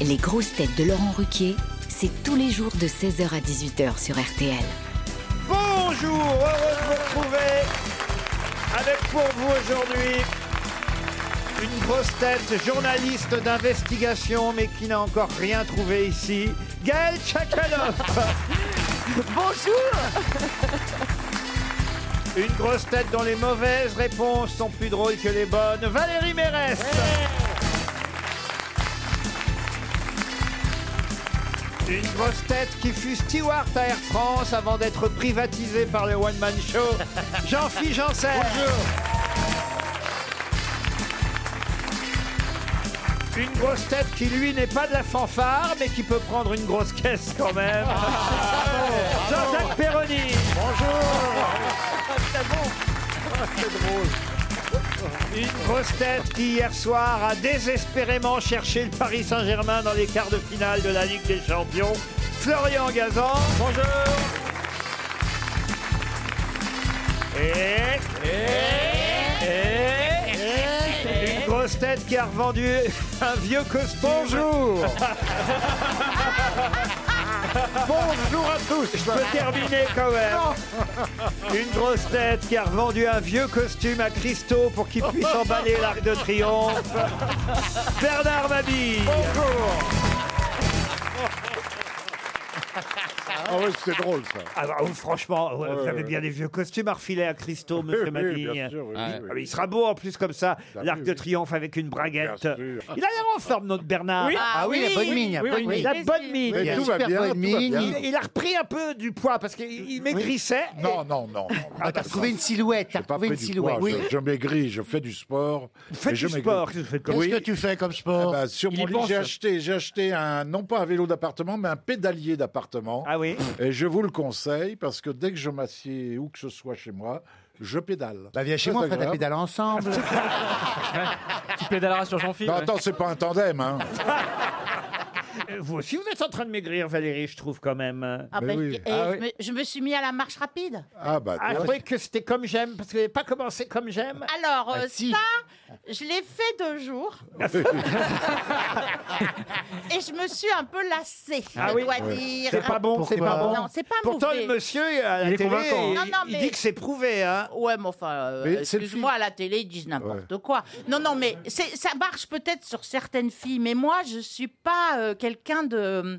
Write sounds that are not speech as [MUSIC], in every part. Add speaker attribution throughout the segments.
Speaker 1: Les grosses têtes de Laurent Ruquier, c'est tous les jours de 16h à 18h sur RTL.
Speaker 2: Bonjour, heureux de vous retrouver avec pour vous aujourd'hui une grosse tête journaliste d'investigation mais qui n'a encore rien trouvé ici, Gaël Tchakaloff. Bonjour Une grosse tête dont les mauvaises réponses sont plus drôles que les bonnes, Valérie Mérès. Une grosse tête qui fut steward à Air France avant d'être privatisée par le One Man Show, Jean-Philippe Janssen. Une grosse tête qui, lui, n'est pas de la fanfare, mais qui peut prendre une grosse caisse quand même. Jean-Jacques Perroni. Ah, Une grosse tête qui, hier soir, a désespérément cherché le Paris Saint-Germain dans les quarts de finale de la Ligue des Champions, Florian Gazan. Bonjour. Et... Et... Une grosse tête qui a revendu un vieux costume. Bonjour Bonjour à tous Je peux terminer quand même Une grosse tête qui a revendu un vieux costume à Christo pour qu'il puisse emballer l'arc de triomphe. Bernard Mabille
Speaker 3: Ah ouais, c'est drôle ça.
Speaker 2: Ah bah, oh, franchement, vous avez bien des vieux costumes à refiler
Speaker 3: [LAUGHS]
Speaker 2: à Christo, monsieur Mabille.
Speaker 3: bien sûr. oui, oui,
Speaker 2: Ah
Speaker 3: oui.
Speaker 2: oui, il sera beau en plus comme ça, l'arc
Speaker 3: oui,
Speaker 2: de
Speaker 3: oui.
Speaker 2: triomphe avec une braguette.
Speaker 3: Bien sûr.
Speaker 4: [LAUGHS]
Speaker 2: Il a l'air en forme, notre Bernard.
Speaker 5: Ah oui, la bonne mine, la bonne mine.
Speaker 2: Il a bonne mine.
Speaker 3: Mais tout va bien, tout va bien.
Speaker 2: Il, il a repris un peu du poids parce qu'il il maigrissait.
Speaker 3: Non, non, non. non.
Speaker 5: Ah, t'as retrouvé une silhouette, t'as
Speaker 3: J'ai pas
Speaker 5: retrouvé
Speaker 3: pris
Speaker 5: une
Speaker 3: du poids,
Speaker 5: silhouette. Oui.
Speaker 3: je, je maigris, je fais du sport.
Speaker 2: Faites
Speaker 3: mais je
Speaker 2: du sport. qu'est-ce que vous faites comme
Speaker 5: Qu'est-ce que tu fais comme
Speaker 3: Ah
Speaker 5: sport
Speaker 3: bah, sur
Speaker 5: Il
Speaker 3: mon
Speaker 5: y
Speaker 3: lit,
Speaker 5: pense.
Speaker 3: j'ai acheté, j'ai acheté un, non pas un vélo d'appartement, mais un pédalier d'appartement.
Speaker 2: Ah oui
Speaker 3: Et je vous le conseille parce que dès que je m'assieds où que ce soit chez moi, je pédale.
Speaker 5: Bah viens chez
Speaker 3: Très
Speaker 5: moi, on fait la
Speaker 3: agréable.
Speaker 5: pédale ensemble.
Speaker 2: [LAUGHS]
Speaker 4: Tu pédaleras sur Jean-Philippe.
Speaker 2: Bah,
Speaker 3: Non, attends, c'est pas un tandem. Hein.
Speaker 2: Euh, Vous aussi, vous êtes en train de maigrir, Valérie, je trouve quand même.
Speaker 6: Ah
Speaker 3: Mais
Speaker 6: ben,
Speaker 3: oui.
Speaker 6: et je, me, je me suis mis à la marche rapide.
Speaker 3: Ah bah,
Speaker 2: Ah, je croyais que c'était comme j'aime, parce que vous n'avez pas commencé comme j'aime.
Speaker 6: Alors,
Speaker 3: Ah,
Speaker 2: Ah,
Speaker 6: euh,
Speaker 5: si.
Speaker 6: ça, je l'ai fait deux jours. et je me suis un peu lassée,
Speaker 2: Ah
Speaker 6: je
Speaker 2: oui
Speaker 6: dois dire.
Speaker 2: C'est pas bon, c'est pas bon.
Speaker 6: Non, c'est pas
Speaker 2: Pourtant,
Speaker 6: mauvais.
Speaker 2: le monsieur, à la
Speaker 4: Il est
Speaker 2: télé,
Speaker 4: convaincant, hein.
Speaker 2: il,
Speaker 6: Non, non,
Speaker 2: il
Speaker 6: mais-
Speaker 2: dit que c'est prouvé. Hein.
Speaker 6: Ouais, mais enfin, euh,
Speaker 3: Mais c'est le
Speaker 6: excuse-moi,
Speaker 3: film.
Speaker 6: à la télé, ils disent n'importe quoi. Non, non, mais c'est- ça marche peut-être sur certaines filles, mais moi, je suis pas euh, quelqu'un de euh,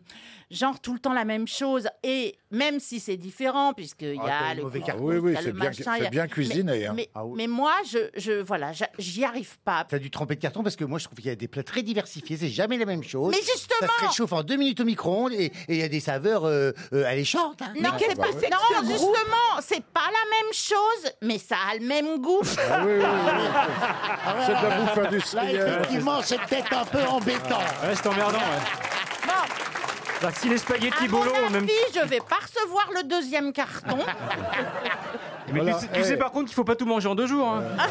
Speaker 6: genre tout le temps la même chose. Et même si c'est différent,
Speaker 3: Ah,
Speaker 6: puisqu'il y
Speaker 5: Ah, t'as
Speaker 6: a
Speaker 5: le
Speaker 6: le
Speaker 5: mauvais
Speaker 6: couscous,
Speaker 3: oui, oui,
Speaker 6: il y a le
Speaker 3: c'est bien,
Speaker 6: machin, il y
Speaker 3: c'est
Speaker 6: a-
Speaker 3: bien cuisiné. hein.
Speaker 6: Mais,
Speaker 5: Ah oui.
Speaker 6: mais moi, je, je voilà, j'a- j'y arrive pas.
Speaker 5: T'as dû tremper de carton parce que moi je trouve qu'il y a des plats très diversifiés, c'est jamais la même chose.
Speaker 6: Mais justement
Speaker 5: Ça se réchauffe en deux minutes au micro-ondes et et il y a des saveurs euh, euh, alléchantes. hein.
Speaker 6: Non, c'est pas non, justement, c'est pas la même chose, mais ça a le même goût.
Speaker 3: Ah oui, oui, oui.
Speaker 6: [LAUGHS]
Speaker 3: C'est de la bouffe industrielle.
Speaker 5: effectivement, c'est peut-être un peu embêtant.
Speaker 4: Ah, Ouais, c'est emmerdant. Ouais.
Speaker 6: Bon,
Speaker 4: Bah, si les
Speaker 6: à
Speaker 4: spaghettis
Speaker 6: mon
Speaker 4: bolo
Speaker 6: avis,
Speaker 4: en même
Speaker 6: je vais pas recevoir le deuxième carton.
Speaker 4: Mais
Speaker 3: Voilà,
Speaker 4: tu, sais, tu
Speaker 3: eh.
Speaker 4: sais par contre qu'il faut pas tout manger en deux jours. hein.
Speaker 6: Ah,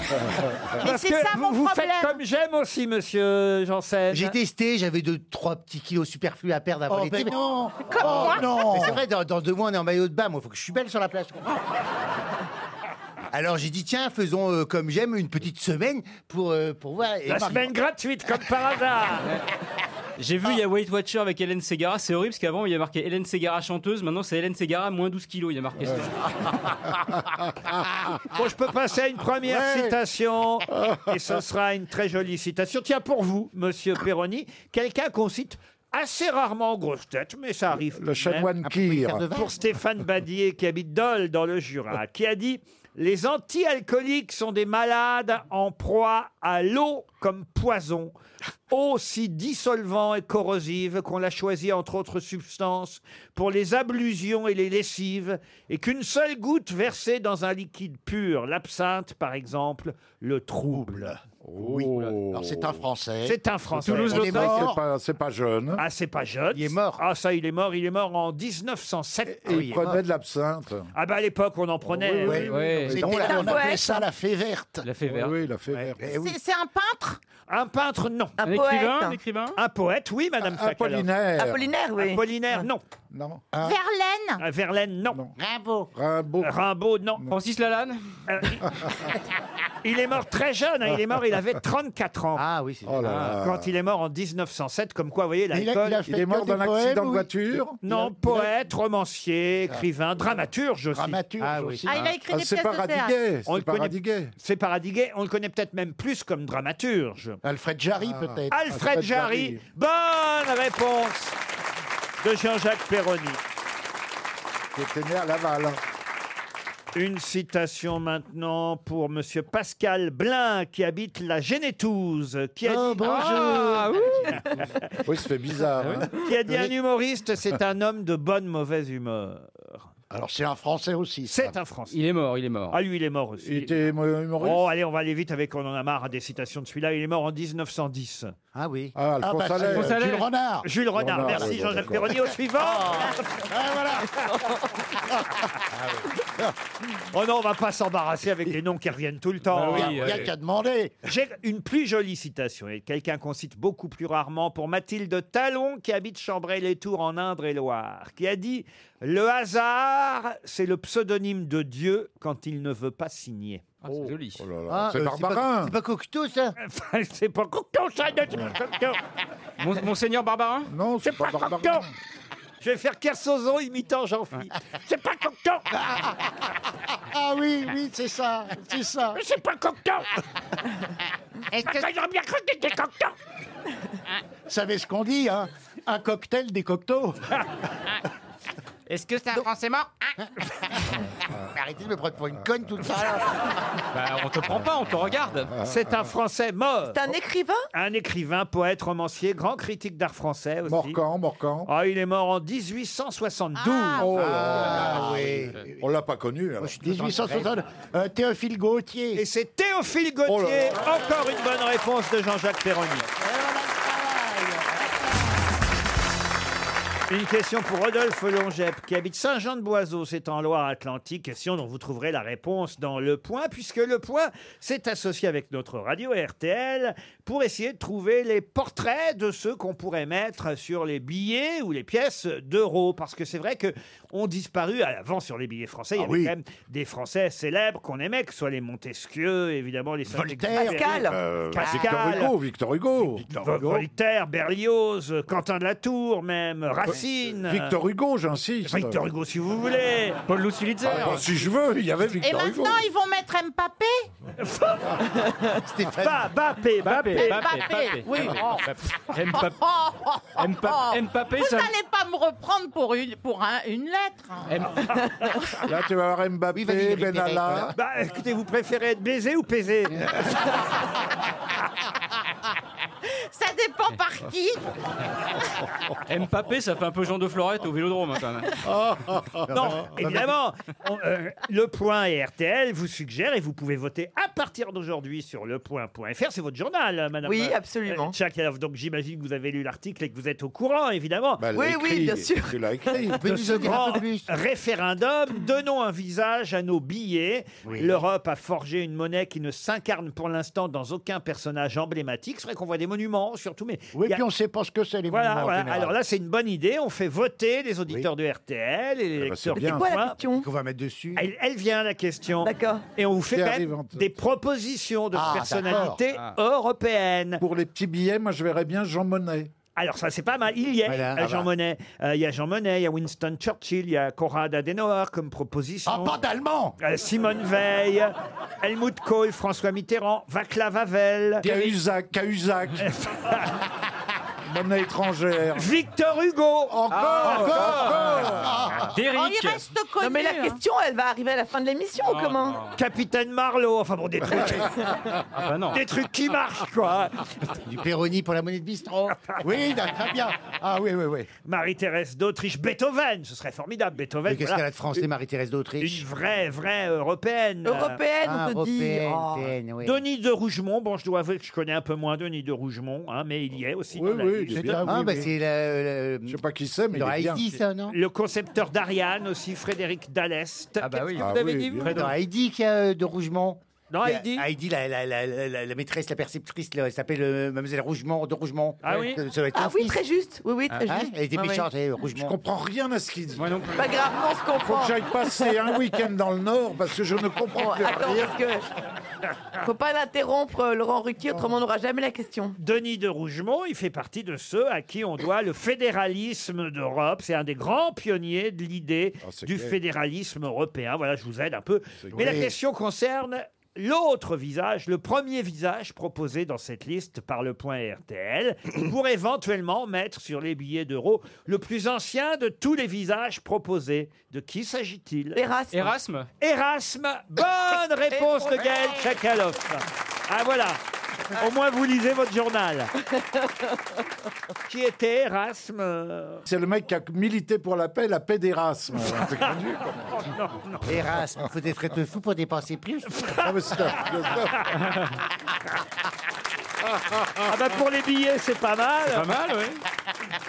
Speaker 6: mais c'est ça
Speaker 2: vous,
Speaker 6: mon
Speaker 2: vous
Speaker 6: problème.
Speaker 2: faites comme j'aime aussi, monsieur Janssen.
Speaker 5: J'ai testé, j'avais deux, trois petits kilos superflus à perdre avant l'été. mais-
Speaker 3: Oh, ben non
Speaker 5: Mais c'est vrai, dans, dans deux mois, on est en maillot de bain. Moi, faut que je suis belle sur la plage. Alors j'ai dit, tiens, faisons euh, comme j'aime une petite semaine pour, euh, pour voir. Et
Speaker 2: La
Speaker 5: Marc-
Speaker 2: semaine gratuite, comme par hasard.
Speaker 4: J'ai vu, il y a Weight Watcher avec Hélène Segara. C'est horrible parce qu'avant, il y a marqué Hélène Segara chanteuse. Maintenant, c'est Hélène Segara moins 12 kilos. Il y a marqué ça.
Speaker 2: Bon, je peux passer à une première citation. Et ce sera une très jolie citation. Tiens, pour vous, monsieur Perroni, quelqu'un qu'on cite assez rarement en grosse tête, mais ça arrive. tout
Speaker 3: Le
Speaker 2: de même.
Speaker 3: chanoine
Speaker 5: Pierre
Speaker 3: Kir.
Speaker 5: de Vannes.
Speaker 2: Pour Stéphane Badier, qui habite Dole, dans le Jura, qui a dit Les anti-alcooliques sont des malades en proie à l'eau comme poison, aussi dissolvant et corrosive qu'on l'a choisie entre autres substances pour les ablutions et les lessives, et qu'une seule goutte versée dans un liquide pur, l'absinthe par exemple, le trouble.
Speaker 3: Oui.
Speaker 7: Alors c'est un Français.
Speaker 2: C'est un Français.
Speaker 7: Il est mort.
Speaker 3: Oh. C'est pas, jeune.
Speaker 2: Ah, c'est pas jeune. Il est mort. Ah, ça, il est mort. Il est mort en 1907.
Speaker 3: Et il prenait de l'absinthe.
Speaker 2: Ah, bah à l'époque, on en prenait.
Speaker 7: Oui, oui, oui. C'était-
Speaker 2: Donc,
Speaker 7: on appelait ça la fée verte.
Speaker 2: La fée verte.
Speaker 3: Oui, oui, la fée verte.
Speaker 6: C'est- C'est un peintre
Speaker 2: Un peintre, non.
Speaker 6: Un Un poète. écrivain, un écrivain
Speaker 2: Un poète, oui, Madame
Speaker 6: Un-
Speaker 2: Sakalov.
Speaker 6: Apollinaire. Apollinaire, oui.
Speaker 2: Apollinaire, non.
Speaker 3: Non.
Speaker 6: Verlaine
Speaker 2: Ah, Verlaine, non.
Speaker 6: Rimbaud.
Speaker 3: Rimbaud.
Speaker 2: Rimbaud, non. Francis Lalanne Il est mort très jeune, hein, il est mort, il avait 34 ans. Ah oui, c'est
Speaker 3: Oh là là.
Speaker 2: Quand il est mort en 1907, comme quoi, vous voyez,
Speaker 3: Mais il a-
Speaker 2: l'alcool...
Speaker 3: il a fait Il est mort que d'un des poèmes, accident de oui. voiture Il
Speaker 2: Non,
Speaker 3: a-
Speaker 2: poète, romancier,
Speaker 3: Ah.
Speaker 2: écrivain, dramaturge aussi.
Speaker 3: Dramaturge Ah oui. aussi.
Speaker 6: Ah, il a écrit Ah, des c'est pièces de Paradiguet, théâtre. c'est
Speaker 2: On le connaît-
Speaker 3: Paradiguet.
Speaker 2: C'est Paradiguet, on le connaît peut-être même plus comme dramaturge. Alfred
Speaker 7: Jarry, Ah. peut-être.
Speaker 2: Alfred
Speaker 7: Alfred
Speaker 2: Jarry, bonne réponse de Jean-Jacques Perroni.
Speaker 3: Qui était né à Laval.
Speaker 2: Une citation maintenant pour Monsieur Pascal Blin qui habite la Génétouze. Qui a
Speaker 3: Oh,
Speaker 2: dit... Ah,
Speaker 3: [LAUGHS] Oui, ça fait bizarre. hein.
Speaker 2: Qui a dit un humoriste, c'est un homme de bonne mauvaise humeur. Alors c'est un Français aussi. C'est un Français. Il est mort, il est mort. Ah lui, il est mort aussi.
Speaker 3: Il était humoriste.
Speaker 2: Oh, allez, on va aller vite avec on en a marre des citations de celui-là. Il est mort en 1910. Ah oui.
Speaker 3: Ah, Alphonse Ah, bah, Allais. Alphonse Allais. Jules Renard.
Speaker 2: Jules Renard.
Speaker 3: Renard,
Speaker 2: Merci
Speaker 3: oui, bon,
Speaker 2: Jean-Jacques
Speaker 3: d'accord. Ah.
Speaker 2: Perroni. Au suivant. Oh non, on va pas s'embarrasser avec les noms qui reviennent tout le temps.
Speaker 7: Bah oui, Il y a- il y a ouais. qu'à
Speaker 2: demander. J'ai une plus jolie citation et quelqu'un qu'on cite beaucoup plus rarement pour Mathilde Talon qui habite Chambray-les-Tours en Indre-et-Loire, qui a dit "Le hasard, c'est le pseudonyme de Dieu quand il ne veut pas signer." Oh. c'est joli.
Speaker 5: Ah, c'est euh, c'est Barbarin. pas- c'est
Speaker 2: Cocteau, ça [LAUGHS] C'est pas Cocteau, ça de- Cocteau. Monseigneur Barbarin
Speaker 3: Non,
Speaker 2: c'est pas, Cocteau. Je vais faire Kersozon imitant Jean-Philippe. C'est pas Cocteau
Speaker 7: Ah oui, oui, c'est ça, c'est ça. Mais
Speaker 2: c'est pas Cocteau
Speaker 7: Est-ce que...
Speaker 2: J'aurais bien cru que t'étais Cocteau
Speaker 7: Hein Vous savez ce qu'on dit, hein Un cocktail des cocteaux.
Speaker 5: Ah,
Speaker 8: Ah. Est-ce que c'est un français mort Ah.
Speaker 5: Hein
Speaker 7: Arrêtez de me prendre pour une conne tout le temps.
Speaker 2: Bah, on te prend pas, on te regarde. C'est un Français mort.
Speaker 9: C'est un écrivain
Speaker 2: Un écrivain, poète, romancier, grand critique d'art français aussi.
Speaker 3: Morcan, Morcan.
Speaker 2: Ah, il est mort en 1872.
Speaker 9: Ah.
Speaker 3: Oh là
Speaker 2: Ah,
Speaker 3: là. On l'a pas connu. alors.
Speaker 7: 1860, euh, Théophile Gautier.
Speaker 2: Et c'est Théophile Gautier, encore une bonne réponse de Jean-Jacques Perroni. Une question pour Rodolphe Longep, qui habite Saint-Jean-de-Boiseau, c'est en Loire-Atlantique. Question dont vous trouverez la réponse dans Le Point, puisque Le Point s'est associé avec notre radio RTL pour essayer de trouver les portraits de ceux qu'on pourrait mettre sur les billets ou les pièces d'euros. Parce que c'est vrai que ont disparu à l'avant sur les billets français. Il y
Speaker 7: Ah
Speaker 2: avait
Speaker 7: oui.
Speaker 2: quand même des Français célèbres qu'on aimait, que ce soit les Montesquieu, évidemment, les
Speaker 7: Voltaire.
Speaker 2: Saint-Exupéry.
Speaker 7: Pascal.
Speaker 3: Euh,
Speaker 2: Pascal.
Speaker 3: Victor Hugo, Victor Hugo.
Speaker 2: Vo- Voltaire, Berlioz, euh, Quentin de la Tour même, Racine.
Speaker 3: Victor Hugo, j'insiste.
Speaker 2: Victor Hugo, si vous voulez. Paul Lussulitzer.
Speaker 3: Ah, bah, si je veux, il y avait
Speaker 6: Et
Speaker 3: Victor Hugo.
Speaker 6: maintenant, ils vont mettre Mbappé
Speaker 2: Stéphane. Mbappé, Mbappé,
Speaker 6: Mbappé,
Speaker 10: Ah,
Speaker 6: oui.
Speaker 4: Mbappé. Mbappé, Mbappé,
Speaker 6: Vous
Speaker 4: ça-
Speaker 6: n'allez pas me reprendre pour une, pour un- une lettre. hein.
Speaker 3: Là, tu vas avoir Mbappé, Ben Benalla.
Speaker 2: Bah, écoutez, vous préférez être baisé
Speaker 3: [LAUGHS]
Speaker 2: ou paisé
Speaker 6: Ça dépend par qui.
Speaker 4: Mbappé, ça fait un peu Jean de Florette au Vélodrome hein, quand même.
Speaker 2: Non, évidemment. on- euh, le point et RTL vous suggèrent et vous pouvez voter à partir d'aujourd'hui sur lepoint.fr. C'est votre journal, euh, madame.
Speaker 9: Oui,
Speaker 2: euh,
Speaker 9: absolument.
Speaker 2: euh, Tchakalov. donc j'imagine que vous avez lu l'article et que vous êtes au courant, évidemment.
Speaker 9: elle Oui, l'a oui, écrit, bien sûr.
Speaker 3: Tu l'as
Speaker 2: [LAUGHS]
Speaker 3: écrit.
Speaker 2: De ce grand référendum, donnons un visage à nos billets. L'Europe a forgé une monnaie qui ne s'incarne pour l'instant dans aucun personnage emblématique. C'est vrai qu'on voit des monuments, surtout, mais
Speaker 7: Oui,
Speaker 2: il y a-
Speaker 7: puis on sait pas ce que c'est, les
Speaker 2: voilà,
Speaker 7: monuments, en
Speaker 2: voilà.
Speaker 7: général.
Speaker 2: Alors là, c'est une bonne idée. On fait voter les auditeurs de RTL et les lecteurs du Point.
Speaker 5: question Qu'on va mettre dessus.
Speaker 2: Elle, elle vient la question. D'accord. Et on vous fait
Speaker 5: Qui
Speaker 2: quand
Speaker 5: arrive
Speaker 2: même
Speaker 5: en tête.
Speaker 2: des propositions de
Speaker 3: Ah,
Speaker 2: personnalités
Speaker 3: d'accord.
Speaker 2: européennes.
Speaker 3: Pour les petits billets, moi, je verrais bien Jean Monnet.
Speaker 2: Alors ça c'est pas mal, il y est,
Speaker 3: Voilà.
Speaker 2: euh,
Speaker 3: Ah bah.
Speaker 2: Jean Monnet. Euh, Il y a Jean Monnet, il y a Winston Churchill, il y a Konrad Adenauer comme proposition. Ah, pas d'allemand Simone Veil, Helmut Kohl, [LAUGHS] François Mitterrand, Vaclav Havel.
Speaker 3: Cahuzac, Cahuzac. monnaie étrangère.
Speaker 2: Victor Hugo Encore,
Speaker 7: Ah.
Speaker 9: On y reste connu. hein. Non mais la question, elle va arriver à la fin de l'émission
Speaker 2: Ah,
Speaker 9: ou comment
Speaker 2: Oh, Capitaine Marlowe, enfin bon, des trucs.
Speaker 9: Ah, bah
Speaker 2: Des trucs qui marchent, quoi.
Speaker 7: [LAUGHS] Du Péroni pour la monnaie de bistrot. Oui, très bien. Ah oui, oui, oui.
Speaker 2: Marie-Thérèse d'Autriche, Beethoven, ce serait formidable, Beethoven.
Speaker 7: Mais qu'est-ce
Speaker 2: voilà.
Speaker 7: qu'elle a de français, Marie-Thérèse d'Autriche
Speaker 2: Une vraie, vraie européenne.
Speaker 9: Européenne,
Speaker 7: Ah,
Speaker 9: on te dit.
Speaker 7: européenne,
Speaker 9: Oh.
Speaker 7: européenne, oui.
Speaker 2: Denis de Rougemont, bon, je dois avouer que je connais un peu moins Denis de Rougemont, hein, mais il y est aussi. dans la
Speaker 7: oui,
Speaker 2: liste.
Speaker 7: il est bien, Ah, oui, bah, oui. c'est Je
Speaker 3: sais pas qui c'est, mais
Speaker 7: Dans
Speaker 3: il est
Speaker 7: Haïti,
Speaker 3: bien.
Speaker 7: ça, non
Speaker 2: Le concepteur d'Ariane aussi, Frédéric Dallest. Ah
Speaker 7: bah oui.
Speaker 2: vous avez dit, vous
Speaker 7: Dans Heidi qui a euh, de Rougemont.
Speaker 2: Non,
Speaker 7: Heidi. Heidi, la, la, la, la- la- la maîtresse, la perceptrice, là, elle s'appelle euh, Mademoiselle Rougemont, de Rougemont. Euh,
Speaker 9: Ah oui Ah oui, très juste. Oui, oui, très juste.
Speaker 7: hein, Elle était
Speaker 9: Ah oui.
Speaker 7: méchante, elle, Rougemont.
Speaker 3: Je comprends rien à ce qu'il dit.
Speaker 9: Pas grave, nous, on se
Speaker 3: Faut
Speaker 9: comprend.
Speaker 3: que j'aille passer un week-end dans le Nord parce que je ne
Speaker 9: Bon,
Speaker 3: comprends plus
Speaker 9: attends,
Speaker 3: rien.
Speaker 9: parce que faut pas l'interrompre, euh, Laurent Ruquier, autrement on n'aura jamais la question.
Speaker 2: Denis de Rougemont, il fait partie de ceux à qui on doit le fédéralisme d'Europe. C'est un des grands pionniers de l'idée
Speaker 3: Oh, c'est
Speaker 2: du
Speaker 3: clair.
Speaker 2: fédéralisme européen. Voilà, je vous aide un peu. Mais la
Speaker 3: clair.
Speaker 2: question concerne l'autre visage, le premier visage proposé dans cette liste par le point RTL,
Speaker 3: [COUGHS]
Speaker 2: pour éventuellement mettre sur les billets d'euros le plus ancien de tous les visages proposés. De qui s'agit-il
Speaker 9: Erasme.
Speaker 4: Erasme.
Speaker 2: Erasme. Bonne réponse de Gaël Tchakaloff. Ah voilà. Au moins vous lisez votre journal. Qui était Erasme euh,
Speaker 3: C'est le mec qui a milité pour la paix, la paix d'Erasme.
Speaker 10: [LAUGHS]
Speaker 3: C'est connu, quoi.
Speaker 7: Erasme, faut être être fou pour dépenser
Speaker 3: [LAUGHS]
Speaker 7: plus.
Speaker 3: Ah,
Speaker 10: [LAUGHS]
Speaker 3: mais c'est un philosophe.
Speaker 2: Ah bah pour les billets, c'est pas mal.
Speaker 4: Pas mal, oui.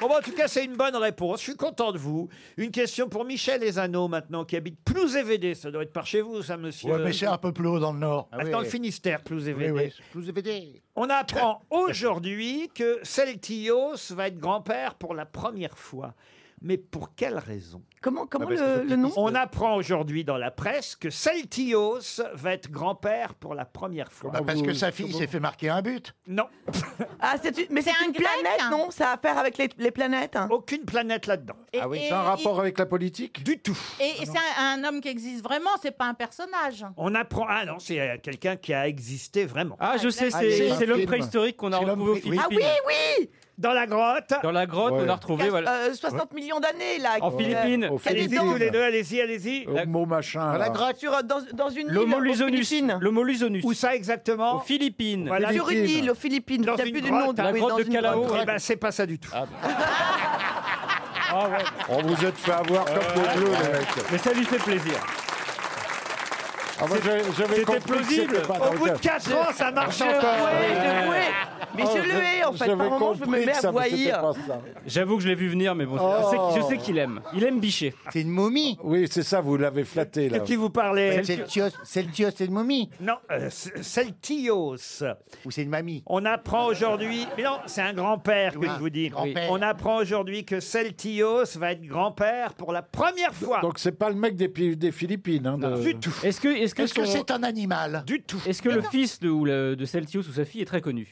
Speaker 2: Bon, bah, en tout cas, c'est une bonne réponse. Je suis content de vous. Une question pour Michel Ezano, maintenant, qui habite Plouzévédé. Ça doit être par chez vous, ça, monsieur.
Speaker 7: Ouais, mais c'est un peu plus haut dans le Nord.
Speaker 2: Ah, Dans le Finistère, Plouzévédé.
Speaker 7: Plus de VD.
Speaker 2: On apprend aujourd'hui que Celtios va être grand-père pour la première fois. Mais pour quelle raison
Speaker 9: Comment,
Speaker 7: Ah,
Speaker 9: comment le, le nom
Speaker 2: On apprend aujourd'hui dans la presse que Celtios va être grand-père pour la première fois.
Speaker 3: Ah,
Speaker 7: Bah, parce que sa fille s'est fait marquer un but.
Speaker 2: Non,
Speaker 9: [LAUGHS] Ah, c'est une- mais c'est
Speaker 6: C'est
Speaker 9: une
Speaker 6: un grec,
Speaker 9: planète,
Speaker 6: hein.
Speaker 9: non Ça a à faire avec les, les planètes. hein.
Speaker 2: aucune planète là-dedans.
Speaker 3: Ah oui. C'est un rapport avec la politique
Speaker 2: Du tout.
Speaker 6: Et, et c'est un, un homme qui existe vraiment, c'est pas un personnage.
Speaker 2: On apprend. Ah non, c'est euh, quelqu'un qui a existé vraiment.
Speaker 4: Ah, je sais,
Speaker 7: Allez,
Speaker 4: c'est c'est l'homme
Speaker 7: film.
Speaker 4: préhistorique qu'on a
Speaker 7: C'est l'homme
Speaker 4: retrouvé aux
Speaker 7: pré- oui.
Speaker 4: Philippines.
Speaker 9: Ah oui, oui
Speaker 2: Dans la grotte.
Speaker 4: Dans la grotte,
Speaker 3: Ouais.
Speaker 4: on a retrouvé.
Speaker 9: Quatre-
Speaker 4: voilà.
Speaker 9: euh, 60 millions d'années, là.
Speaker 4: En
Speaker 9: qui, euh,
Speaker 4: Philippines.
Speaker 3: Au
Speaker 9: des
Speaker 2: Allez-y
Speaker 9: dents.
Speaker 2: tous les deux, allez-y, allez-y.
Speaker 3: Au mot machin.
Speaker 7: Dans la
Speaker 3: là.
Speaker 7: grotte.
Speaker 9: sur, euh, dans, dans une île.
Speaker 4: L'homo
Speaker 9: aux
Speaker 4: lusonus.
Speaker 9: Philippines.
Speaker 4: L'homo lusonus.
Speaker 2: Où ça
Speaker 4: Aux
Speaker 2: exactement
Speaker 4: Philippines.
Speaker 2: Voilà.
Speaker 9: Sur une île, aux Philippines.
Speaker 2: Dans
Speaker 9: Il n'y a
Speaker 2: une
Speaker 9: plus du
Speaker 2: grotte,
Speaker 9: nom.
Speaker 4: la
Speaker 9: oui,
Speaker 4: grotte
Speaker 9: dans
Speaker 4: de
Speaker 9: une
Speaker 4: Calao. Ah,
Speaker 9: grotte.
Speaker 2: Eh ben, c'est pas ça du tout.
Speaker 3: On vous êtes fait avoir
Speaker 4: Euh,
Speaker 3: comme des bleus, les mecs.
Speaker 4: Mais ça lui fait plaisir.
Speaker 3: Ah, moi, j'avais- j'avais
Speaker 4: C'était
Speaker 3: compris que
Speaker 4: plausible.
Speaker 3: c'était pas dans
Speaker 2: Au
Speaker 3: le
Speaker 2: bout de
Speaker 3: cas. Oh,
Speaker 2: 4 ans, ça marche
Speaker 9: Je
Speaker 2: encore.
Speaker 9: jouais, je jouais. Mais
Speaker 2: Oh,
Speaker 9: je le hais, en fait.
Speaker 3: J'avais
Speaker 9: Par moment, je me
Speaker 3: compris
Speaker 9: mets
Speaker 3: que
Speaker 9: à
Speaker 3: ça, mais c'était
Speaker 9: voyer.
Speaker 3: pas ça.
Speaker 4: J'avoue que je l'ai vu venir, mais bon, c'est-
Speaker 2: Oh.
Speaker 4: je sais- je sais qu'il aime. Il aime bicher.
Speaker 7: C'est une momie.
Speaker 3: Oui, c'est ça, vous l'avez flatté,
Speaker 2: De
Speaker 3: là.
Speaker 2: qui vous
Speaker 7: Bah,
Speaker 2: parlez
Speaker 7: Celtios, Celtios, c'est une momie.
Speaker 2: Non, euh, C- Celtios.
Speaker 7: Ou c'est une mamie.
Speaker 2: On apprend aujourd'hui. Mais non, c'est un grand-père que
Speaker 7: Oui,
Speaker 2: je vous dis.
Speaker 7: grand-père.
Speaker 2: On apprend aujourd'hui que Celtios va être grand-père pour la première fois.
Speaker 3: Donc, c'est pas le mec des, pi- des Philippines. hein, de-
Speaker 2: du tout.
Speaker 4: Est-ce que, est-ce que,
Speaker 7: Est-ce que
Speaker 4: son-
Speaker 7: c'est un animal
Speaker 2: Du tout.
Speaker 4: est-ce que le fils de, ou le- de Celtius ou sa fille est très connu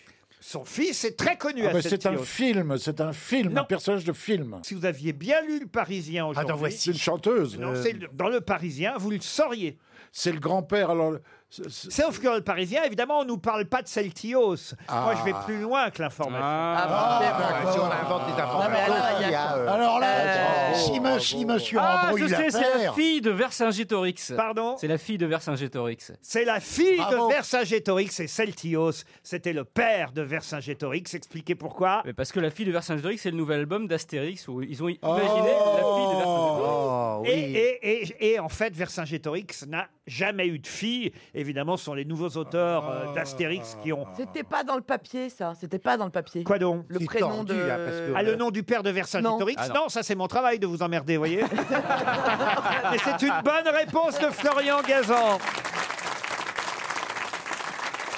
Speaker 2: Son fils est très connu
Speaker 3: Ah,
Speaker 2: à
Speaker 3: mais c'est un
Speaker 2: Celtios.
Speaker 3: film, c'est un film,
Speaker 2: Non.
Speaker 3: un personnage de film.
Speaker 2: Si vous aviez bien lu le Parisien aujourd'hui.
Speaker 7: dans Voici.
Speaker 3: C'est une chanteuse. Euh,
Speaker 2: Non, c'est le- dans le Parisien, vous le sauriez.
Speaker 3: C'est le grand-père. Alors, c'est- c'est-
Speaker 2: Sauf que dans le Parisien, évidemment, on ne nous parle pas de Celtios. Moi, je vais
Speaker 3: Ah.
Speaker 2: plus loin que l'information.
Speaker 9: Ah, bon, c'est bon.
Speaker 7: bah, Si on invente des
Speaker 9: Ah, mais
Speaker 7: informations. bah,
Speaker 9: alors, il y a-
Speaker 7: Alors là, oh,
Speaker 9: Euh,
Speaker 7: si, me- si monsieur
Speaker 2: Oh,
Speaker 4: Ah,
Speaker 7: embrouille
Speaker 4: je sais, c'est la
Speaker 7: l'affaire,
Speaker 4: fille de Vercingétorix.
Speaker 2: Pardon
Speaker 4: C'est la fille de Vercingétorix.
Speaker 2: C'est la fille
Speaker 7: Bravo.
Speaker 2: de Vercingétorix et Celtios. C'était le père de Vercingétorix. Expliquez pourquoi.
Speaker 4: Mais parce que la fille de Vercingétorix, c'est le nouvel album d'Astérix où ils ont imaginé la fille de Vercingétorix.
Speaker 7: Oh,
Speaker 2: Et,
Speaker 7: oui.
Speaker 2: et- et- et en fait, Vercingétorix n'a jamais eu de fille. Évidemment, ce sont les nouveaux auteurs euh, d'Astérix qui ont.
Speaker 9: C'était pas dans le papier, ça. C'était pas dans le papier.
Speaker 2: Quoi donc
Speaker 9: Le
Speaker 7: C'est
Speaker 9: prénom
Speaker 7: tordu,
Speaker 9: de.
Speaker 7: là, parce que-
Speaker 2: Ah, le nom du père de Vercingétorix
Speaker 4: Non. Ah,
Speaker 2: non. ça c'est mon travail de vous emmerder, voyez. [LAUGHS]
Speaker 9: [LAUGHS]
Speaker 2: Mais c'est une bonne réponse de Florian Gazan.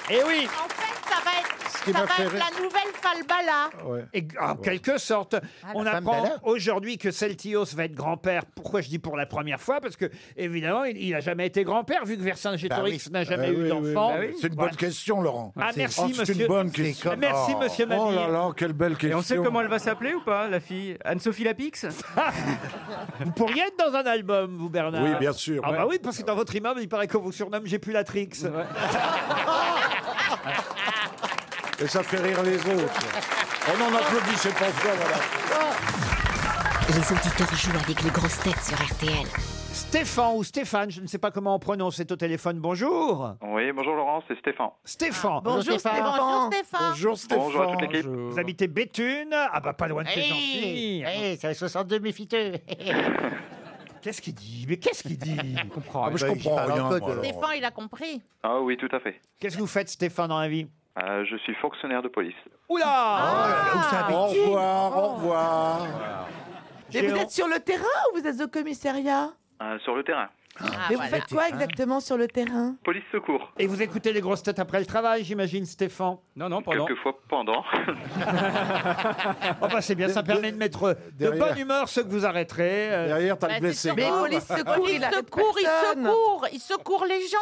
Speaker 2: Eh oui,
Speaker 6: En fait, ça va être,
Speaker 3: qui
Speaker 6: ça
Speaker 3: m'a
Speaker 6: va
Speaker 3: fait
Speaker 6: être
Speaker 3: rire- Ah
Speaker 6: la nouvelle Falbala. ah,
Speaker 3: ouais.
Speaker 2: Et- en quelque sorte, on
Speaker 7: femme
Speaker 2: apprend
Speaker 7: d'Alain.
Speaker 2: aujourd'hui que Celtios va être grand-père. Pourquoi je dis pour la première fois Parce que évidemment, il n'a jamais été grand-père vu que Vercingétorix n'a jamais
Speaker 3: Ah
Speaker 2: eu
Speaker 3: oui,
Speaker 2: d'enfant.
Speaker 3: oui, oui. C'est une
Speaker 2: Voilà.
Speaker 3: bonne question, Laurent.
Speaker 2: Ah,
Speaker 3: C'est-
Speaker 2: merci,
Speaker 3: oh, C'est
Speaker 2: monsieur.
Speaker 3: une bonne
Speaker 2: C'est
Speaker 3: question.
Speaker 7: comme-
Speaker 2: Merci
Speaker 7: Oh.
Speaker 2: Monsieur
Speaker 3: Oh
Speaker 2: Mamie.
Speaker 3: là là, quelle belle question.
Speaker 4: Et on sait comment elle va s'appeler ou pas, la fille Anne-Sophie Lapix
Speaker 3: [LAUGHS]
Speaker 2: Vous pourriez être dans un album, vous Bernard.
Speaker 3: Oui, bien sûr.
Speaker 2: Ah bah oui, parce que dans
Speaker 6: [LAUGHS]
Speaker 2: votre immeuble, il paraît qu'on vous surnomme J'ai plus la trix.
Speaker 3: Et ça fait rire les autres. On en applaudit, c'est pas ça, voilà.
Speaker 1: Les auditeurs jouent avec les grosses têtes sur RTL.
Speaker 2: Stéphane ou Stéphane, je ne sais pas comment on prononce, est au téléphone. Bonjour.
Speaker 11: [LAUGHS] Oui, bonjour Laurent, c'est Stéphane.
Speaker 2: Stéphane.
Speaker 6: Bonjour Stéphane. Bonjour Stéphane.
Speaker 3: Bonjour Stéphane.
Speaker 11: Bonjour à toute l'équipe.
Speaker 2: Vous habitez Béthune Ah bah pas loin de Pétancourt.
Speaker 12: Hey, hey, c'est les 62 méfiteux.
Speaker 2: [LAUGHS] Qu'est-ce qu'il dit Mais qu'est-ce qu'il dit
Speaker 12: [LAUGHS]
Speaker 2: Je comprends.
Speaker 3: Ah,
Speaker 2: Eh ben,
Speaker 3: mais je comprends rien, moi, alors.
Speaker 6: Stéphane, il a compris.
Speaker 11: Ah oui, tout à fait.
Speaker 2: Qu'est-ce que vous faites Stéphane dans la vie
Speaker 11: Euh, je suis fonctionnaire de police.
Speaker 2: Oula
Speaker 3: Au revoir, au revoir.
Speaker 9: Mais vous êtes sur le terrain ou vous êtes au commissariat
Speaker 11: Euh, sur le terrain.
Speaker 9: Mais vous faites quoi exactement sur le terrain
Speaker 11: Police secours.
Speaker 2: Et vous écoutez les grosses têtes après le travail, j'imagine, Stéphane Non, non,
Speaker 11: Quelquefois pendant.
Speaker 2: Oh bah c'est bien, ça permet de mettre euh, de
Speaker 3: derrière.
Speaker 2: bonne humeur ceux que vous arrêterez. euh.
Speaker 3: Derrière,
Speaker 6: Bah,
Speaker 3: t'as le blessé. Ah, bah.
Speaker 6: Mais
Speaker 3: grave.
Speaker 6: police secours, il secours, il secours, il secourt les gens.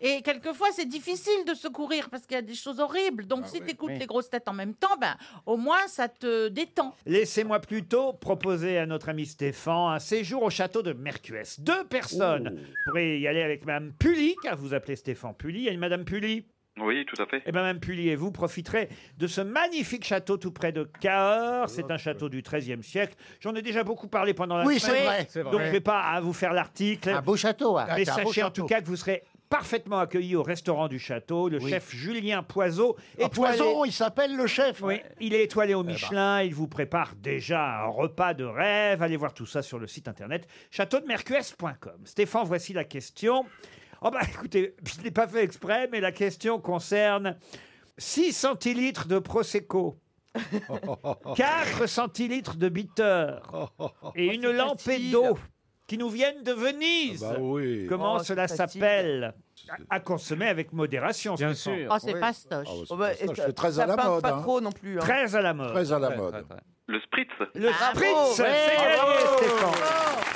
Speaker 6: Et quelquefois, c'est difficile de secourir parce qu'il y a des choses horribles.
Speaker 3: Ah
Speaker 6: Donc, si tu écoutes les grosses têtes en même temps, ben, au moins, ça te détend.
Speaker 2: Laissez-moi plutôt proposer à notre ami Stéphane un séjour au château de Mercues. Deux personnes pourraient y aller avec Madame Pully, car vous appelez Stéphane Pully. et Madame Pully
Speaker 11: Oui, tout à fait.
Speaker 2: Eh bien, Madame Pully et vous profiterez de ce magnifique château tout près de Cahors. C'est un château du XIIIe siècle. J'en ai déjà beaucoup parlé pendant la
Speaker 12: Oui,
Speaker 2: semaine.
Speaker 12: c'est vrai. C'est vrai.
Speaker 2: Donc, je ne vais pas à vous faire l'article.
Speaker 12: Un beau château. hein.
Speaker 2: Mais
Speaker 12: C'est un beau
Speaker 2: sachez en tout
Speaker 12: château.
Speaker 2: cas que vous serez parfaitement accueilli au restaurant du château. Le chef Julien Poiseau.
Speaker 7: Ah,
Speaker 2: étoilé-
Speaker 7: Poison, il s'appelle le chef. Eh ben.
Speaker 2: Oui, il est étoilé au Michelin, il vous prépare déjà un repas de rêve. Allez voir tout ça sur le site internet châteaudemercues.com. Stéphane, voici la question. Oh bah écoutez, je ne l'ai pas fait exprès, mais la question concerne 6 centilitres de Prosecco, 4 centilitres
Speaker 3: [LAUGHS]
Speaker 2: de bitter
Speaker 3: Oh,
Speaker 2: et une lampée d'eau qui nous viennent de Venise.
Speaker 3: Bah oui.
Speaker 2: Comment
Speaker 6: Oh, c'est
Speaker 2: cela
Speaker 6: facile.
Speaker 2: s'appelle à, à consommer avec modération,
Speaker 4: Bien
Speaker 2: Stéphane.
Speaker 4: sûr.
Speaker 6: Oh, c'est
Speaker 3: Oui.
Speaker 6: fastoche.
Speaker 3: Ah ouais,
Speaker 9: Oh bah,
Speaker 3: c'est pas ça,
Speaker 9: est-ce que
Speaker 3: c'est très à
Speaker 9: ça
Speaker 3: la
Speaker 9: parle
Speaker 3: mode.
Speaker 9: pas
Speaker 3: hein.
Speaker 9: trop non plus. hein.
Speaker 2: Très à la mode.
Speaker 3: Très à la mode.
Speaker 11: Le spritz
Speaker 2: Le
Speaker 4: Ah,
Speaker 9: Bravo.
Speaker 2: spritz, c'est
Speaker 9: Ouais.
Speaker 2: gagné,
Speaker 4: Oh.
Speaker 2: Stéphane.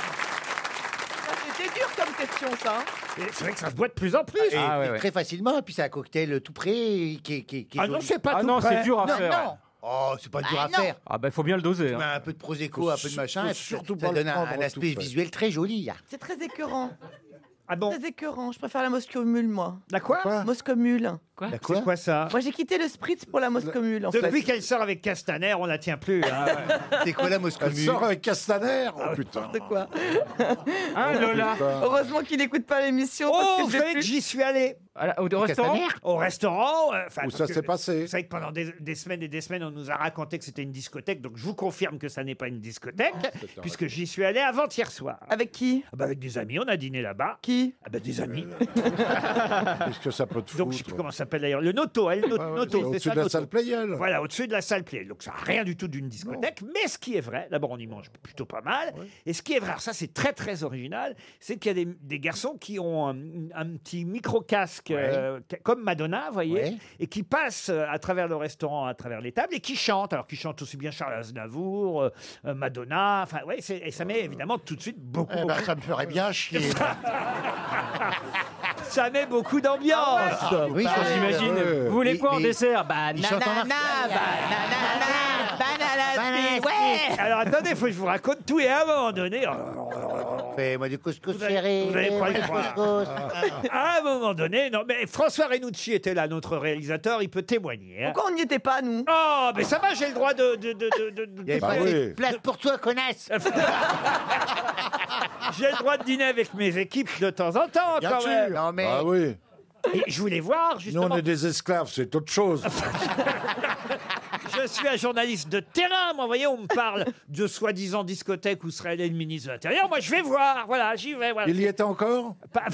Speaker 9: Ça, C'était dur comme question, ça. hein.
Speaker 2: Et C'est vrai que ça se boit de plus en plus.
Speaker 12: Et-
Speaker 4: Ah, ouais,
Speaker 12: et
Speaker 4: ouais.
Speaker 12: Très facilement, puis c'est un cocktail tout prêt. Qui, qui, qui est
Speaker 2: Ah non,
Speaker 12: joli.
Speaker 2: c'est pas
Speaker 4: ah
Speaker 2: tout
Speaker 4: non,
Speaker 2: prêt.
Speaker 4: c'est dur à
Speaker 6: Non,
Speaker 4: faire.
Speaker 6: non.
Speaker 12: Oh, c'est pas dur
Speaker 6: Ah
Speaker 12: à
Speaker 6: non.
Speaker 12: faire.
Speaker 4: Ah ben, faut bien le doser.
Speaker 12: Tu
Speaker 4: hein.
Speaker 12: mets un peu de prosecco, un peu de machin, et puis
Speaker 3: surtout
Speaker 12: ça
Speaker 3: pas le
Speaker 12: donne un,
Speaker 3: prendre
Speaker 12: un
Speaker 3: en
Speaker 12: aspect
Speaker 3: tout fait.
Speaker 12: visuel très
Speaker 3: [LAUGHS]
Speaker 12: joli. hein.
Speaker 9: C'est très écœurant.
Speaker 2: Ah bon
Speaker 9: Très écœurant. Je préfère la moscomule, moi.
Speaker 2: La quoi
Speaker 9: Moscomule.
Speaker 12: La quoi
Speaker 2: C'est quoi ça
Speaker 9: Moi, j'ai quitté le spritz pour la moscomule, en fait.
Speaker 2: Depuis qu'elle sort avec Castaner, on la tient plus. hein.
Speaker 12: C'est quoi la
Speaker 3: Elle
Speaker 12: moscomule
Speaker 3: sort avec Castaner Oh putain. Oh,
Speaker 9: De quoi
Speaker 4: Ah, Lola
Speaker 3: Putain.
Speaker 9: Heureusement qu'il n'écoute pas l'émission. parce
Speaker 2: Oh,
Speaker 9: que
Speaker 2: vous
Speaker 9: j'ai
Speaker 2: savez que
Speaker 9: plus-
Speaker 2: j'y suis allé
Speaker 4: À la- Au au
Speaker 12: Castaner
Speaker 4: restaurant
Speaker 2: au restaurant. euh, enfin,
Speaker 3: Où ça
Speaker 2: parce
Speaker 3: s'est
Speaker 2: que-
Speaker 3: passé
Speaker 2: Vous savez que pendant des, des semaines et des semaines, on nous a raconté que c'était une discothèque. Donc, je vous confirme que ça n'est pas une discothèque,
Speaker 3: Ah,
Speaker 2: puisque j'y suis allé avant-hier soir.
Speaker 9: Avec qui
Speaker 2: Ah bah, avec des amis, on a dîné là-bas.
Speaker 9: Qui
Speaker 2: Ah bah, des amis.
Speaker 3: Euh. Qu'est-ce que ça peut te foutre
Speaker 2: Donc, je sais plus comment ça s'appelle d'ailleurs. Le Noto, elle,
Speaker 5: Ah
Speaker 3: Ouais, ouais,
Speaker 2: Noto,
Speaker 3: c'est
Speaker 2: c'est
Speaker 3: Au-dessus
Speaker 2: ça,
Speaker 3: de la
Speaker 2: Noto.
Speaker 3: salle Playel.
Speaker 2: Voilà, au-dessus de la salle Play. Donc ça n'a rien du tout d'une discothèque. Mais ce qui est vrai, d'abord on y mange plutôt pas mal. Et ce qui est vrai, alors ça c'est très très original, c'est qu'il y a des, des garçons qui ont un, un petit micro-casque euh, ca- comme Madonna, vous voyez,
Speaker 12: Ouais.
Speaker 2: et qui passent euh, à travers le restaurant, à travers les tables, et qui chantent. Alors qui chantent aussi bien Charles Aznavour, euh, euh, Madonna, enfin ouais, c'est- et ça met évidemment tout de suite beaucoup,
Speaker 7: Eh ben,
Speaker 2: beaucoup-
Speaker 7: ça me ferait bien
Speaker 2: [LAUGHS]
Speaker 7: chier.
Speaker 2: ça met beaucoup d'ambiance.
Speaker 12: Oui, ça,
Speaker 4: Ah, J'imagine.
Speaker 3: Ouais.
Speaker 4: Vous voulez
Speaker 12: Mais-
Speaker 4: quoi en
Speaker 12: mais-
Speaker 4: dessert Bah,
Speaker 12: Il chante en
Speaker 6: Banana, banana, banana,
Speaker 12: Banana,
Speaker 6: ouais.
Speaker 2: Alors attendez, faut que je vous raconte tout et à un moment donné. oh,
Speaker 12: Fais-moi du couscous
Speaker 2: Vous allez-
Speaker 12: chéri.
Speaker 2: vous allez pas le
Speaker 12: Fais-moi du couscous.
Speaker 2: À un moment donné, non, mais François Renucci était là, notre réalisateur, il peut témoigner. hein.
Speaker 9: Pourquoi on n'y était pas, nous
Speaker 2: Oh, mais ça va, j'ai le droit de. de- de- de- de- de-
Speaker 12: Il y avait
Speaker 3: Bah
Speaker 12: pas
Speaker 3: oui.
Speaker 12: assez de place pour toi,
Speaker 2: [LAUGHS]
Speaker 12: connasse.
Speaker 2: j'ai le droit de dîner avec mes équipes de temps en temps,
Speaker 12: Bien
Speaker 2: quand
Speaker 12: sûr.
Speaker 2: même.
Speaker 12: Non, mais.
Speaker 3: Ah oui.
Speaker 2: Et je voulais voir,
Speaker 3: Nous,
Speaker 2: justement.
Speaker 3: on est des esclaves, c'est autre
Speaker 2: [LAUGHS]
Speaker 3: chose.
Speaker 2: Je suis un journaliste de terrain, moi, vous voyez, on me parle de soi-disant discothèque où serait allé le ministre de l'Intérieur. Moi, je vais voir, voilà, j'y vais. Voilà.
Speaker 3: Il y était encore
Speaker 2: Pas-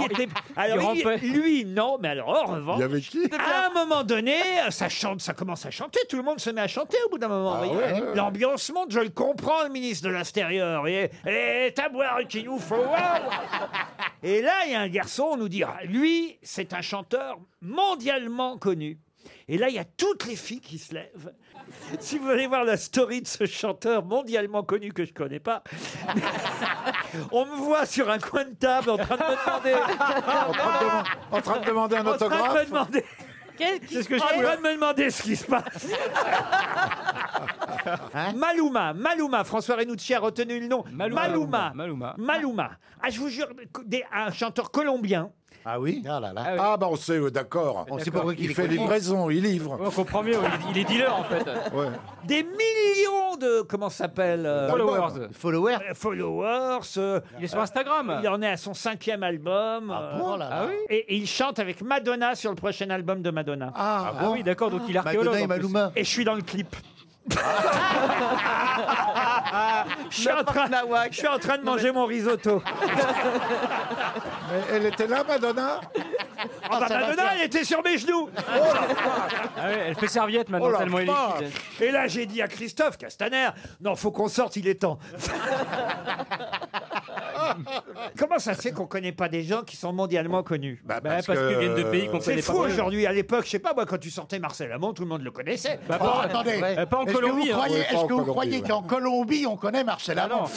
Speaker 2: Il était- Alors,
Speaker 4: Il
Speaker 2: il-
Speaker 4: rampait.
Speaker 2: lui, non, mais alors, en
Speaker 3: Il
Speaker 2: revanche.
Speaker 3: y avait qui
Speaker 2: À un moment donné, euh, ça chante, ça commence à chanter, tout le monde se met à chanter au bout d'un moment. vous voyez.
Speaker 3: Ah ouais.
Speaker 2: L'ambiance monte, je le comprends, le ministre de l'Intérieur. vous voyez. Et à boire qu'il nous faut. wow. Et là, il y a un garçon, on nous dit, ah, lui, c'est un chanteur mondialement connu. Et là, il y a toutes les filles qui se lèvent. Si vous voulez voir la story de ce chanteur mondialement connu que je connais pas, [LAUGHS] on me voit sur un coin de table en train de me demander, Ah
Speaker 3: en, train de deman- en train de demander un
Speaker 2: en train de me
Speaker 3: autographe
Speaker 2: demander
Speaker 6: Qu'est- qui-
Speaker 2: c'est ce que Ah, je suis en train de me demander ce qui se passe. Maluma, Maluma, François Renucci a retenu le nom. Maluma. Maluma.
Speaker 4: Maluma.
Speaker 2: Maluma. Ah, je vous jure, des- un chanteur colombien
Speaker 7: Ah oui Ah là là. Ah bah on sait, euh, d'accord.
Speaker 3: On sait pourquoi qu'il
Speaker 7: Il
Speaker 3: est
Speaker 7: fait
Speaker 3: connu.
Speaker 7: livraison, il livre.
Speaker 3: On comprend mieux,
Speaker 4: Ah, il est dealer, en fait.
Speaker 7: Ouais.
Speaker 2: Des millions de. Comment ça s'appelle euh,
Speaker 4: Followers.
Speaker 2: Followers. Followers. euh,
Speaker 4: Il est sur Instagram.
Speaker 2: Il en est à son cinquième album. euh,
Speaker 4: bon, là, là. Ah oui
Speaker 2: et, et il chante avec Madonna sur le prochain album de Madonna.
Speaker 4: Ah, Ah bon oui, d'accord, donc il est archéologue,
Speaker 2: Madonna et
Speaker 4: en plus.
Speaker 2: Maluma. Et je suis dans le clip. je, suis en train, je suis en train de manger mon risotto.
Speaker 7: Mais elle était là, Madonna
Speaker 2: Ah bah, Madonna, elle était sur mes genoux
Speaker 4: Ah ouais, elle fait serviette maintenant,
Speaker 2: Oh la
Speaker 4: tellement elle
Speaker 2: vache.
Speaker 4: est liquide.
Speaker 2: Et là, j'ai dit à Christophe Castaner, non, faut qu'on sorte, il est temps. Comment ça se fait qu'on connaît pas des gens qui sont mondialement connus
Speaker 4: Bah, parce parce que- qu'ils viennent de pays qu'on connaît
Speaker 2: C'est
Speaker 4: pas.
Speaker 2: fou aujourd'hui. À l'époque, je sais pas, moi, quand tu sortais Marcel Amont, tout le monde le connaissait.
Speaker 4: Bah, pas- Oh, attendez. euh, pas en
Speaker 12: Est-ce que vous
Speaker 2: hein.
Speaker 12: croyez, est-ce que vous croyez qu'en Colombie, on connaît Marcel Avant
Speaker 4: [LAUGHS]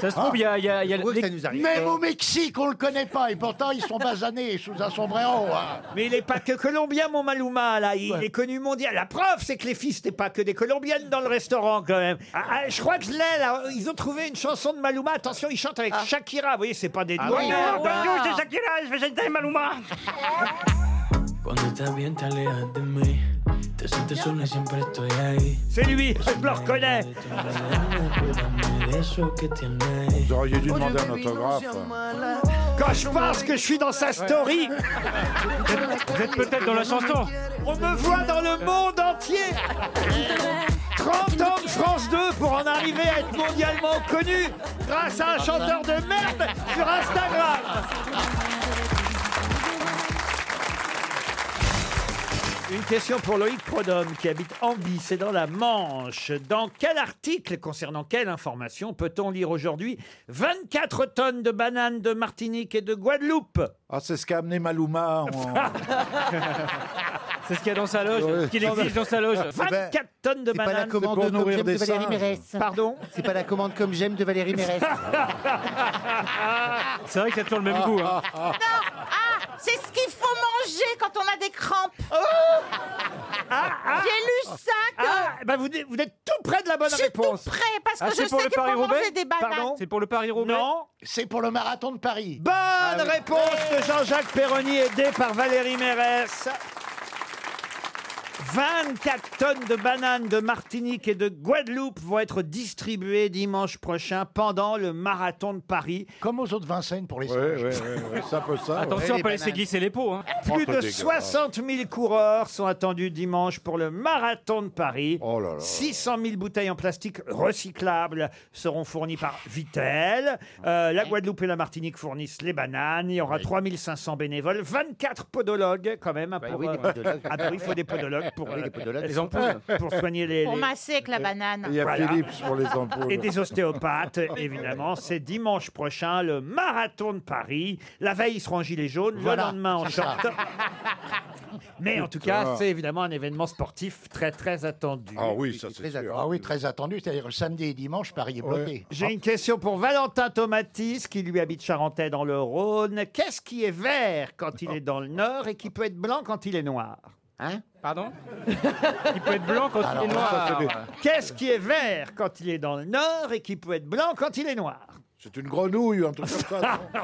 Speaker 4: Ça se
Speaker 12: Ah.
Speaker 4: trouve, il y a, il y a- il y a les-
Speaker 12: Même au Mexique, on le connaît pas, et pourtant ils sont basanés sous un sombrero. hein.
Speaker 2: Mais il est pas que colombien, mon Maluma, là. Il est connu mondial. La preuve, c'est que les filles, c'était pas que des colombiennes dans le restaurant, quand même. Ah, ah, je crois que je l'ai, là. Ils ont trouvé une chanson de Maluma. Attention, ils chantent avec Shakira. Vous voyez, c'est pas des
Speaker 10: Ah oui.
Speaker 2: douaneurs.
Speaker 10: Bonjour, c'est Shakira, je vais chanter Maluma. Cuando estás bien, te alejas de mí. Te sientes sola, siempre estoy ahí.
Speaker 2: C'est lui, je le reconnais.
Speaker 3: Vous
Speaker 2: [LAUGHS]
Speaker 3: auriez dû demander un
Speaker 10: bébé, non,
Speaker 3: autographe.
Speaker 2: Quand je pense que je suis dans sa story.
Speaker 4: Vous êtes peut-être dans la chanson.
Speaker 2: On me voit dans le monde entier 30 ans de France 2 pour en arriver à être mondialement connu grâce à un chanteur de merde sur Instagram Une question pour Loïc Prodhomme qui habite Ambi, c'est dans la Manche. Dans quel article concernant quelle information peut-on lire aujourd'hui 24 tonnes de bananes de Martinique et de Guadeloupe Ah,
Speaker 3: Ah, c'est ce qu'a amené Maluma.
Speaker 4: C'est ce qu'il y a dans sa loge, ce qu'il exige dans sa loge.
Speaker 2: 24 tonnes
Speaker 4: Eh ben,
Speaker 2: de
Speaker 4: c'est pas la
Speaker 2: bananes.
Speaker 4: commande C'est pour de nourrir
Speaker 5: Comme j'aime de
Speaker 4: des
Speaker 5: Valérie
Speaker 4: singes.
Speaker 5: Mérès.
Speaker 2: Pardon
Speaker 5: C'est pas la commande comme j'aime de Valérie
Speaker 2: [LAUGHS]
Speaker 5: Mérès.
Speaker 4: C'est vrai que ça a toujours le
Speaker 3: Ah,
Speaker 4: même goût. hein.
Speaker 6: ah, C'est ce qu'il faut manger quand on a des crampes. Oh, J'ai lu ça que...
Speaker 2: Ah, bah vous, n'êtes- vous êtes tout près de la bonne
Speaker 6: Je suis
Speaker 2: réponse.
Speaker 6: tout près, parce
Speaker 3: Ah,
Speaker 6: que je
Speaker 2: c'est pour
Speaker 6: sais
Speaker 2: le
Speaker 6: qu'il faut
Speaker 2: Paris-Roubaix
Speaker 6: manger des bananes.
Speaker 2: Pardon
Speaker 4: C'est pour le Paris-Roubaix
Speaker 2: Non. Bah
Speaker 12: C'est pour le marathon de Paris.
Speaker 2: Bonne réponse de Jean-Jacques Perroni, aidé par Valérie Mérès. 24 tonnes de bananes de Martinique et de Guadeloupe vont être distribuées dimanche prochain pendant le marathon de Paris.
Speaker 12: Comme aux autres Vincennes pour les
Speaker 3: singes. C'est un peu ça.
Speaker 4: Attention, on peut laisser glisser les pots. hein.
Speaker 2: Plus
Speaker 3: Oh,
Speaker 2: de
Speaker 3: dégueulasse.
Speaker 2: 60 000 coureurs sont attendus dimanche pour le marathon de Paris. 600 000 bouteilles en plastique recyclables seront fournies par Vitel. Euh, la Guadeloupe et la Martinique fournissent les bananes. Il y aura 3500 bénévoles, 24 podologues quand même. hein,
Speaker 5: Bah
Speaker 2: pour,
Speaker 5: oui, des
Speaker 2: euh,
Speaker 5: podologues.
Speaker 2: [LAUGHS] Ah bah oui, il faut des podologues pour,
Speaker 5: Ah oui, des
Speaker 2: euh,
Speaker 5: podologues. Des
Speaker 2: pour-
Speaker 5: ampoules.
Speaker 2: pour soigner les,
Speaker 6: Pour
Speaker 2: les-
Speaker 6: masser avec la banane.
Speaker 3: Il y a Philips pour les ampoules.
Speaker 2: et des ostéopathes, évidemment. C'est dimanche prochain, le marathon de Paris. La veille, ils seront en gilet jaune,
Speaker 12: Voilà,
Speaker 2: le lendemain en
Speaker 12: c'est ça.
Speaker 2: short. Mais en tout
Speaker 7: Ah.
Speaker 2: cas, c'est évidemment un événement sportif très, très attendu.
Speaker 3: Ah oui, ça
Speaker 12: Très attendu. Ah oui, très attendu. C'est-à-dire le samedi et dimanche, Paris est bloqué.
Speaker 2: J'ai une question pour Valentin Tomatis, qui lui habite Charentais dans le Rhône. Qu'est-ce qui est vert quand il est dans le Nord et qui peut être blanc quand il est noir Hein
Speaker 4: Pardon Il peut être blanc quand il est noir.
Speaker 2: Qu'est-ce qui est vert quand il est dans le Nord et qui peut être blanc quand il est noir
Speaker 3: C'est une grenouille, un truc comme ça.
Speaker 2: [LAUGHS]
Speaker 3: non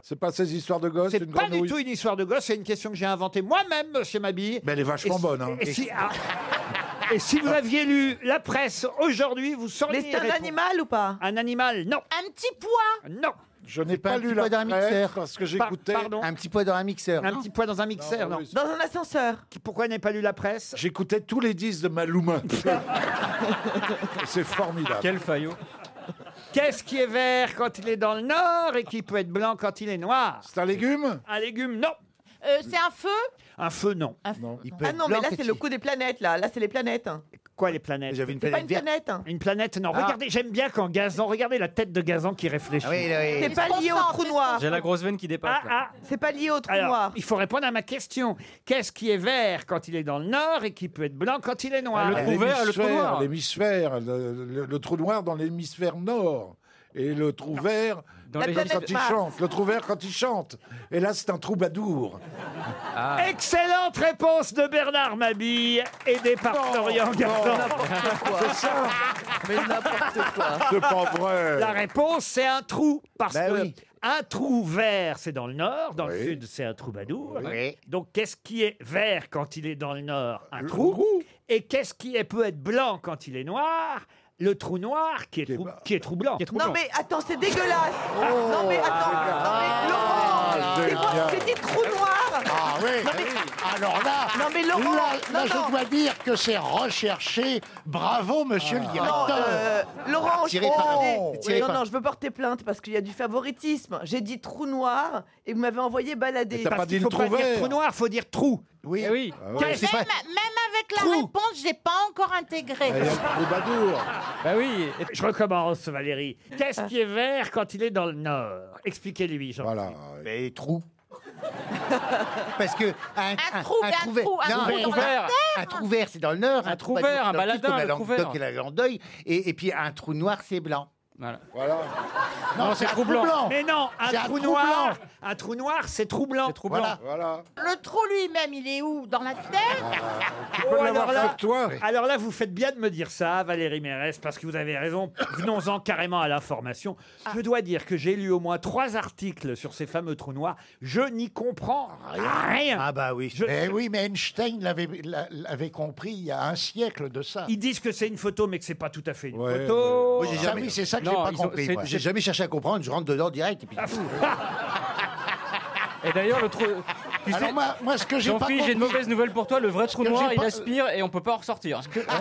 Speaker 3: C'est pas ces histoires de gosses, une
Speaker 2: Pas
Speaker 3: grenouille.
Speaker 2: du tout une histoire de gosse, c'est une question que j'ai inventée moi-même, monsieur Mabille.
Speaker 3: Mais elle est vachement
Speaker 2: Et si-
Speaker 3: bonne, hein.
Speaker 2: Et si, ah. Et si vous aviez lu la presse aujourd'hui, vous sauriez.
Speaker 9: Mais c'est un
Speaker 2: animal ou pas Un animal, non.
Speaker 6: Un petit pois
Speaker 2: Non.
Speaker 3: Je n'ai
Speaker 5: pas
Speaker 3: pas
Speaker 5: un petit
Speaker 3: lu
Speaker 5: poids
Speaker 3: la
Speaker 5: dans un mixeur.
Speaker 3: presse parce que j'écoutais.
Speaker 5: Un petit poids dans un mixeur.
Speaker 2: Un petit poids dans un mixeur, non.
Speaker 9: Dans un ascenseur.
Speaker 2: Qui- Pourquoi n'ai pas lu la presse
Speaker 3: J'écoutais tous les 10 de Maluma. [LAUGHS] C'est formidable.
Speaker 4: Quel faillot.
Speaker 2: Qu'est-ce qui est vert quand il est dans le Nord et qui peut être blanc quand il est noir
Speaker 3: C'est un légume
Speaker 2: Un légume, non.
Speaker 6: Euh, c'est un feu
Speaker 2: Un feu, non.
Speaker 9: Ah non, mais là, c'est le coup des planètes, là. Là, c'est les planètes. hein.
Speaker 2: Quoi, les planètes J'avais
Speaker 9: C'est pas une planète. hein.
Speaker 2: Une planète, non.
Speaker 9: Ah.
Speaker 2: Regardez, j'aime bien quand Gazan, regardez la tête de Gazan qui réfléchit.
Speaker 9: C'est pas lié au trou noir.
Speaker 4: J'ai la grosse veine qui dépasse. là.
Speaker 2: Ah,
Speaker 9: C'est pas lié au trou
Speaker 2: Alors,
Speaker 9: noir.
Speaker 2: il faut répondre à ma question. Qu'est-ce qui est vert quand il est dans le nord et qui peut être blanc quand il est noir
Speaker 3: Ah, l'hémisphère, L'hémisphère, le, le- le trou noir dans l'hémisphère nord. Et le trou vert
Speaker 4: Dans
Speaker 3: comme
Speaker 4: l'hémisphère-
Speaker 3: quand il chante. Le trou vert quand il chante. Et là, c'est un troubadour.
Speaker 4: Ah.
Speaker 2: Excellente réponse de Bernard Mabille, aidé par Florian Gazan.
Speaker 3: C'est ça.
Speaker 9: Mais n'importe quoi.
Speaker 3: C'est pas vrai.
Speaker 2: Ben La réponse, c'est un trou. Parce que un trou vert, c'est dans le nord, dans le sud, c'est un troubadour. Donc qu'est-ce qui est vert quand il est dans le nord Un trou. Et qu'est-ce qui est, peut être blanc quand il est noir le trou noir qui est, trou, qui est troublant.
Speaker 9: Non mais attends, c'est dégueulasse.
Speaker 7: Oh,
Speaker 9: non mais attends,
Speaker 7: ah,
Speaker 9: non mais Laurent, c'est quoi- c'était trou noir.
Speaker 7: Ah oui.
Speaker 9: Non, mais-
Speaker 7: Alors là,
Speaker 9: Non, mais Laurent,
Speaker 7: Ah. là, là,
Speaker 9: non,
Speaker 7: je
Speaker 9: non.
Speaker 7: dois dire que c'est recherché. Bravo, monsieur le directeur.
Speaker 9: Non, euh, Laurent, je
Speaker 7: Tirez Ah, par-
Speaker 9: attendez.
Speaker 7: tirez
Speaker 9: non,
Speaker 7: par-
Speaker 9: non, je veux porter plainte parce qu'il y a du favoritisme. J'ai dit trou noir et vous m'avez envoyé balader.
Speaker 2: Parce qu'il faut pas dire trou noir, faut dire trou.
Speaker 7: Oui.
Speaker 2: Ah
Speaker 7: Ah
Speaker 2: oui.
Speaker 6: Même, même avec la réponse, j'ai pas encore intégré.
Speaker 2: Bah oui. Je recommence, Valérie. Qu'est-ce qui est vert quand il est dans le nord Expliquez-lui, jean Voilà.
Speaker 5: Mais trou. Parce que un, un-
Speaker 2: trou,
Speaker 5: un
Speaker 2: un
Speaker 5: trou vert,
Speaker 2: trou, un
Speaker 5: Non,
Speaker 2: trou dans la terre.
Speaker 5: un trou vert, c'est dans le nord. Un,
Speaker 4: trou
Speaker 5: pas du
Speaker 4: vert, un
Speaker 5: nord,
Speaker 4: baladin,
Speaker 5: comme la
Speaker 4: le trou
Speaker 5: Languedoc
Speaker 4: vert.
Speaker 5: et la Grande-Deuil. Et, et puis un trou noir, c'est blanc.
Speaker 4: Voilà.
Speaker 5: Non, Ah, c'est troublant.
Speaker 2: Mais non, un
Speaker 5: C'est un
Speaker 2: trou
Speaker 5: trou
Speaker 2: noir,
Speaker 5: blanc.
Speaker 2: un trou noir, c'est troublant.
Speaker 5: Voilà.
Speaker 6: Le trou lui-même, il est où Dans la Ah, terre
Speaker 3: Ah,
Speaker 2: Oh, alors, là, alors là, vous faites bien de me dire ça, Valérie Mérès, parce que vous avez raison. Venons-en carrément à l'information.
Speaker 5: Ah.
Speaker 2: Je dois dire que j'ai lu au moins trois articles sur ces fameux trous noirs. Je n'y comprends rien.
Speaker 5: Ah bah oui.
Speaker 7: Mais oui, mais Einstein l'avait l'a- l'avait compris il y a un siècle de ça.
Speaker 2: Ils disent que c'est une photo, mais que c'est pas tout à fait une
Speaker 7: Ouais.
Speaker 2: photo.
Speaker 7: Moi, j'ai jamais-
Speaker 5: Ah, C'est ça que
Speaker 7: Non,
Speaker 5: j'ai pas
Speaker 7: ils ont-
Speaker 5: compris.
Speaker 7: c'est-
Speaker 5: moi. J'ai
Speaker 7: c'est-
Speaker 5: jamais cherché à comprendre. Je rentre dedans direct et puis.
Speaker 4: Et d'ailleurs, le trou. tu
Speaker 5: Alors moi- moi, ce que j'ai pas
Speaker 4: Jean-Philippe, j'ai une
Speaker 5: compris-
Speaker 4: mauvaise nouvelle pour toi. Le vrai trou
Speaker 5: Que j'ai
Speaker 4: noir, il
Speaker 5: pas-
Speaker 4: aspire et on peut pas en ressortir.
Speaker 12: Ah,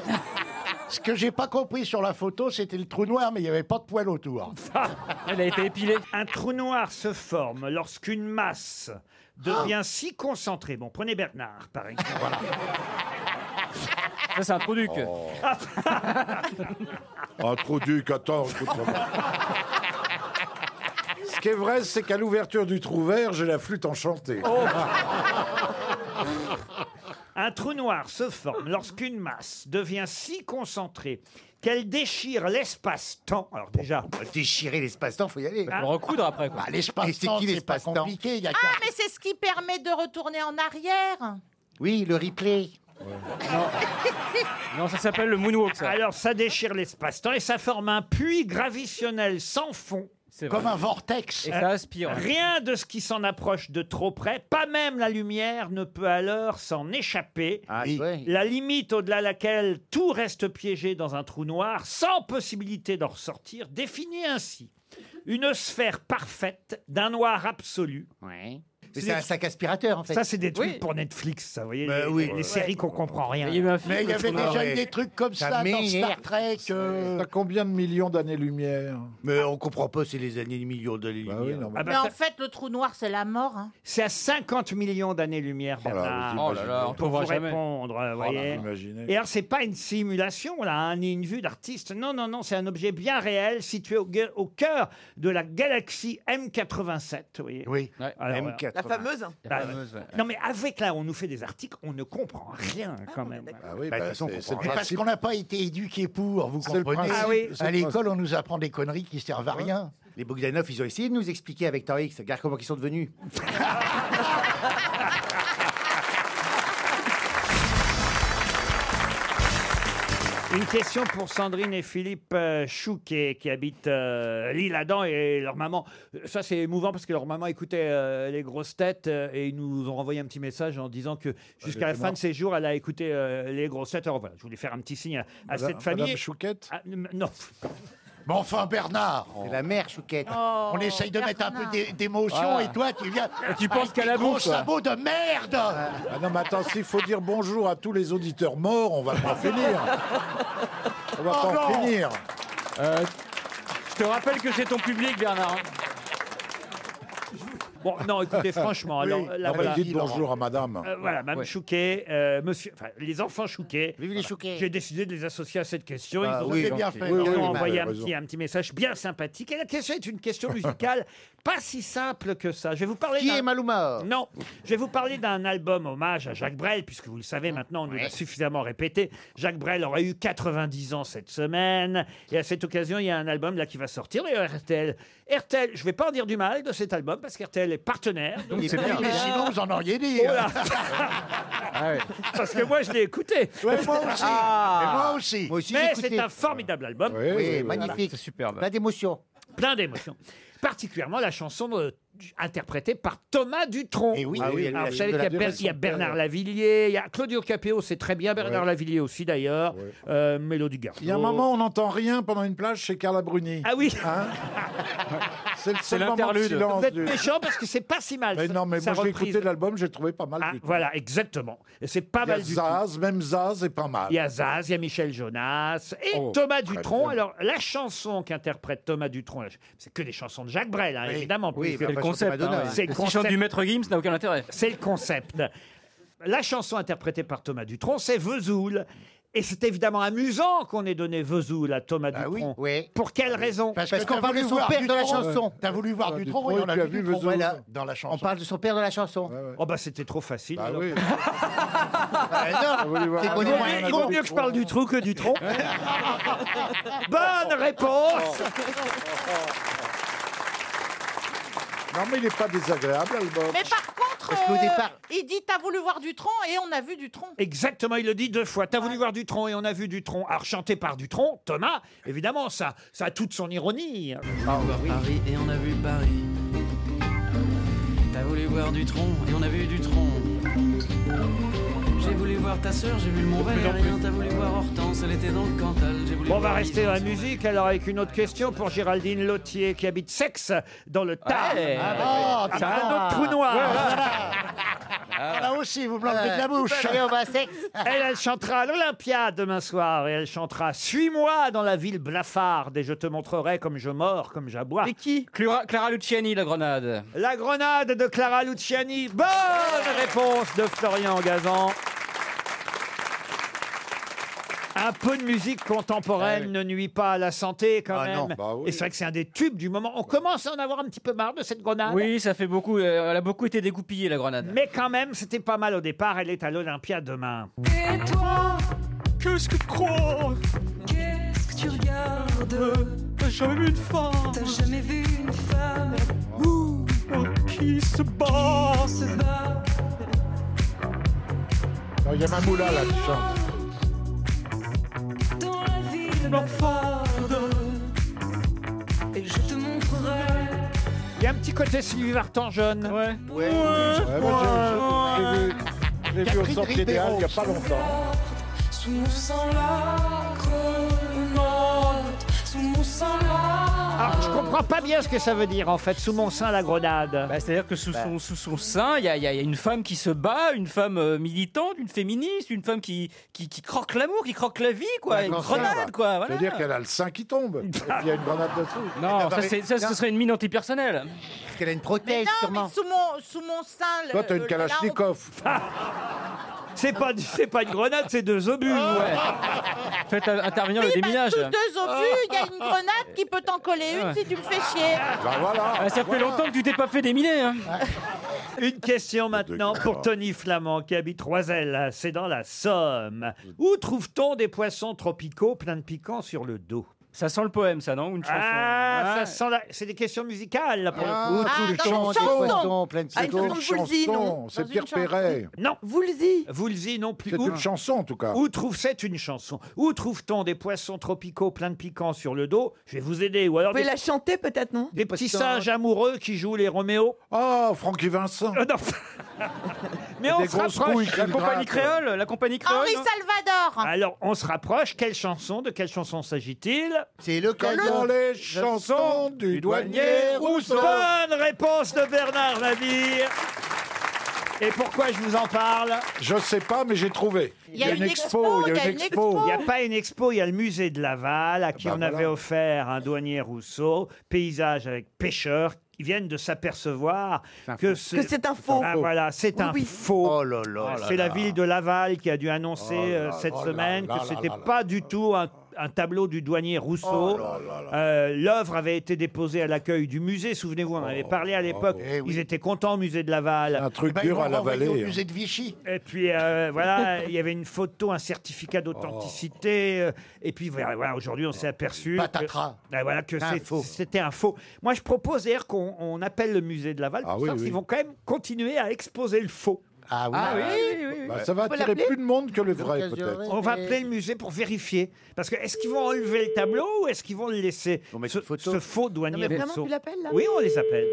Speaker 7: Ce que j'ai pas compris sur la photo, c'était le trou noir, mais il n'y avait pas de poils autour.
Speaker 2: [LAUGHS] Elle a été épilée. Un trou noir se forme lorsqu'une masse
Speaker 5: Ah.
Speaker 2: devient si concentrée. Bon, prenez Bernard, par exemple.
Speaker 5: [LAUGHS]
Speaker 2: Voilà.
Speaker 4: Ça, c'est un trou duc.
Speaker 3: Un trou duc, attends, écoute-moi. Ce qui est vrai, c'est qu'à l'ouverture du trou vert, j'ai la flûte enchantée.
Speaker 5: Oh.
Speaker 2: Un trou noir se forme lorsqu'une masse devient si concentrée qu'elle déchire l'espace-temps. Alors déjà,
Speaker 5: déchirer l'espace-temps, faut y aller.
Speaker 2: Faut le
Speaker 4: recoudre après.
Speaker 5: Bah, l'espace-temps, c'est pas compliqué. il y a
Speaker 6: Ah, mais c'est ce qui permet de retourner en arrière.
Speaker 3: Ah,
Speaker 5: Oui, le replay.
Speaker 4: Non, ça s'appelle le moonwalk, ça.
Speaker 2: Alors, ça déchire l'espace-temps et ça forme un puits gravitationnel sans fond.
Speaker 4: vrai. Comme un vortex. Et ça
Speaker 2: Euh,
Speaker 4: aspire.
Speaker 2: Rien de ce qui s'en approche de trop près, pas même la lumière ne peut alors s'en échapper.
Speaker 5: Ah,
Speaker 2: La limite au-delà laquelle tout reste piégé dans un trou noir, sans possibilité d'en ressortir, définit ainsi une sphère parfaite d'un noir absolu.
Speaker 5: Mais c'est un sac aspirateur, en fait.
Speaker 2: Ça, c'est des trucs
Speaker 5: Oui.
Speaker 2: pour Netflix, ça, vous voyez,
Speaker 5: Ben
Speaker 2: les,
Speaker 5: oui.
Speaker 2: les
Speaker 5: Ouais.
Speaker 2: séries qu'on comprend rien.
Speaker 5: Il y a eu un film
Speaker 7: Mais il y avait déjà eu
Speaker 5: ouais.
Speaker 7: des trucs comme
Speaker 5: Ça
Speaker 7: ça, dans
Speaker 5: m'énerve.
Speaker 7: Star Trek. euh,
Speaker 3: T'as combien de millions d'années-lumière
Speaker 5: Mais on comprend pas, c'est les années millions de
Speaker 2: Ah bah,
Speaker 6: Mais en
Speaker 2: ça-
Speaker 6: fait, le trou noir, c'est la mort. hein.
Speaker 2: C'est à 50 millions d'années-lumière,
Speaker 3: là,
Speaker 2: Bernard.
Speaker 3: vous imaginez. Oh là là, on
Speaker 2: pour
Speaker 3: trouvera
Speaker 2: vous
Speaker 3: jamais.
Speaker 2: répondre, euh,
Speaker 3: Oh là,
Speaker 2: voyez.
Speaker 3: vous imaginez.
Speaker 2: Et alors, c'est pas une simulation, là, hein, ni une vue d'artiste. Non, non, non, c'est un objet bien réel, situé au, gue- au cœur de la galaxie M87, vous voyez.
Speaker 5: Oui,
Speaker 2: Alors,
Speaker 5: M87.
Speaker 9: La fameuse
Speaker 2: Bah, Non, mais avec, là, on nous fait des articles, on ne comprend rien,
Speaker 6: Ah,
Speaker 2: quand même.
Speaker 7: Ah Eh ben,
Speaker 5: Bah, de toute façon, on comprend
Speaker 7: Mais
Speaker 5: rien.
Speaker 7: parce qu'on n'a pas été éduqués pour, vous
Speaker 5: C'est le
Speaker 7: comprenez
Speaker 5: principe. Ah oui. C'est le
Speaker 7: À l'école,
Speaker 5: principe.
Speaker 7: on nous apprend des conneries qui servent à rien.
Speaker 5: Les Bogdanov, ils ont essayé de nous expliquer avec Tarix. Regarde comment ils sont devenus.
Speaker 2: Une question pour Sandrine et Philippe euh, Chouquet qui habitent euh, l'Île-Adam et leur maman. Euh, Ça, c'est émouvant parce que leur maman écoutait euh, les grosses têtes euh, et ils nous ont envoyé un petit message en disant que
Speaker 5: Ah,
Speaker 2: jusqu'à la
Speaker 3: était
Speaker 2: fin de
Speaker 3: morte.
Speaker 2: ses jours, elle a écouté euh, les grosses têtes. Alors voilà, je voulais faire un petit signe à, à
Speaker 3: Madame-
Speaker 2: cette famille.
Speaker 3: Madame
Speaker 2: Chouquette
Speaker 5: [LAUGHS]
Speaker 2: Non.
Speaker 7: Mais enfin, Bernard
Speaker 5: C'est la mère, Chouquette.
Speaker 7: On essaye de mettre un peu d'é- d'émotion
Speaker 5: Voilà.
Speaker 7: et toi, tu
Speaker 3: [LAUGHS]
Speaker 7: viens.
Speaker 5: Et tu penses
Speaker 7: avec
Speaker 5: qu'à
Speaker 7: tes
Speaker 5: la
Speaker 7: gros
Speaker 5: bouffe, toi.
Speaker 7: sabots de merde
Speaker 3: Ah non, mais attends, s'il faut dire bonjour à tous les auditeurs morts, on va pas en finir. On va
Speaker 4: Oh
Speaker 3: pas en
Speaker 4: non.
Speaker 3: finir.
Speaker 4: Euh, je te rappelle que c'est ton public, Bernard. hein.
Speaker 2: Bon, non, écoutez, franchement,
Speaker 3: Oui.
Speaker 2: alors, là,
Speaker 3: Non, mais
Speaker 2: voilà.
Speaker 3: dites bonjour à madame.
Speaker 2: Euh, voilà, Mme
Speaker 3: Ouais.
Speaker 2: Chouquet, euh, monsieur, enfin, les enfants Chouquet.
Speaker 5: les Chouquet.
Speaker 2: J'ai décidé de les associer à cette question.
Speaker 5: Ah,
Speaker 2: ils ont,
Speaker 5: oui, Vous avez bien gentil. fait.
Speaker 2: Ils
Speaker 5: Oui,
Speaker 2: ont
Speaker 5: oui,
Speaker 2: envoyé
Speaker 5: vous
Speaker 2: un
Speaker 5: avez
Speaker 2: petit,
Speaker 5: raison.
Speaker 2: un petit message bien sympathique. Et la question est une
Speaker 5: [LAUGHS]
Speaker 2: question musicale pas si simple que ça. Je vais vous parler
Speaker 5: Qui
Speaker 2: d'un-
Speaker 5: est Maluma
Speaker 2: Non, je vais vous parler d'un album hommage à Jacques Brel, puisque vous le savez maintenant, on nous l'a suffisamment répété. Jacques Brel aurait eu 90 ans cette semaine, et à cette occasion, il y a un album là qui va sortir, d'ailleurs, RTL. RTL, je vais pas en dire du mal de cet album, parce qu'RTL est partenaire. donc
Speaker 7: Oui, mais sinon, vous en auriez dit.
Speaker 3: hein. [LAUGHS]
Speaker 2: Oh là. Ah Parce que moi, je l'ai écouté.
Speaker 7: Ouais, moi aussi.
Speaker 2: Ah.
Speaker 7: Et moi aussi.
Speaker 5: Moi aussi, j'ai
Speaker 2: Mais
Speaker 5: écouté.
Speaker 2: c'est un formidable album.
Speaker 5: Oui, magnifique.
Speaker 4: C'est superbe.
Speaker 5: Plein d'émotions.
Speaker 2: plein d'émotions. Particulièrement la chanson euh, interprétée par Thomas Dutronc.
Speaker 3: Eh
Speaker 5: oui, Ah oui, il y a eu
Speaker 2: Alors,
Speaker 5: la
Speaker 2: vous savez
Speaker 5: chute de
Speaker 2: qu'il y a
Speaker 5: la
Speaker 2: Ber- il y a
Speaker 5: dépression.
Speaker 2: Bernard Lavillier, il y a Claudio Capéo, c'est très bien, Bernard
Speaker 3: Ouais.
Speaker 2: Lavillier aussi d'ailleurs, euh, Mélodie Gardot.
Speaker 3: Il y a un moment où on n'entend rien pendant une plage chez Carla Bruni. Hein
Speaker 2: Ah oui
Speaker 3: C'est le seul moment de silence.
Speaker 2: Vous êtes
Speaker 3: du-
Speaker 2: méchant parce que c'est pas si mal.
Speaker 3: Mais non, mais
Speaker 2: sa
Speaker 3: moi j'ai
Speaker 2: reprise. Ah,
Speaker 3: écouté l'album, j'ai trouvé pas mal du tout.
Speaker 2: Voilà, exactement. Et c'est pas
Speaker 3: Il y a
Speaker 2: mal du tout.
Speaker 3: Zaz, même Zaz est pas
Speaker 5: Ah,
Speaker 3: mal.
Speaker 2: Il y a Zaz, il y a Michel Jonas et
Speaker 5: Oh,
Speaker 2: Thomas Dutronc. Alors, la chanson qu'interprète Thomas Dutronc, c'est que des chansons de Jacques Brel, hein, évidemment. puisque-
Speaker 5: bah,
Speaker 4: c'est le concept. hein.
Speaker 2: C'est
Speaker 4: Si
Speaker 2: le
Speaker 4: je chante
Speaker 2: concept.
Speaker 4: du maître Gims, ça n'a aucun intérêt.
Speaker 2: C'est le concept. La chanson interprétée par Thomas Dutronc, c'est Vesoul. Et c'est évidemment amusant qu'on ait donné Vesoul à Thomas
Speaker 5: Bah
Speaker 2: Dutronc. Pour quelle raison
Speaker 5: Ah Parce, qu'on parle de son père dans la chanson. T'as voulu voir
Speaker 2: Ah,
Speaker 5: du
Speaker 2: Dutronc,
Speaker 5: tronc et on
Speaker 2: et
Speaker 5: a
Speaker 2: tu as
Speaker 5: vu
Speaker 2: vu
Speaker 5: du tronc
Speaker 2: Vesoul.
Speaker 5: voilà, dans la chanson. On parle de son père dans la chanson.
Speaker 2: Oh bah c'était trop facile. alors. [LAUGHS]
Speaker 5: Ah non,
Speaker 2: Il vaut
Speaker 5: c'est connu,
Speaker 2: mieux- il vaut mieux que je parle du trou que du
Speaker 5: [LAUGHS]
Speaker 2: tronc. Bonne réponse
Speaker 3: Non, mais il n'est pas désagréable l'album.
Speaker 6: Mais par contre,
Speaker 3: Parce qu'au
Speaker 6: euh,
Speaker 3: départ-
Speaker 6: il dit T'as voulu voir du tronc et on a vu du tronc.
Speaker 2: Exactement, il le dit deux fois. T'as voulu voir Dutronc et on a vu Dutronc. Alors chanté par Dutronc, Thomas, évidemment, ça, ça a toute son ironie.
Speaker 10: T'as voulu voir Paris et on a vu Paris. T'as voulu voir du tronc et on a vu du tronc. J'ai voulu voir ta sœur, j'ai vu le Mont Valérien. T'as voulu voir Hortense, elle était dans le Cantal. J'ai voulu
Speaker 2: Bon, on va
Speaker 10: voir
Speaker 2: rester dans la
Speaker 10: Isis.
Speaker 2: musique alors avec une autre question pour Géraldine Lottier qui habite Sexe dans le Tarn.
Speaker 10: Ouais.
Speaker 2: Ah,
Speaker 10: Ah,
Speaker 2: bah,
Speaker 10: putain.
Speaker 2: un autre trou noir. [LAUGHS]
Speaker 10: Ouais, Ah, bah. voilà.
Speaker 5: Là aussi, vous me l'enlevez de la bouche.
Speaker 2: [LAUGHS] Elle, elle chantera à l'Olympia demain soir et elle chantera Suis-moi dans la ville blafarde et je te montrerai comme je mords, comme j'aboie. Et qui
Speaker 4: Clara, Clara Luciani, la grenade.
Speaker 2: La grenade de Clara Luciani. Bonne réponse de Florian Gazan. Un peu de musique contemporaine ne nuit pas à la santé quand même.
Speaker 4: non,
Speaker 2: Et c'est vrai que c'est un des tubes du moment. On commence à en avoir un petit peu marre de cette grenade.
Speaker 4: Oui, ça fait beaucoup. euh, Elle a beaucoup été découpillée, la grenade.
Speaker 2: Mais quand même, c'était pas mal au départ. Elle est à l'Olympia demain.
Speaker 10: Et toi, qu'est-ce que tu crois Qu'est-ce que tu regardes T'as jamais vu une femme T'as jamais vu une femme Ouh, oh, qui se bat se bat
Speaker 3: Non, Il y a Mamoula là qui chante.
Speaker 10: dans la ville blafarde Et je te montrerai
Speaker 2: Il y a un petit côté Sylvie Vartan jeune. Ouais.
Speaker 10: Ouais, ouais, moi, j'ai- j'ai vu-
Speaker 3: J'ai vu au centre des Halles il n'y a pas longtemps.
Speaker 10: Sous mon sang la grenade Sous mon sang la
Speaker 2: Alors, Ah, je comprends pas bien ce que ça veut dire en fait, sous mon sein la grenade.
Speaker 4: Bah,
Speaker 2: Bah.
Speaker 4: C'est-à-dire que sous, son, sous son sein, il y a, il y a- il y a une femme qui se bat, une femme euh, militante, une féministe, une femme qui, qui, qui croque l'amour, qui croque la vie, quoi. une grenade, quoi. Voilà.
Speaker 3: C'est-à-dire qu'elle a le sein qui tombe. Et puis il y a une grenade dessous.
Speaker 4: Non, ça, c'est- ça, ce serait une mine antipersonnelle.
Speaker 5: Parce qu'elle a une prothèse,
Speaker 6: Mais sous mon, sous mon sein. le-
Speaker 3: Toi, t'as une
Speaker 6: le- là, on-
Speaker 3: Kalachnikov.
Speaker 2: [LAUGHS] C'est pas, du- c'est pas une grenade, c'est deux obus.
Speaker 4: [LAUGHS] Faites euh, intervenir
Speaker 6: Oui, parce
Speaker 4: le déminage.
Speaker 6: que deux obus, il y a une grenade qui peut t'en coller une si tu me fais chier.
Speaker 4: Ah, ça fait longtemps que tu t'es pas fait déminer. Hein.
Speaker 2: Une question maintenant pour Tony Flamand qui habite Roiselle, c'est dans la Somme. Où trouve-t-on des poissons tropicaux pleins de piquants sur le dos
Speaker 4: Ça sent le poème, ça, non Ou Une chanson
Speaker 2: Ah,
Speaker 4: Ouais.
Speaker 2: ça sent la... C'est des questions musicales, là, pour
Speaker 3: Ah,
Speaker 2: le coup.
Speaker 3: Ah, dans une chanson. Ah, une chanson de Woolsey, non Dans une chanson.
Speaker 2: Non. Woolsey. Woolsey, non plus.
Speaker 3: C'est
Speaker 2: Où-
Speaker 3: une chanson, en tout cas.
Speaker 2: Où trouve c'est une chanson Où trouve-t-on des poissons tropicaux pleins de piquants sur le dos Je vais vous aider. Ou alors
Speaker 9: pouvez
Speaker 2: des,
Speaker 9: la chanter peut-être, non
Speaker 2: des petits singes amoureux qui jouent les Roméo. Euh,
Speaker 3: Oh, Francky Vincent.
Speaker 2: [LAUGHS] Mais on se rapproche.
Speaker 4: La compagnie créole, la compagnie créole.
Speaker 6: Henri
Speaker 4: non
Speaker 6: Salvador.
Speaker 2: Alors, on se rapproche. Quelle chanson De quelle chanson s'agit-il C'est le
Speaker 3: Dans les chansons du douanier Rousseau.
Speaker 2: Bonne réponse de Bernard Navire. Et pourquoi je vous en parle
Speaker 3: Je sais pas, mais j'ai trouvé.
Speaker 2: Il y a une
Speaker 6: expo, il y a une expo.
Speaker 2: Il n'y a pas une expo, il y a le musée de Laval à qui
Speaker 3: Bah
Speaker 2: on
Speaker 3: voilà.
Speaker 2: avait offert un douanier Rousseau, paysage avec pêcheurs. qui viennent de s'apercevoir que c'est
Speaker 9: Que c'est un faux.
Speaker 2: Ah, voilà, c'est
Speaker 9: Oui,
Speaker 2: un
Speaker 9: oui.
Speaker 2: faux.
Speaker 5: Oh là
Speaker 2: c'est la
Speaker 5: là.
Speaker 2: ville de Laval qui a dû annoncer
Speaker 5: Oh là
Speaker 2: euh,
Speaker 5: là
Speaker 2: cette
Speaker 5: là
Speaker 2: semaine
Speaker 5: là
Speaker 2: que
Speaker 5: là
Speaker 2: c'était
Speaker 5: là là.
Speaker 2: pas du tout un, un tableau du douanier Rousseau.
Speaker 5: Oh là là là.
Speaker 2: Euh, L'œuvre avait été déposée à l'accueil du musée. Souvenez-vous, on en
Speaker 5: Oh,
Speaker 2: avait parlé à l'époque.
Speaker 5: Eh
Speaker 2: Ils étaient contents au musée de Laval. Un
Speaker 3: truc Eh ben, ils dur vont à l'avaler,
Speaker 5: au
Speaker 3: l'envoyer
Speaker 5: musée de Vichy.
Speaker 2: et puis euh, voilà, il y avait une photo, un certificat d'authenticité. euh, Et puis voilà, voilà, aujourd'hui, on s'est aperçu.
Speaker 5: Patatras.
Speaker 2: Que, Ah, voilà, que
Speaker 5: Un
Speaker 2: c'est-
Speaker 5: faux.
Speaker 2: c'était un faux. Moi, je propose d'ailleurs qu'on on appelle le musée de Laval
Speaker 3: Ah oui,
Speaker 2: pour savoir
Speaker 3: oui.
Speaker 2: s'ils vont quand même continuer à exposer le faux.
Speaker 3: Ah bah,
Speaker 2: oui. Ah oui, oui, oui.
Speaker 3: ça va
Speaker 2: Faut
Speaker 3: attirer
Speaker 2: l'appeler
Speaker 3: plus de monde que le vrai, peut-être.
Speaker 2: On va appeler le musée pour vérifier. Parce que est-ce qu'ils vont enlever le tableau ou est-ce qu'ils vont le laisser ce, ce faux douanier
Speaker 9: Non, mais vraiment,
Speaker 2: Rousseau.
Speaker 9: tu l'appelles, là
Speaker 2: Oui, on les appelle.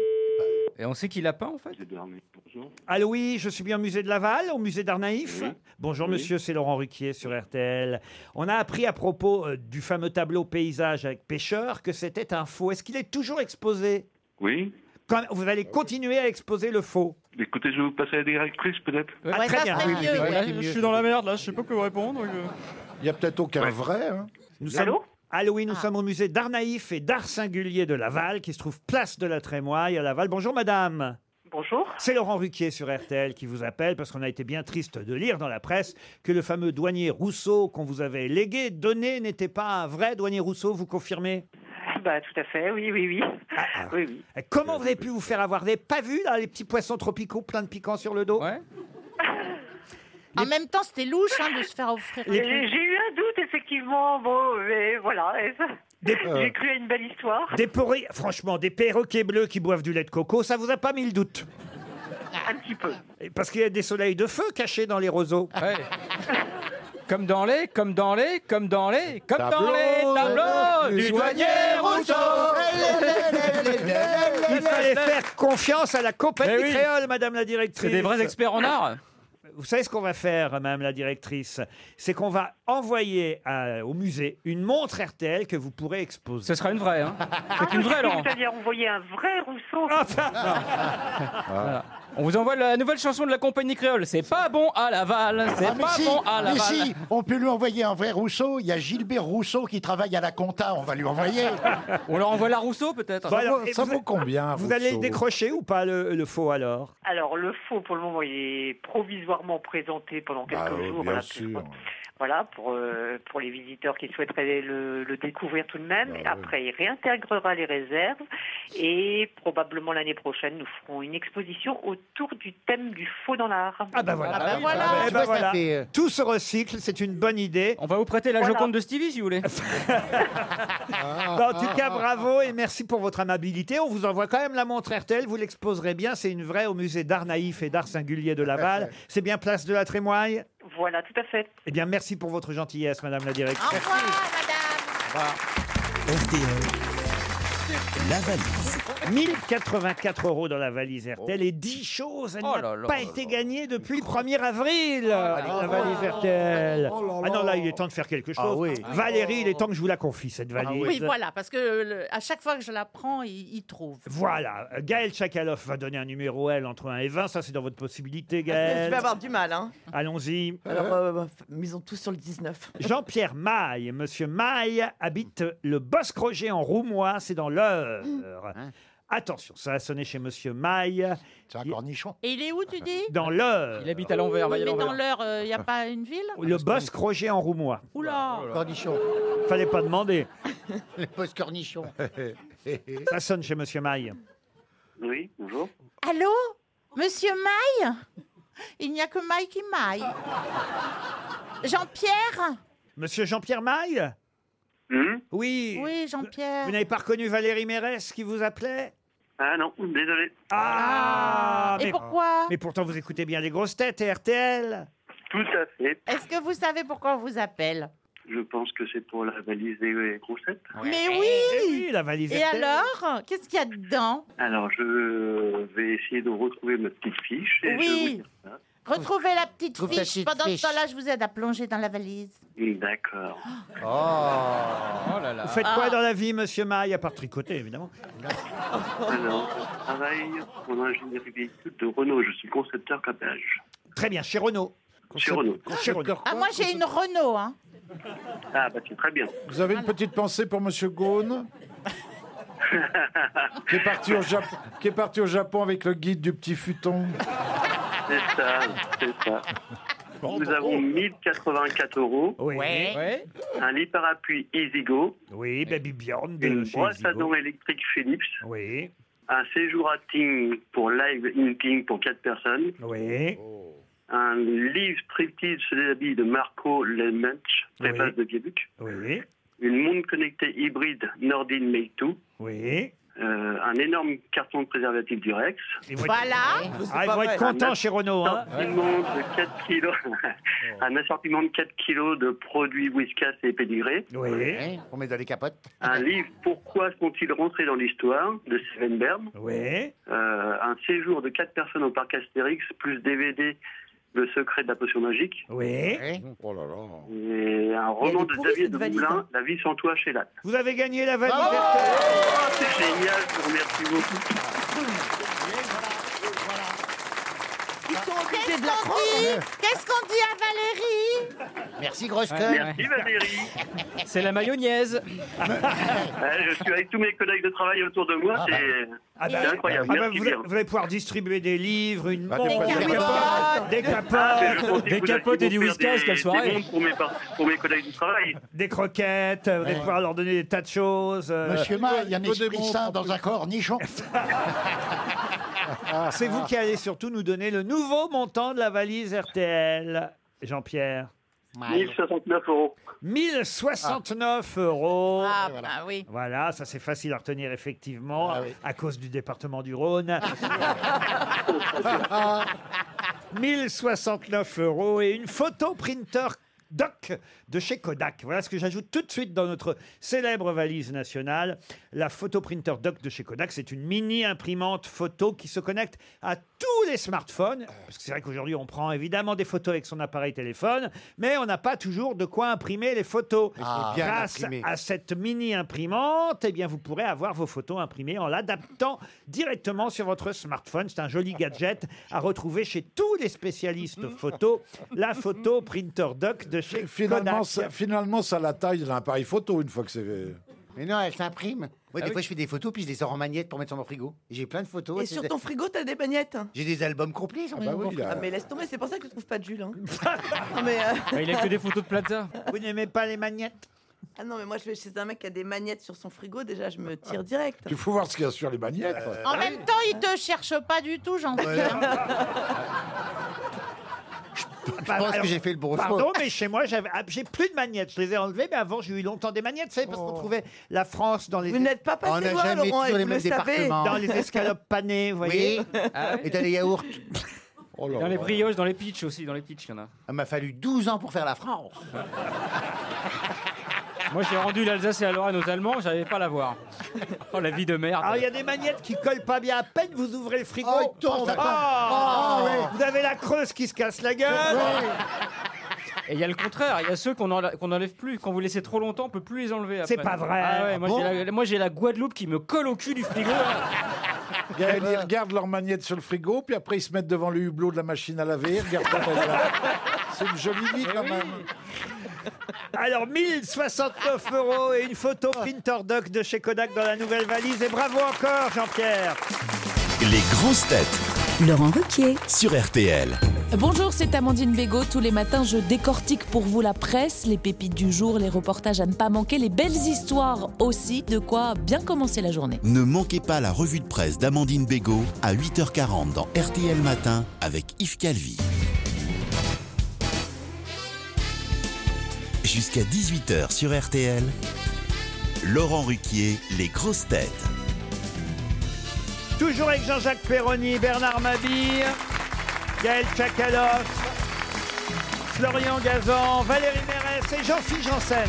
Speaker 2: Et on sait qui l'a pas en fait
Speaker 13: Bonjour.
Speaker 2: Allô, oui, je suis bien au musée de Laval, au musée d'Art Naïf. Bonjour monsieur, c'est Laurent Ruquier sur RTL. On a appris à propos euh, du fameux tableau paysage avec pêcheur que c'était un faux. Est-ce qu'il est toujours exposé
Speaker 13: Oui.
Speaker 2: Quand- Vous allez continuer à exposer le faux
Speaker 13: Écoutez, je vais vous passer à la directrice peut-être
Speaker 2: Ah, très bien.
Speaker 4: je suis dans la merde là, je sais pas quoi répondre. donc, euh.
Speaker 3: Il n'y a peut-être aucun vrai. hein.
Speaker 2: Nous sommes... Allô,
Speaker 14: Ah.
Speaker 2: oui, nous sommes au musée d'art naïf et d'art singulier de Laval, qui se trouve place de la Trémoille à Laval. Bonjour, madame. Bonjour. C'est Laurent Ruquier sur RTL qui vous appelle parce qu'on a été bien triste de lire dans la presse que le fameux douanier Rousseau qu'on vous avait légué, donné, n'était pas un vrai douanier Rousseau, vous confirmez
Speaker 14: Bah, tout à fait, oui, oui, oui. oui, oui.
Speaker 2: Et Comment vous avez pu vous faire avoir des pas vus, là, les petits poissons tropicaux pleins de piquants sur le dos
Speaker 6: En même temps, c'était louche hein, de se faire offrir.
Speaker 14: J'ai j'ai eu un doute, effectivement. Bon, mais voilà. [LAUGHS]
Speaker 2: Des-
Speaker 14: J'ai cru à une belle histoire.
Speaker 2: Des pourri- franchement, des perroquets bleus qui boivent du lait de coco, ça vous a pas mis le doute
Speaker 14: Un petit peu.
Speaker 2: Et Parce qu'il y a des soleils de feu cachés dans les roseaux.
Speaker 4: Comme dans les, comme dans les, comme dans les, comme dans les tableaux du douanier Rousseau.
Speaker 2: Il fallait faire confiance à la compagnie
Speaker 4: Mais oui.
Speaker 2: créole, madame la directrice.
Speaker 4: C'est des vrais experts en art.
Speaker 2: Vous savez ce qu'on va faire, madame la directrice C'est qu'on va envoyer à- au musée une montre RTL que vous pourrez exposer. Ce
Speaker 4: sera une vraie, hein
Speaker 14: Ah,
Speaker 2: C'est une vraie, Laurent. Ah,
Speaker 14: C'est-à-dire, on voyait un vrai Rousseau.
Speaker 4: Voilà. On vous envoie la nouvelle chanson de la compagnie créole. C'est pas bon à Laval, c'est
Speaker 7: Ah, mais
Speaker 4: pas
Speaker 7: si,
Speaker 4: bon à
Speaker 7: mais
Speaker 4: Laval.
Speaker 7: si, on peut lui envoyer un vrai Rousseau. Il y a Gilbert Rousseau qui travaille à la compta, on va lui envoyer.
Speaker 4: [LAUGHS] On leur envoie la Rousseau peut-être
Speaker 7: Ça vaut- ça vaut
Speaker 2: combien Vous allez le
Speaker 7: Rousseau
Speaker 2: décrocher ou pas le, le faux alors
Speaker 14: Alors, le faux, pour le moment, il est provisoirement présenté pendant quelques
Speaker 10: Bah,
Speaker 14: jours. à la
Speaker 3: Ah sûr.
Speaker 14: Voilà, pour, euh, pour les visiteurs qui souhaiteraient le, le découvrir tout de
Speaker 2: Ah
Speaker 14: même. Après, il réintégrera les réserves et probablement l'année prochaine, nous ferons une exposition autour du thème du faux dans l'art.
Speaker 2: Ah bah voilà. Eh ben voilà. Tout se recycle, c'est une bonne idée.
Speaker 4: On va vous prêter la
Speaker 2: Voilà.
Speaker 4: Joconde de Stevie si vous voulez.
Speaker 2: Bah, en tout cas, bravo et merci pour votre amabilité. On vous envoie quand même la montre RTL. Vous l'exposerez bien. C'est une vraie au musée d'art naïf et d'art singulier de Laval. C'est bien place de la Trémoille.
Speaker 14: Voilà, tout à fait.
Speaker 2: Eh bien, merci pour votre gentillesse, Madame la Directrice. La valise. 1084 euros dans la valise RTL et 10 choses. Elle
Speaker 4: Oh
Speaker 2: n'a
Speaker 4: là là
Speaker 2: pas
Speaker 4: là
Speaker 2: été gagnée depuis le 1er
Speaker 5: Oh,
Speaker 2: avril.
Speaker 5: bah,
Speaker 2: Ah, la valise RTL. ah non, là, il est temps de faire quelque chose.
Speaker 6: Ah oui. Ah
Speaker 2: Valérie, il est temps que je vous la confie, cette valise.
Speaker 6: Oui, voilà, parce que le- à chaque fois que je la prends, il, il trouve.
Speaker 2: Voilà, Gaël Chakalov va donner un numéro L entre 1 et 20, ça c'est dans votre possibilité
Speaker 9: Je vais
Speaker 2: Gaël.
Speaker 9: avoir du mal. Hein.
Speaker 2: Allons-y.
Speaker 9: Alors, euh, bah, misons tous sur le 19.
Speaker 2: Jean-Pierre Maille, monsieur Maille habite le Bosc-Roger en Roumois, c'est dans l'heure. Attention, ça a sonné chez monsieur Maille. C'est un cornichon.
Speaker 6: Et il est où, tu dis
Speaker 2: Dans l'heure. Il
Speaker 4: habite à l'envers,
Speaker 6: Oui, mais dans l'heure, il n'y a pas une
Speaker 2: [LAUGHS]
Speaker 6: ville
Speaker 2: Le Bosc-Roger en Roumois.
Speaker 6: Oula
Speaker 2: Bah, Cornichon. Fallait pas demander.
Speaker 7: Le poste cornichon.
Speaker 2: [LAUGHS] Ça sonne chez monsieur Maille.
Speaker 13: Oui, bonjour.
Speaker 6: Allô Monsieur Maille Il n'y a que Maille qui maille. Jean-Pierre
Speaker 2: Monsieur Jean-Pierre Maille
Speaker 13: Hmm
Speaker 2: Oui.
Speaker 6: Oui, Jean-Pierre.
Speaker 2: Vous n'avez pas reconnu Valérie Mérès qui vous appelait
Speaker 13: Ah non, désolé.
Speaker 2: Ah,
Speaker 6: Et pourquoi
Speaker 2: Mais pourtant, vous écoutez bien les grosses têtes et RTL.
Speaker 13: Tout à fait.
Speaker 6: Est-ce que vous savez pourquoi on vous appelle
Speaker 13: Je pense que c'est pour la valise des euh, grossettes.
Speaker 6: Mais
Speaker 14: Eh,
Speaker 6: oui
Speaker 2: la valise
Speaker 6: Et
Speaker 13: RTL.
Speaker 6: alors Qu'est-ce qu'il y a dedans
Speaker 13: Alors, je vais essayer de retrouver ma petite fiche. Et
Speaker 6: Oui.
Speaker 13: je vais vous dire ça.
Speaker 6: Retrouvez la petite
Speaker 13: Trouve
Speaker 6: fiche.
Speaker 13: ta petite
Speaker 6: Pendant
Speaker 13: fiche.
Speaker 6: ce temps-là, je vous aide à plonger dans la valise.
Speaker 13: D'accord.
Speaker 4: Oh, là là.
Speaker 2: Vous faites
Speaker 6: Ah.
Speaker 2: quoi dans la vie, monsieur Maille, à part tricoter, évidemment
Speaker 13: Alors, je travaille en ingénierie véhicule de Renault. Je suis concepteur capage.
Speaker 2: Très bien, chez Renault.
Speaker 13: Chez Renault.
Speaker 2: Chez Renault.
Speaker 6: Ah, moi, j'ai une Renault. Hein.
Speaker 13: Ah, bah, c'est très bien.
Speaker 3: Vous avez une petite pensée pour Monsieur Gaune qui, est parti au Japon, qui est parti au Japon avec le guide du petit futon.
Speaker 13: C'est ça, c'est ça. Nous avons 1084 euros.
Speaker 2: Oui.
Speaker 9: Ouais.
Speaker 13: Un lit parapluie Easygo.
Speaker 2: Oui, Baby Bjorn. de
Speaker 13: Une
Speaker 2: chez
Speaker 13: brosse à
Speaker 2: Easygo.
Speaker 13: dents électrique Philips.
Speaker 2: Oui.
Speaker 13: Un séjour à Ting pour live inking pour 4 personnes. Oh.
Speaker 2: Oui.
Speaker 13: Un livre striptease sous les habits de Marco Lemench, préface de Viaduc.
Speaker 2: Oui.
Speaker 13: Une montre connectée hybride Nordin Make 2.
Speaker 2: Oui.
Speaker 13: euh, un énorme carton de préservatif du Rex.
Speaker 6: Voilà.
Speaker 2: Ah, ils vont être contents chez Renault. hein.
Speaker 13: Un assortiment de 4 kilos, [LAUGHS] un assortiment de 4 kilos de produits Whiskas et pédigrés.
Speaker 5: Ouais, On met dans les capotes.
Speaker 13: Un livre Pourquoi sont-ils rentrés dans l'histoire de Steven Bern.
Speaker 2: Oui.
Speaker 13: Euh, un séjour de 4 personnes au parc Astérix, plus DVD Le secret de la potion magique.
Speaker 2: Oui.
Speaker 3: Oh là là.
Speaker 13: Et un
Speaker 2: Et elle
Speaker 13: roman
Speaker 2: est
Speaker 13: de
Speaker 2: pourrie,
Speaker 13: Xavier
Speaker 2: cette
Speaker 13: de
Speaker 2: valise,
Speaker 13: Moulin,
Speaker 2: hein.
Speaker 13: La vie sans toi chez Latte.
Speaker 2: Vous avez gagné la valise.
Speaker 13: C'est génial, je vous remercie beaucoup.
Speaker 6: Qu'est-ce qu'on dit Qu'est-ce qu'on dit à Valérie
Speaker 5: Merci, grosse
Speaker 4: Ouais,
Speaker 2: Ah
Speaker 5: conne.
Speaker 4: ouais.
Speaker 13: [LAUGHS]
Speaker 4: C'est la mayonnaise.
Speaker 13: Ouais, Eh, je suis avec tous mes collègues de travail autour de moi, c'est
Speaker 2: Ah bah,
Speaker 13: c'est incroyable.
Speaker 2: ah bah,
Speaker 13: Merci
Speaker 2: vous,
Speaker 13: bien.
Speaker 2: vous allez pouvoir distribuer des livres, une
Speaker 13: des capotes.
Speaker 2: montre, des
Speaker 13: Ah, mais je pensais
Speaker 2: capotes,
Speaker 13: que vous alliez vous faire des- Des montres pour mes, par- pour mes collègues du travail.
Speaker 2: Des croquettes, vous allez pouvoir leur donner des tas de choses. euh,
Speaker 5: Monsieur Ma, il y a un
Speaker 2: peu de
Speaker 5: esprit
Speaker 2: montres,
Speaker 5: sain
Speaker 2: en
Speaker 5: dans
Speaker 2: plus.
Speaker 5: un [LAUGHS] cornichon.
Speaker 2: [LAUGHS] C'est vous qui allez surtout nous donner le nouveau montant de la valise RTL, Jean-Pierre.
Speaker 13: 1069 euros.
Speaker 2: 1069 euros.
Speaker 6: Ah, bah oui. Ah
Speaker 2: Voilà, ça c'est facile à retenir effectivement, à cause du département
Speaker 6: [LAUGHS]
Speaker 2: du Rhône. [LAUGHS] 1069 euros et une photo printer Doc de chez Kodak. Voilà ce que j'ajoute tout de suite dans notre célèbre valise nationale. La photoprinter Doc de chez Kodak, c'est une mini imprimante photo qui se connecte à tous les smartphones. Parce que c'est vrai qu'aujourd'hui, on prend évidemment des photos avec son appareil téléphone, mais on n'a pas toujours de quoi imprimer les photos.
Speaker 5: Ah, bien
Speaker 2: Grâce
Speaker 5: imprimé.
Speaker 2: à cette mini imprimante, eh bien, vous pourrez avoir vos photos imprimées en l'adaptant directement sur votre smartphone. C'est un joli gadget à retrouver chez tous les
Speaker 5: Mhm.
Speaker 2: spécialistes photo. La photo printer doc de chez
Speaker 3: Finalement,
Speaker 2: Kodak.
Speaker 3: ça, finalement, ça a la taille d'un appareil photo une fois que c'est.
Speaker 5: Mais non, elle s'imprime. Moi,
Speaker 3: Ah
Speaker 5: des
Speaker 3: oui.
Speaker 5: fois, je fais des photos, puis je les sors en magnette pour mettre sur mon frigo. Et J'ai plein de photos.
Speaker 9: Et
Speaker 5: C'est-
Speaker 9: sur ton frigo, t'as des bagnettes.
Speaker 5: J'ai des albums complets sur
Speaker 9: Ah,
Speaker 2: bah
Speaker 5: mon mon frigo.
Speaker 9: mais laisse tomber, c'est pour ça que tu trouves pas de Jules. hein. Non, mais, euh,
Speaker 5: bah,
Speaker 9: [LAUGHS]
Speaker 2: photos de Plaza. Vous n'aimez pas les magnettes
Speaker 9: Ah non, mais moi je vais chez un mec qui a des magnettes sur son frigo, déjà je me tire direct.
Speaker 3: Il faut voir ce qu'il y a sur les bagnettes.
Speaker 9: Ah,
Speaker 6: En même temps, il te cherche pas du tout, Jean-Pierre.
Speaker 5: Je pense que j'ai fait le bon
Speaker 2: Pardon,
Speaker 5: choix.
Speaker 2: mais chez moi, j'avais- ah, j'ai plus de magnettes. Je les ai enlevées, mais avant, j'ai eu longtemps des magnettes. Vous savez, parce
Speaker 5: Oh.
Speaker 2: qu'on trouvait la France dans les.
Speaker 9: Vous n'êtes pas passé
Speaker 2: On n'a
Speaker 9: loin,
Speaker 2: jamais
Speaker 9: Laurent,
Speaker 2: été
Speaker 9: et
Speaker 2: dans les
Speaker 9: vous
Speaker 2: mêmes
Speaker 9: le savez.
Speaker 2: départements. Dans les escalopes panées, vous voyez.
Speaker 5: Oui. Et t'as les
Speaker 4: [LAUGHS]
Speaker 5: yaourts.
Speaker 4: Dans les brioches, dans les pitchs aussi, dans les pitchs, il y en a.
Speaker 5: Il m'a fallu 12 ans pour faire la France.
Speaker 4: Moi, j'ai rendu l'Alsace et la Lorraine aux Allemands, j'arrivais pas à l'avoir. Oh, la vie de merde.
Speaker 2: Alors, Ah, il y a des magnettes qui collent pas bien. À peine vous ouvrez le frigo,
Speaker 5: Oh, il tombe.
Speaker 2: Ah,
Speaker 5: Ah, oui.
Speaker 2: Vous avez la creuse qui se casse la gueule.
Speaker 4: Et il y a le contraire, il y a ceux qu'on enlève, qu'on enlève plus. Quand vous laissez trop longtemps, on peut plus les enlever. après.
Speaker 2: C'est pas vrai.
Speaker 4: Ah ouais, moi,
Speaker 2: Ah
Speaker 4: j'ai la, moi, j'ai la Guadeloupe qui me colle au cul
Speaker 3: [LAUGHS]
Speaker 4: du frigo.
Speaker 3: Gaël, ils regardent leur magnette sur le frigo, puis après ils se mettent devant le hublot de la machine à laver. ils regardent pas la lave. C'est une jolie vie quand même.
Speaker 2: Alors 1069 euros et une photo Pinter Doc de chez Kodak dans la nouvelle valise. Et bravo encore Jean-Pierre.
Speaker 15: Les grosses têtes. Laurent Ruquier. Sur RTL.
Speaker 16: Bonjour, c'est Amandine Bégaud. Tous les matins, je décortique pour vous la presse, les pépites du jour, les reportages à ne pas manquer, les belles histoires aussi, de quoi bien commencer la journée.
Speaker 17: Ne manquez pas la revue de presse d'Amandine Bégaud à 8h40 dans RTL Matin avec Yves Calvi. Jusqu'à 18h sur RTL, Laurent Ruquier, les grosses têtes.
Speaker 2: Toujours avec Jean-Jacques Perroni, Bernard Mabille, Gaël Tchakaloff, Florian Gazan, Valérie Mérès et Jean-Philippe Janssen.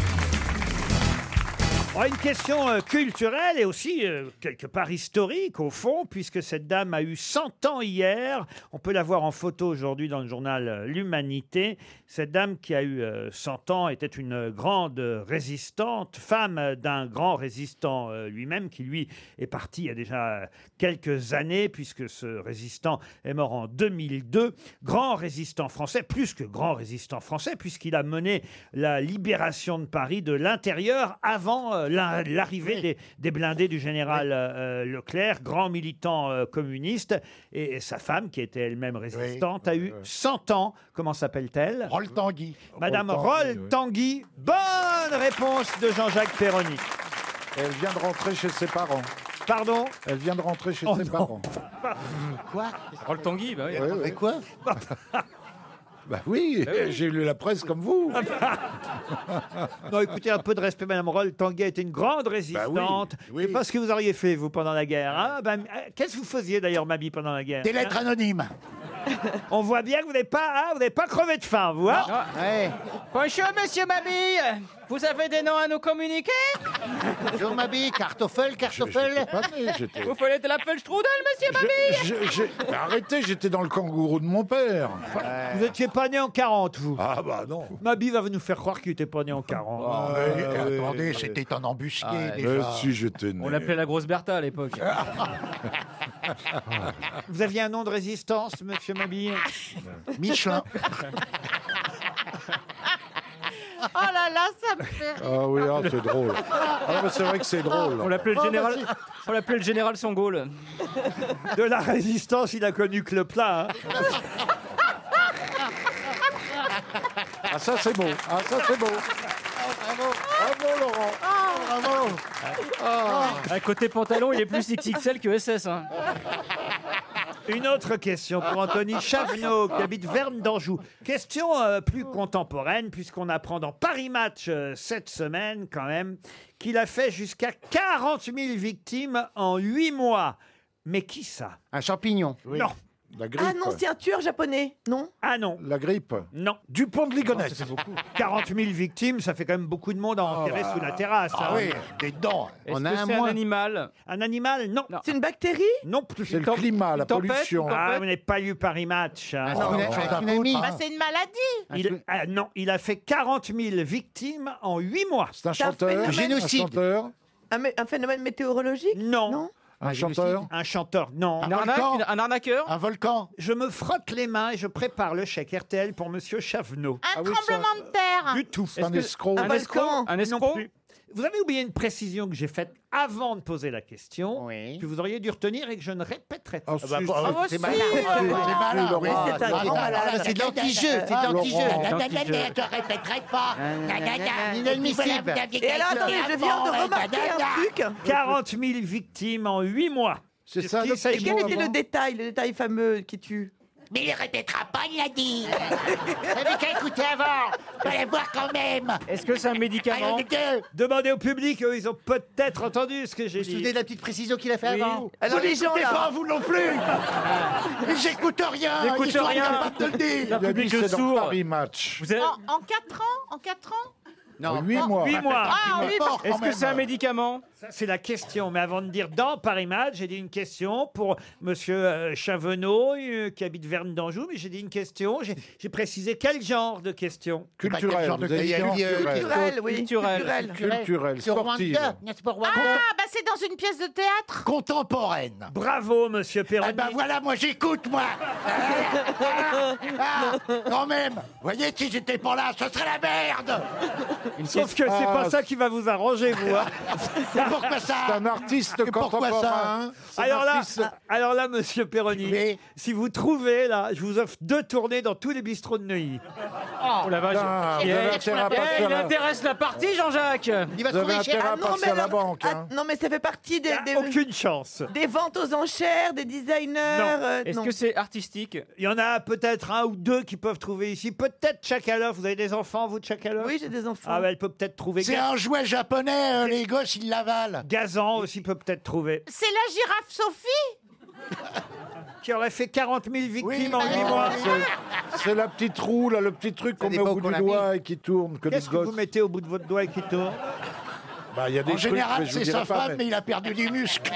Speaker 2: Oh, une question euh, culturelle et aussi euh, quelque part historique au fond, puisque cette dame a eu 100 ans hier. On peut la voir en photo aujourd'hui dans le journal euh, L'Humanité. Cette dame qui a eu euh, 100 ans était une euh, grande euh, résistante, femme euh, d'un grand résistant euh, lui-même, qui lui est parti il y a déjà euh, quelques années, puisque ce résistant est mort en 2002. Grand résistant français, plus que grand résistant français, puisqu'il a mené la libération de Paris de l'intérieur avant euh, la- l'arrivée des, des blindés du général euh, Leclerc, grand militant euh, communiste. Et, et sa femme, qui était elle-même résistante, a eu 100 ans. Comment s'appelle-t-elle Roll Tanguy. Madame
Speaker 3: Roll
Speaker 2: Roll
Speaker 3: Tanguy, oui.
Speaker 2: Tanguy. Bonne réponse de Jean-Jacques Perroni.
Speaker 3: Elle vient de rentrer chez ses parents.
Speaker 2: Pardon
Speaker 3: Elle vient de rentrer chez ses parents.
Speaker 4: Quoi Roll Tanguy, bah oui.
Speaker 3: Ouais, ouais.
Speaker 4: quoi
Speaker 3: [LAUGHS] Bah oui, j'ai lu la presse comme
Speaker 2: [LAUGHS]
Speaker 3: vous.
Speaker 2: Non, écoutez, un peu de respect, Madame Roll. Tanguay était une
Speaker 3: Bah
Speaker 2: grande résistante. C'est pas ce que vous auriez fait, vous, pendant la guerre. hein Ben, euh, Qu'est-ce que vous faisiez, d'ailleurs, Mabi, pendant la guerre hein
Speaker 7: Des lettres anonymes.
Speaker 2: On voit bien que vous n'êtes pas, hein, vous n'êtes pas crevé de faim, vous. Hein
Speaker 7: Ah,
Speaker 8: Bonjour, monsieur Mabille. Vous avez des noms à nous communiquer
Speaker 7: Bonjour Mabi, Kartoffel, Kartoffel.
Speaker 3: j'étais-
Speaker 8: Vous voulez de l'Apfelstrudel, monsieur Mabille
Speaker 3: Je- je- Mais arrêtez, j'étais dans le kangourou de mon père.
Speaker 2: Vous n'étiez pas né en 40, vous.
Speaker 3: Ah bah non.
Speaker 2: Mabi va nous faire croire qu'il était pas né en 40.
Speaker 3: Ah,
Speaker 7: mais, Ah, attendez, c'était un embusqué déjà. Ah.
Speaker 3: Mais Ah, Euh, si j'étais né.
Speaker 4: On l'appelait la grosse Bertha à l'époque.
Speaker 2: Vous aviez un nom de résistance, monsieur Mabille
Speaker 7: Michelin.
Speaker 6: Oh là là, ça me fait rire.
Speaker 3: Ah oui, ah, c'est drôle. Ah, mais c'est vrai que c'est drôle.
Speaker 4: On l'appelait le
Speaker 6: Oh,
Speaker 4: général.
Speaker 6: vas-y.
Speaker 4: On l'appelait le général Songol.
Speaker 2: De la résistance, il a connu que le plat. hein.
Speaker 3: Ah ça c'est beau. Ah ça c'est beau. Bravo Laurent. bravo.
Speaker 4: Ah, Côté pantalon, il est plus XXL que SS. hein.
Speaker 2: Une autre question pour Anthony Chavenot, qui habite Verne d'Anjou. Question euh, plus contemporaine, puisqu'on apprend dans Paris Match euh, cette semaine, quand même, qu'il a fait jusqu'à 40 000 victimes en 8 mois. Mais qui ça
Speaker 5: Un champignon.
Speaker 2: Non.
Speaker 3: La
Speaker 9: Ah non, c'est un tueur japonais, non
Speaker 2: Ah non.
Speaker 3: La grippe.
Speaker 2: Non.
Speaker 3: Dupont de Ligonnès.
Speaker 2: [LAUGHS] 40 000 victimes, ça fait quand même beaucoup de monde à enterrer
Speaker 3: bah.
Speaker 2: sous la terrasse.
Speaker 7: Ah
Speaker 2: hein.
Speaker 7: oui, des dents.
Speaker 4: Est-ce que c'est un animal
Speaker 2: Un animal, non.
Speaker 9: C'est une bactérie
Speaker 2: Non plus.
Speaker 3: C'est le climat, la
Speaker 4: tempête,
Speaker 3: pollution.
Speaker 4: une tempête.
Speaker 2: Ah, vous n'avez pas lu Paris Match. hein.
Speaker 7: non, mais-
Speaker 3: Ah,
Speaker 7: tsunami.
Speaker 6: Bah, c'est une maladie.
Speaker 2: Il, ah, non, il a fait 40 000 victimes en 8 mois.
Speaker 3: C'est un
Speaker 9: C'est un
Speaker 3: chanteur.
Speaker 9: phénomène.
Speaker 3: Un
Speaker 9: Génocide.
Speaker 3: chanteur.
Speaker 9: un, mé- un phénomène météorologique
Speaker 2: Non. Ah,
Speaker 9: Non
Speaker 3: Un chanteur.
Speaker 2: Un chanteur, non.
Speaker 4: Un, arnaque-
Speaker 7: volcan.
Speaker 4: un arnaqueur
Speaker 7: Un volcan.
Speaker 2: Je me frotte les mains et je prépare le chèque RTL pour Monsieur Chavenot.
Speaker 6: Un
Speaker 3: Ah oui, ça-
Speaker 6: tremblement de terre.
Speaker 2: Du tout.
Speaker 3: Un escroc.
Speaker 9: Un volcan
Speaker 4: Un
Speaker 2: Non
Speaker 4: escroc
Speaker 2: plus. Vous avez oublié une précision que j'ai faite avant de poser la question,
Speaker 7: Oui.
Speaker 2: que vous auriez dû retenir et que je ne répéterai pas.
Speaker 3: Ah, si, si.
Speaker 7: bon,
Speaker 9: Ah,
Speaker 7: c'est
Speaker 9: si.
Speaker 7: malin.
Speaker 9: Ah,
Speaker 7: C'est malin.
Speaker 3: Laurent.
Speaker 7: oui.
Speaker 9: Mais c'est un
Speaker 7: Ah,
Speaker 9: grand
Speaker 7: non,
Speaker 9: malade.
Speaker 7: là, C'est de l'anti-jeu. C'est de l'anti-jeu.
Speaker 4: Laurent.
Speaker 9: Ah,
Speaker 4: Anti-jeu.
Speaker 7: Je répéterai pas. Inadmissible.
Speaker 9: Et alors, attendez, je viens
Speaker 7: ben,
Speaker 9: de remarquer un truc.
Speaker 2: 40 000 victimes en 8 mois.
Speaker 3: C'est ça,
Speaker 2: Qui
Speaker 3: le
Speaker 2: c'est
Speaker 9: Et
Speaker 2: que
Speaker 9: quel
Speaker 2: moi,
Speaker 9: était
Speaker 2: avant
Speaker 9: le détail, le détail fameux qui tue
Speaker 7: Mais il répétera pas, il l'a dit. T'avais qu'à écouter avant. Fallait voir quand même.
Speaker 4: Est-ce que c'est un médicament
Speaker 7: Allez, les deux.
Speaker 2: Demandez au public, eux, ils ont peut-être entendu ce que j'ai
Speaker 5: Vous vous souvenez
Speaker 2: dit.
Speaker 5: de la petite précision qu'il a fait avant
Speaker 9: Alors les gens
Speaker 7: Écoutez pas,
Speaker 9: là,
Speaker 7: vous non plus. Mais J'écoute rien.
Speaker 4: J'écoute
Speaker 7: Ils sont
Speaker 4: rien.
Speaker 7: incapables de le dire.
Speaker 4: Un
Speaker 3: Il a
Speaker 4: public
Speaker 3: dit
Speaker 4: de
Speaker 3: c'est dans
Speaker 4: sourds.
Speaker 3: Paris Match.
Speaker 4: Vous avez-
Speaker 6: En, en 4 ans En 4 ans
Speaker 3: En huit mois.
Speaker 2: 8 mois.
Speaker 6: Ah oui,
Speaker 7: Fort, quand
Speaker 4: Est-ce que
Speaker 7: même.
Speaker 4: c'est un médicament
Speaker 2: Ça, c'est la question. Mais avant de dire dans Paris Match, j'ai dit une question pour Monsieur euh, Chavenot, euh, qui habite Verne d'Anjou. Mais j'ai dit une question. J'ai j'ai précisé quel genre de question.
Speaker 3: Culturel.
Speaker 7: genre de
Speaker 3: vous avez dit
Speaker 7: pays, il y a eu,
Speaker 3: culturel.
Speaker 9: culturel, oui.
Speaker 4: Culturel.
Speaker 3: Culturel,
Speaker 7: Sur
Speaker 3: sportive.
Speaker 7: Rwanda, n'est-ce pas, Rwanda
Speaker 6: Ah, bah c'est dans une pièce de théâtre
Speaker 7: Contemporaine.
Speaker 2: Bravo, Monsieur Perroni.
Speaker 7: Eh ben voilà, moi j'écoute, moi ah, ah, Quand même Voyez, si j'étais pas là, ce serait la merde
Speaker 2: Sauf que c'est pas
Speaker 3: Ah,
Speaker 2: ça qui va vous arranger,
Speaker 7: [LAUGHS]
Speaker 2: vous. hein.
Speaker 7: Mais pourquoi ça
Speaker 3: C'est un artiste
Speaker 7: Et pourquoi
Speaker 3: contemporain. hein. C'est un
Speaker 2: Alors là, ah,
Speaker 3: artiste-
Speaker 2: alors là, Monsieur Perroni,
Speaker 7: Oui.
Speaker 2: si vous trouvez là, je vous offre deux tournées dans tous les bistrots de Neuilly.
Speaker 4: Oh la vache.
Speaker 3: Putain, Ah,
Speaker 4: Eh,
Speaker 3: vous avez intérêt à
Speaker 4: eh,
Speaker 3: passer à
Speaker 4: il
Speaker 3: la-
Speaker 4: intéresse la partie, Jean-Jacques
Speaker 7: Il va
Speaker 3: Vous avez
Speaker 7: trouver chez...
Speaker 3: intérêt à
Speaker 9: non,
Speaker 3: passer à la
Speaker 9: alors-
Speaker 3: banque.
Speaker 9: ah,
Speaker 3: hein.
Speaker 9: non mais ça fait partie
Speaker 2: Il
Speaker 9: des,
Speaker 2: y a
Speaker 9: des,
Speaker 2: aucune chance.
Speaker 9: des ventes aux enchères, des designers. euh,
Speaker 4: Est-ce
Speaker 9: non.
Speaker 4: que c'est artistique
Speaker 2: Il y en a peut-être un ou deux qui peuvent trouver ici. Peut-être Chakalov. Vous avez des enfants, vous, de Chakalov
Speaker 9: Oui, j'ai des enfants.
Speaker 2: Ah, bah, elle peut peut-être trouver.
Speaker 7: C'est
Speaker 2: Ga-
Speaker 7: un jouet japonais, euh, les gosses, ils l'avalent
Speaker 2: Gazan aussi peut peut-être trouver.
Speaker 6: C'est la girafe Sophie
Speaker 2: Qui aurait fait 40 000 victimes
Speaker 7: Oui,
Speaker 2: en
Speaker 7: mais
Speaker 2: 8
Speaker 7: non,
Speaker 4: [LAUGHS]
Speaker 2: mois.
Speaker 3: C'est- C'est la petite roue, là, le petit truc qu'on met
Speaker 5: dépend
Speaker 3: au
Speaker 5: où
Speaker 3: bout
Speaker 5: qu'on
Speaker 3: du
Speaker 5: l'a mis.
Speaker 3: doigt et qui tourne. Que les
Speaker 2: Qu'est-ce que vous
Speaker 3: gosses.
Speaker 2: mettez au bout de votre doigt et qui tourne
Speaker 3: Bah, il y a des
Speaker 7: En
Speaker 3: trucs, mais
Speaker 7: général,
Speaker 3: je vous
Speaker 7: c'est
Speaker 3: dirai
Speaker 7: sa
Speaker 3: pas,
Speaker 7: femme,
Speaker 3: mais-
Speaker 7: mais il a perdu du
Speaker 9: [LAUGHS]
Speaker 7: muscle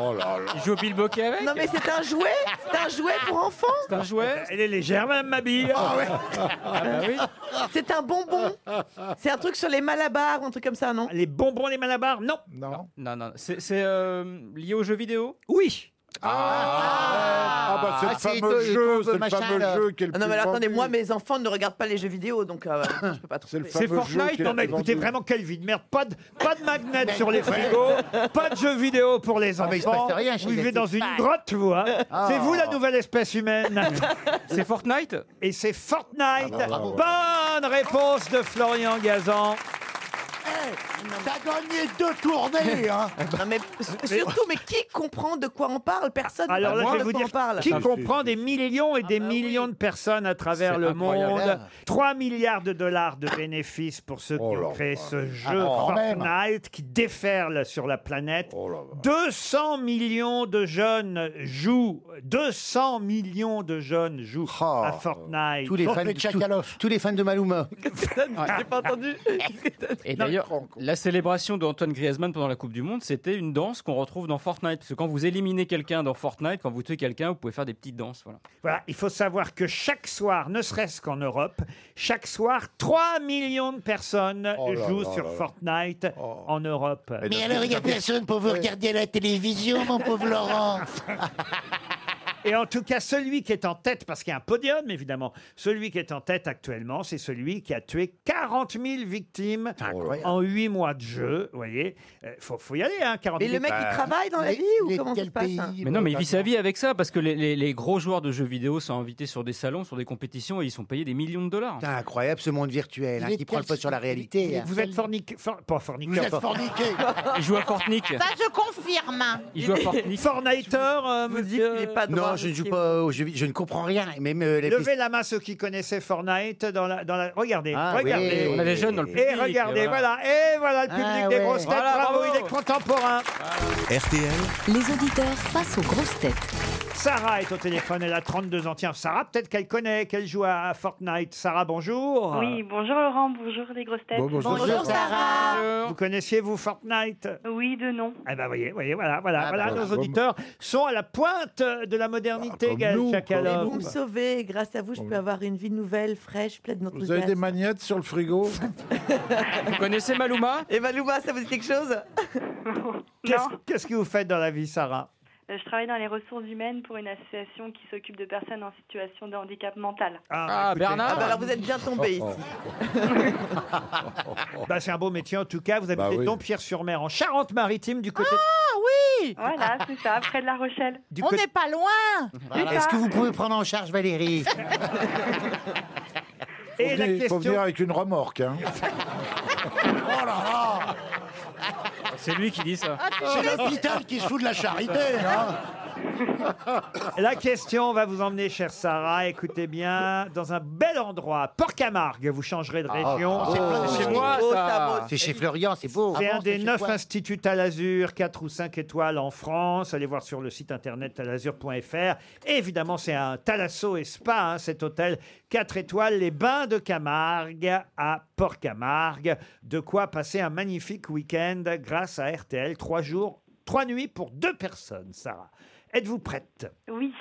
Speaker 3: Oh là là.
Speaker 4: Il joue au bilboquet avec
Speaker 9: Non mais c'est un jouet, c'est un jouet pour enfants.
Speaker 4: C'est un jouet
Speaker 2: Ah, Elle est légère, Mme Mabille.
Speaker 4: Ah bah oui.
Speaker 9: C'est un bonbon. C'est un truc sur les malabars, ou un truc comme ça, non
Speaker 2: Les bonbons, les malabars Non.
Speaker 3: Non.
Speaker 4: Non, non, c'est c'est, euh, lié aux jeux vidéo
Speaker 2: Oui.
Speaker 3: Ah, bah,
Speaker 7: Ah,
Speaker 3: c'est
Speaker 7: c'est
Speaker 3: le fameux
Speaker 7: le- le
Speaker 3: jeu,
Speaker 7: pauvre
Speaker 3: c'est le
Speaker 7: machin,
Speaker 3: fameux
Speaker 7: là.
Speaker 3: jeu qui est le
Speaker 9: Ah, Non
Speaker 3: plus
Speaker 9: mais alors, attendez,
Speaker 3: vendu.
Speaker 9: moi mes enfants ne regardent pas les jeux vidéo, donc euh, je peux pas
Speaker 3: C'est le
Speaker 9: trouver.
Speaker 3: fameux jeu
Speaker 4: Fortnite,
Speaker 3: qui est
Speaker 2: Non
Speaker 3: le
Speaker 2: mais
Speaker 3: plus
Speaker 2: écoutez
Speaker 3: vendu.
Speaker 2: vraiment quelle vie de merde, pas de, pas de magnet sur les frigos, pas de jeux vidéo pour les
Speaker 5: mais il se passe
Speaker 2: enfants,
Speaker 5: rien chez
Speaker 2: vous
Speaker 5: les
Speaker 2: vivez dans une
Speaker 5: petits.
Speaker 2: grotte vous, hein. c'est vous la nouvelle espèce humaine,
Speaker 4: [LAUGHS] C'est Fortnite
Speaker 2: et c'est Fortnite,
Speaker 3: Ah, bravo.
Speaker 2: bonne réponse de Florian Gazan.
Speaker 7: T'as gagné deux
Speaker 9: [LAUGHS]
Speaker 7: tournées, hein
Speaker 9: Non, mais surtout, mais qui comprend de quoi on parle Personne.
Speaker 2: Alors
Speaker 9: ne
Speaker 2: là, je
Speaker 9: comprend de
Speaker 2: vais vous
Speaker 9: quoi
Speaker 2: dire
Speaker 9: on parle.
Speaker 2: qui comprend des millions et des millions de personnes à travers
Speaker 9: C'est
Speaker 2: le
Speaker 9: incroyable.
Speaker 2: monde. 3 milliards de dollars de bénéfices pour ceux qui ont créé ce jeu
Speaker 7: quand même.
Speaker 2: Fortnite qui déferle sur la planète. 200 millions de jeunes jouent. 200 millions de jeunes jouent à Fortnite.
Speaker 5: Ah. Tous les, fans de, tous- tous les fans de Maluma.
Speaker 4: J'ai pas [LAUGHS] entendu. Et d'ailleurs, la célébration d'Antoine Griezmann pendant la Coupe du Monde, c'était une danse qu'on retrouve dans Fortnite. Parce que quand vous éliminez quelqu'un dans Fortnite, quand vous tuez quelqu'un, vous pouvez faire des petites danses. Voilà.
Speaker 2: Voilà, il faut savoir que chaque soir, ne serait-ce qu'en Europe, chaque soir, 3 millions de personnes
Speaker 7: Oh là
Speaker 2: jouent
Speaker 7: là là
Speaker 2: sur
Speaker 7: Oh. là.
Speaker 2: Fortnite en Europe.
Speaker 7: Mais alors, il n'y a personne pour vous regarder à la télévision, mon pauvre Laurent.
Speaker 2: Et en tout cas, celui qui est en tête, parce qu'il y a un podium évidemment, celui qui est en tête actuellement, c'est celui qui a tué 40 000 victimes en 8 mois de jeu. Vous voyez, il faut, faut y aller, hein, 40
Speaker 9: Mais
Speaker 2: 000.
Speaker 9: le mec,
Speaker 3: Bah,
Speaker 9: il travaille dans la vie ou comment ça se passe hein
Speaker 4: Mais non, mais
Speaker 2: Bah,
Speaker 4: il vit sa vie avec ça, parce que les, les- les gros joueurs de jeux vidéo sont invités sur des salons, sur des compétitions, et ils sont payés des millions de dollars.
Speaker 5: C'est incroyable ce monde
Speaker 4: [LAUGHS]
Speaker 5: virtuel hein, qui prend le pas sur la réalité.
Speaker 2: Vous êtes forniqué. Pas forniqué.
Speaker 5: Vous êtes [LAUGHS] forniqué. Il joue à Fortnite.
Speaker 6: Ça, je confirme.
Speaker 5: Il joue à Fortnite.
Speaker 2: euh,
Speaker 5: Non, je ne joue pas aux jeux vidéo. Je ne comprends rien. Même euh, les
Speaker 2: Levez la main ceux qui connaissaient Fortnite dans la, dans la... Regardez,
Speaker 5: Ah,
Speaker 2: regardez.
Speaker 5: oui. On a des jeunes dans le
Speaker 2: Et
Speaker 5: public,
Speaker 2: regardez, voilà.
Speaker 5: voilà.
Speaker 2: et voilà le public
Speaker 5: Ah,
Speaker 2: des
Speaker 5: ouais.
Speaker 2: grosses têtes.
Speaker 5: Voilà,
Speaker 2: bravo,
Speaker 5: bravo.
Speaker 2: il est contemporain.
Speaker 15: RTL.
Speaker 1: Les auditeurs face aux grosses têtes.
Speaker 2: Sarah est au téléphone, elle a 32 ans. Tiens, Sarah, peut-être qu'elle connaît, qu'elle joue à à Fortnite. Sarah, bonjour.
Speaker 18: Oui, bonjour Laurent, bonjour les grosses têtes.
Speaker 2: Bon, bonjour, Bonjour, Sarah. Vous connaissiez, vous, Fortnite
Speaker 18: Oui, de nom.
Speaker 2: Eh ben, voyez, voyez, voilà, voilà,
Speaker 18: Ah,
Speaker 2: voilà.
Speaker 18: bah,
Speaker 2: nos
Speaker 18: comme-
Speaker 2: auditeurs sont à la pointe de la modernité,
Speaker 3: comme
Speaker 5: Bah,
Speaker 2: Gaël
Speaker 3: nous,
Speaker 2: Chakalov.
Speaker 3: comme
Speaker 9: Vous me sauvez, grâce à vous, je peux avoir une vie nouvelle, fraîche, pleine
Speaker 3: Vous avez des
Speaker 9: d'enthousiasme.
Speaker 3: magnettes sur le frigo
Speaker 4: [LAUGHS] Vous connaissez Maluma
Speaker 9: Et Maluma, ça vous dit quelque chose
Speaker 2: [LAUGHS] Qu'est-ce- Qu'est-ce que vous faites dans la vie, Sarah
Speaker 18: Euh, Je travaille dans les ressources humaines pour une association qui s'occupe de personnes en situation de handicap mental.
Speaker 2: Ah, écoutez.
Speaker 9: Ah bah alors vous êtes bien tombé
Speaker 6: Oh,
Speaker 9: ici.
Speaker 2: Bah, c'est un beau métier en tout cas. Vous habitez
Speaker 3: Oh. Bah oui.
Speaker 2: Dompierre-sur-Mer, en Charente-Maritime, du côté.
Speaker 6: Ah oui
Speaker 18: Voilà, c'est ça, près de La Rochelle.
Speaker 2: Du
Speaker 6: On
Speaker 2: côté-
Speaker 6: n'est pas loin
Speaker 5: Voilà.
Speaker 6: C'est
Speaker 5: Est-ce
Speaker 6: ça.
Speaker 5: que vous pouvez prendre en charge
Speaker 3: [LAUGHS]
Speaker 5: Valérie
Speaker 2: Et
Speaker 3: Faut venir-
Speaker 2: la
Speaker 3: Faut
Speaker 2: question-
Speaker 3: venir avec une remorque. hein.
Speaker 4: Oh C'est lui qui dit ça.
Speaker 5: Oh,
Speaker 7: C'est l'hôpital qui se fout de la charité, hein
Speaker 3: Ah.
Speaker 2: La question va vous emmener, chère Sarah. Écoutez bien, dans un bel endroit, Port-Camargue. Vous changerez
Speaker 3: Ah.
Speaker 2: de région.
Speaker 5: oh,
Speaker 2: C'est-
Speaker 5: oh,
Speaker 2: c'est
Speaker 5: c'est beau, ça. C'est chez Florian, c'est beau.
Speaker 2: C'est
Speaker 5: Ah
Speaker 2: un
Speaker 5: bon,
Speaker 2: des
Speaker 5: chez
Speaker 2: neuf
Speaker 5: toi.
Speaker 2: instituts Talazur, 4 ou 5 étoiles en France. Allez voir sur le site internet talazur.fr. Évidemment, c'est un Talasso et Spa, hein, cet hôtel 4 étoiles, les bains de Camargue à Port-Camargue. De quoi passer un magnifique week-end grâce à RTL. Trois jours, trois nuits pour deux personnes, Sarah. Êtes-vous prête
Speaker 18: Oui.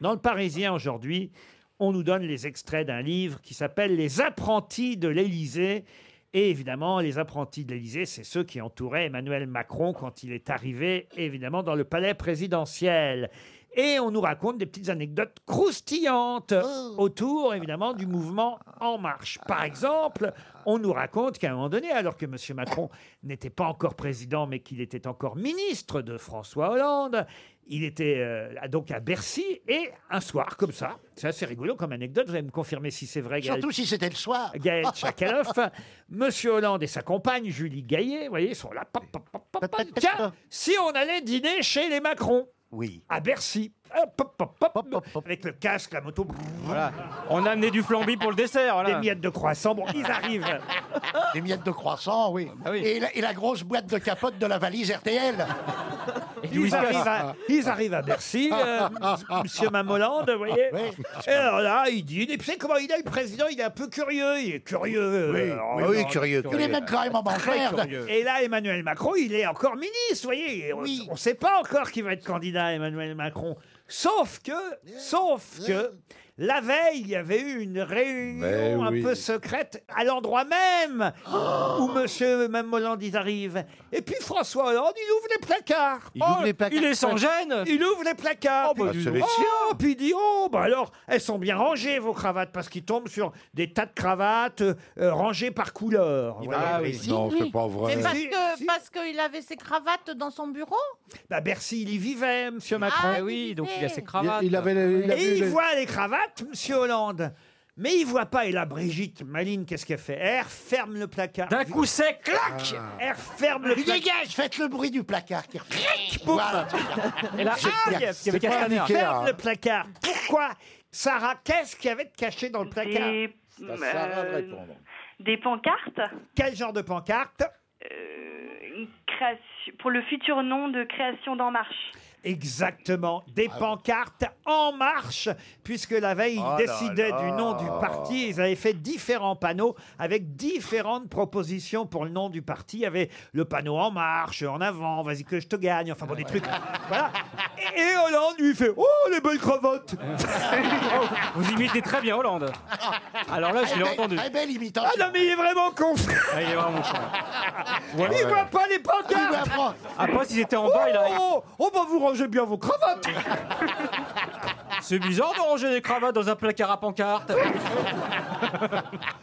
Speaker 2: Dans le Parisien aujourd'hui, on nous donne les extraits d'un livre qui s'appelle Les apprentis de l'Élysée. Et évidemment, les apprentis de l'Élysée, c'est ceux qui entouraient Emmanuel Macron quand il est arrivé, évidemment, dans le palais présidentiel. Et on nous raconte des petites anecdotes croustillantes autour, évidemment, du mouvement En Marche. Par exemple, on nous raconte qu'à un moment donné, alors que M. Macron n'était pas encore président, mais qu'il était encore ministre de François Hollande, il était euh, à- donc à Bercy et un soir, comme ça, c'est assez rigolo comme anecdote, vous allez me confirmer si c'est vrai, Gaël,
Speaker 7: Surtout si c'était le soir. [LAUGHS]
Speaker 2: Gaël Tchakaloff, Monsieur Hollande et sa compagne Julie Gaillet, vous voyez, ils sont là. pop, pop, pop, pop,
Speaker 7: [LAUGHS]
Speaker 2: pop. Tiens, si on allait dîner chez les Macron
Speaker 5: Oui.
Speaker 2: à Bercy, Hop, pop, pop, pop, avec le casque, la moto,
Speaker 4: Voilà. On a amené du flambi pour le dessert.
Speaker 2: des miettes de croissant, bon, ils
Speaker 7: [LAUGHS]
Speaker 2: arrivent.
Speaker 7: Des miettes de croissant, oui.
Speaker 2: Ah
Speaker 7: Et, la, et la grosse boîte de capote de la valise RTL.
Speaker 2: Ils arrivent, à, ils arrivent à Bercy,
Speaker 7: [LAUGHS]
Speaker 2: euh, monsieur Mamoland, vous voyez. Et alors là, il dit, et puis c'est comment il est, le président, il est un peu curieux, il est curieux. euh,
Speaker 5: oui,
Speaker 2: alors,
Speaker 5: oui, curieux,
Speaker 7: Il est même carrément en
Speaker 2: Très
Speaker 7: merde.
Speaker 2: curieux. Et là, Emmanuel Macron, il est encore ministre, vous voyez. On- On ne sait pas encore qui va être candidat, Emmanuel Macron. Sauf que, sauf que, la veille, il y avait eu une
Speaker 5: Ben
Speaker 2: réunion
Speaker 7: Mais
Speaker 2: un
Speaker 7: oui.
Speaker 2: peu secrète à l'endroit même
Speaker 5: Oh.
Speaker 2: où Monsieur même Hollande ils arrivent. Et puis François Hollande, il ouvre les placards. Oh,
Speaker 5: Il ouvre les placards.
Speaker 4: il est sans gêne.
Speaker 2: Il ouvre les placards.
Speaker 5: bah,
Speaker 2: puis,
Speaker 5: c'est
Speaker 2: il
Speaker 5: les
Speaker 2: dit, oh, puis il dit oh, bah alors elles sont bien rangées vos cravates parce qu'il tombe sur des tas de cravates euh, euh, rangées par couleur. Vous voyez.
Speaker 3: non, c'est pas vrai.
Speaker 6: Mais parce
Speaker 2: Si,
Speaker 6: que parce qu'il avait ses cravates dans son bureau
Speaker 2: Bah, Bercy, il y vivait, Monsieur Macron.
Speaker 6: Ah, il y Oui, donc il a vivait. ses
Speaker 2: cravates.
Speaker 3: Il- il avait les- il
Speaker 2: Et
Speaker 3: avait
Speaker 2: il
Speaker 3: les-
Speaker 2: voit les cravates, Monsieur Hollande. Mais il voit pas, et là, Brigitte Maline, qu'est-ce qu'elle fait Elle ferme le placard. D'un
Speaker 19: coup sec, clac
Speaker 2: Elle ferme le
Speaker 7: Il
Speaker 2: placard.
Speaker 7: dégage, faites le bruit du placard qui
Speaker 2: Pouf.
Speaker 7: Voilà, tu vois.
Speaker 2: Et là,
Speaker 7: C'est
Speaker 2: ah,
Speaker 7: bien.
Speaker 2: il y avait
Speaker 7: C'est pas
Speaker 2: Castaner.
Speaker 7: un Ikea.
Speaker 2: Ferme le placard. Pourquoi Sarah, qu'est-ce qu'il y avait de caché dans le placard
Speaker 10: Des, euh, des pancartes
Speaker 2: Quel genre de pancarte
Speaker 10: Euh, une création, Pour le futur nom de Création d'En Marche.
Speaker 2: Exactement, des
Speaker 10: Ah
Speaker 2: pancartes en marche, puisque la veille, ils
Speaker 10: Oh là
Speaker 2: décidaient
Speaker 10: là.
Speaker 2: du nom du parti. Ils avaient fait différents panneaux avec différentes propositions pour le nom du parti. Il y avait le panneau en marche, en avant, vas-y que je te gagne, enfin bon,
Speaker 10: [LAUGHS]
Speaker 2: des trucs. voilà. Et, et Hollande lui fait Oh, les
Speaker 7: [LAUGHS]
Speaker 2: belles crevettes
Speaker 4: Vous imitez très bien Hollande. Alors là, je l'ai entendu.
Speaker 7: Très Ah, belle imitation.
Speaker 2: Ah non, mais il est vraiment con
Speaker 4: Ah, il est [LAUGHS] vraiment con.
Speaker 2: Il voit pas les
Speaker 7: Il voit
Speaker 2: pancartes
Speaker 7: pas.
Speaker 4: Après, s'ils étaient en bas, il a-
Speaker 2: Oh, oh, bah vous rangez bien vos cravates
Speaker 4: C'est bizarre de ranger des cravates dans un placard à pancarte.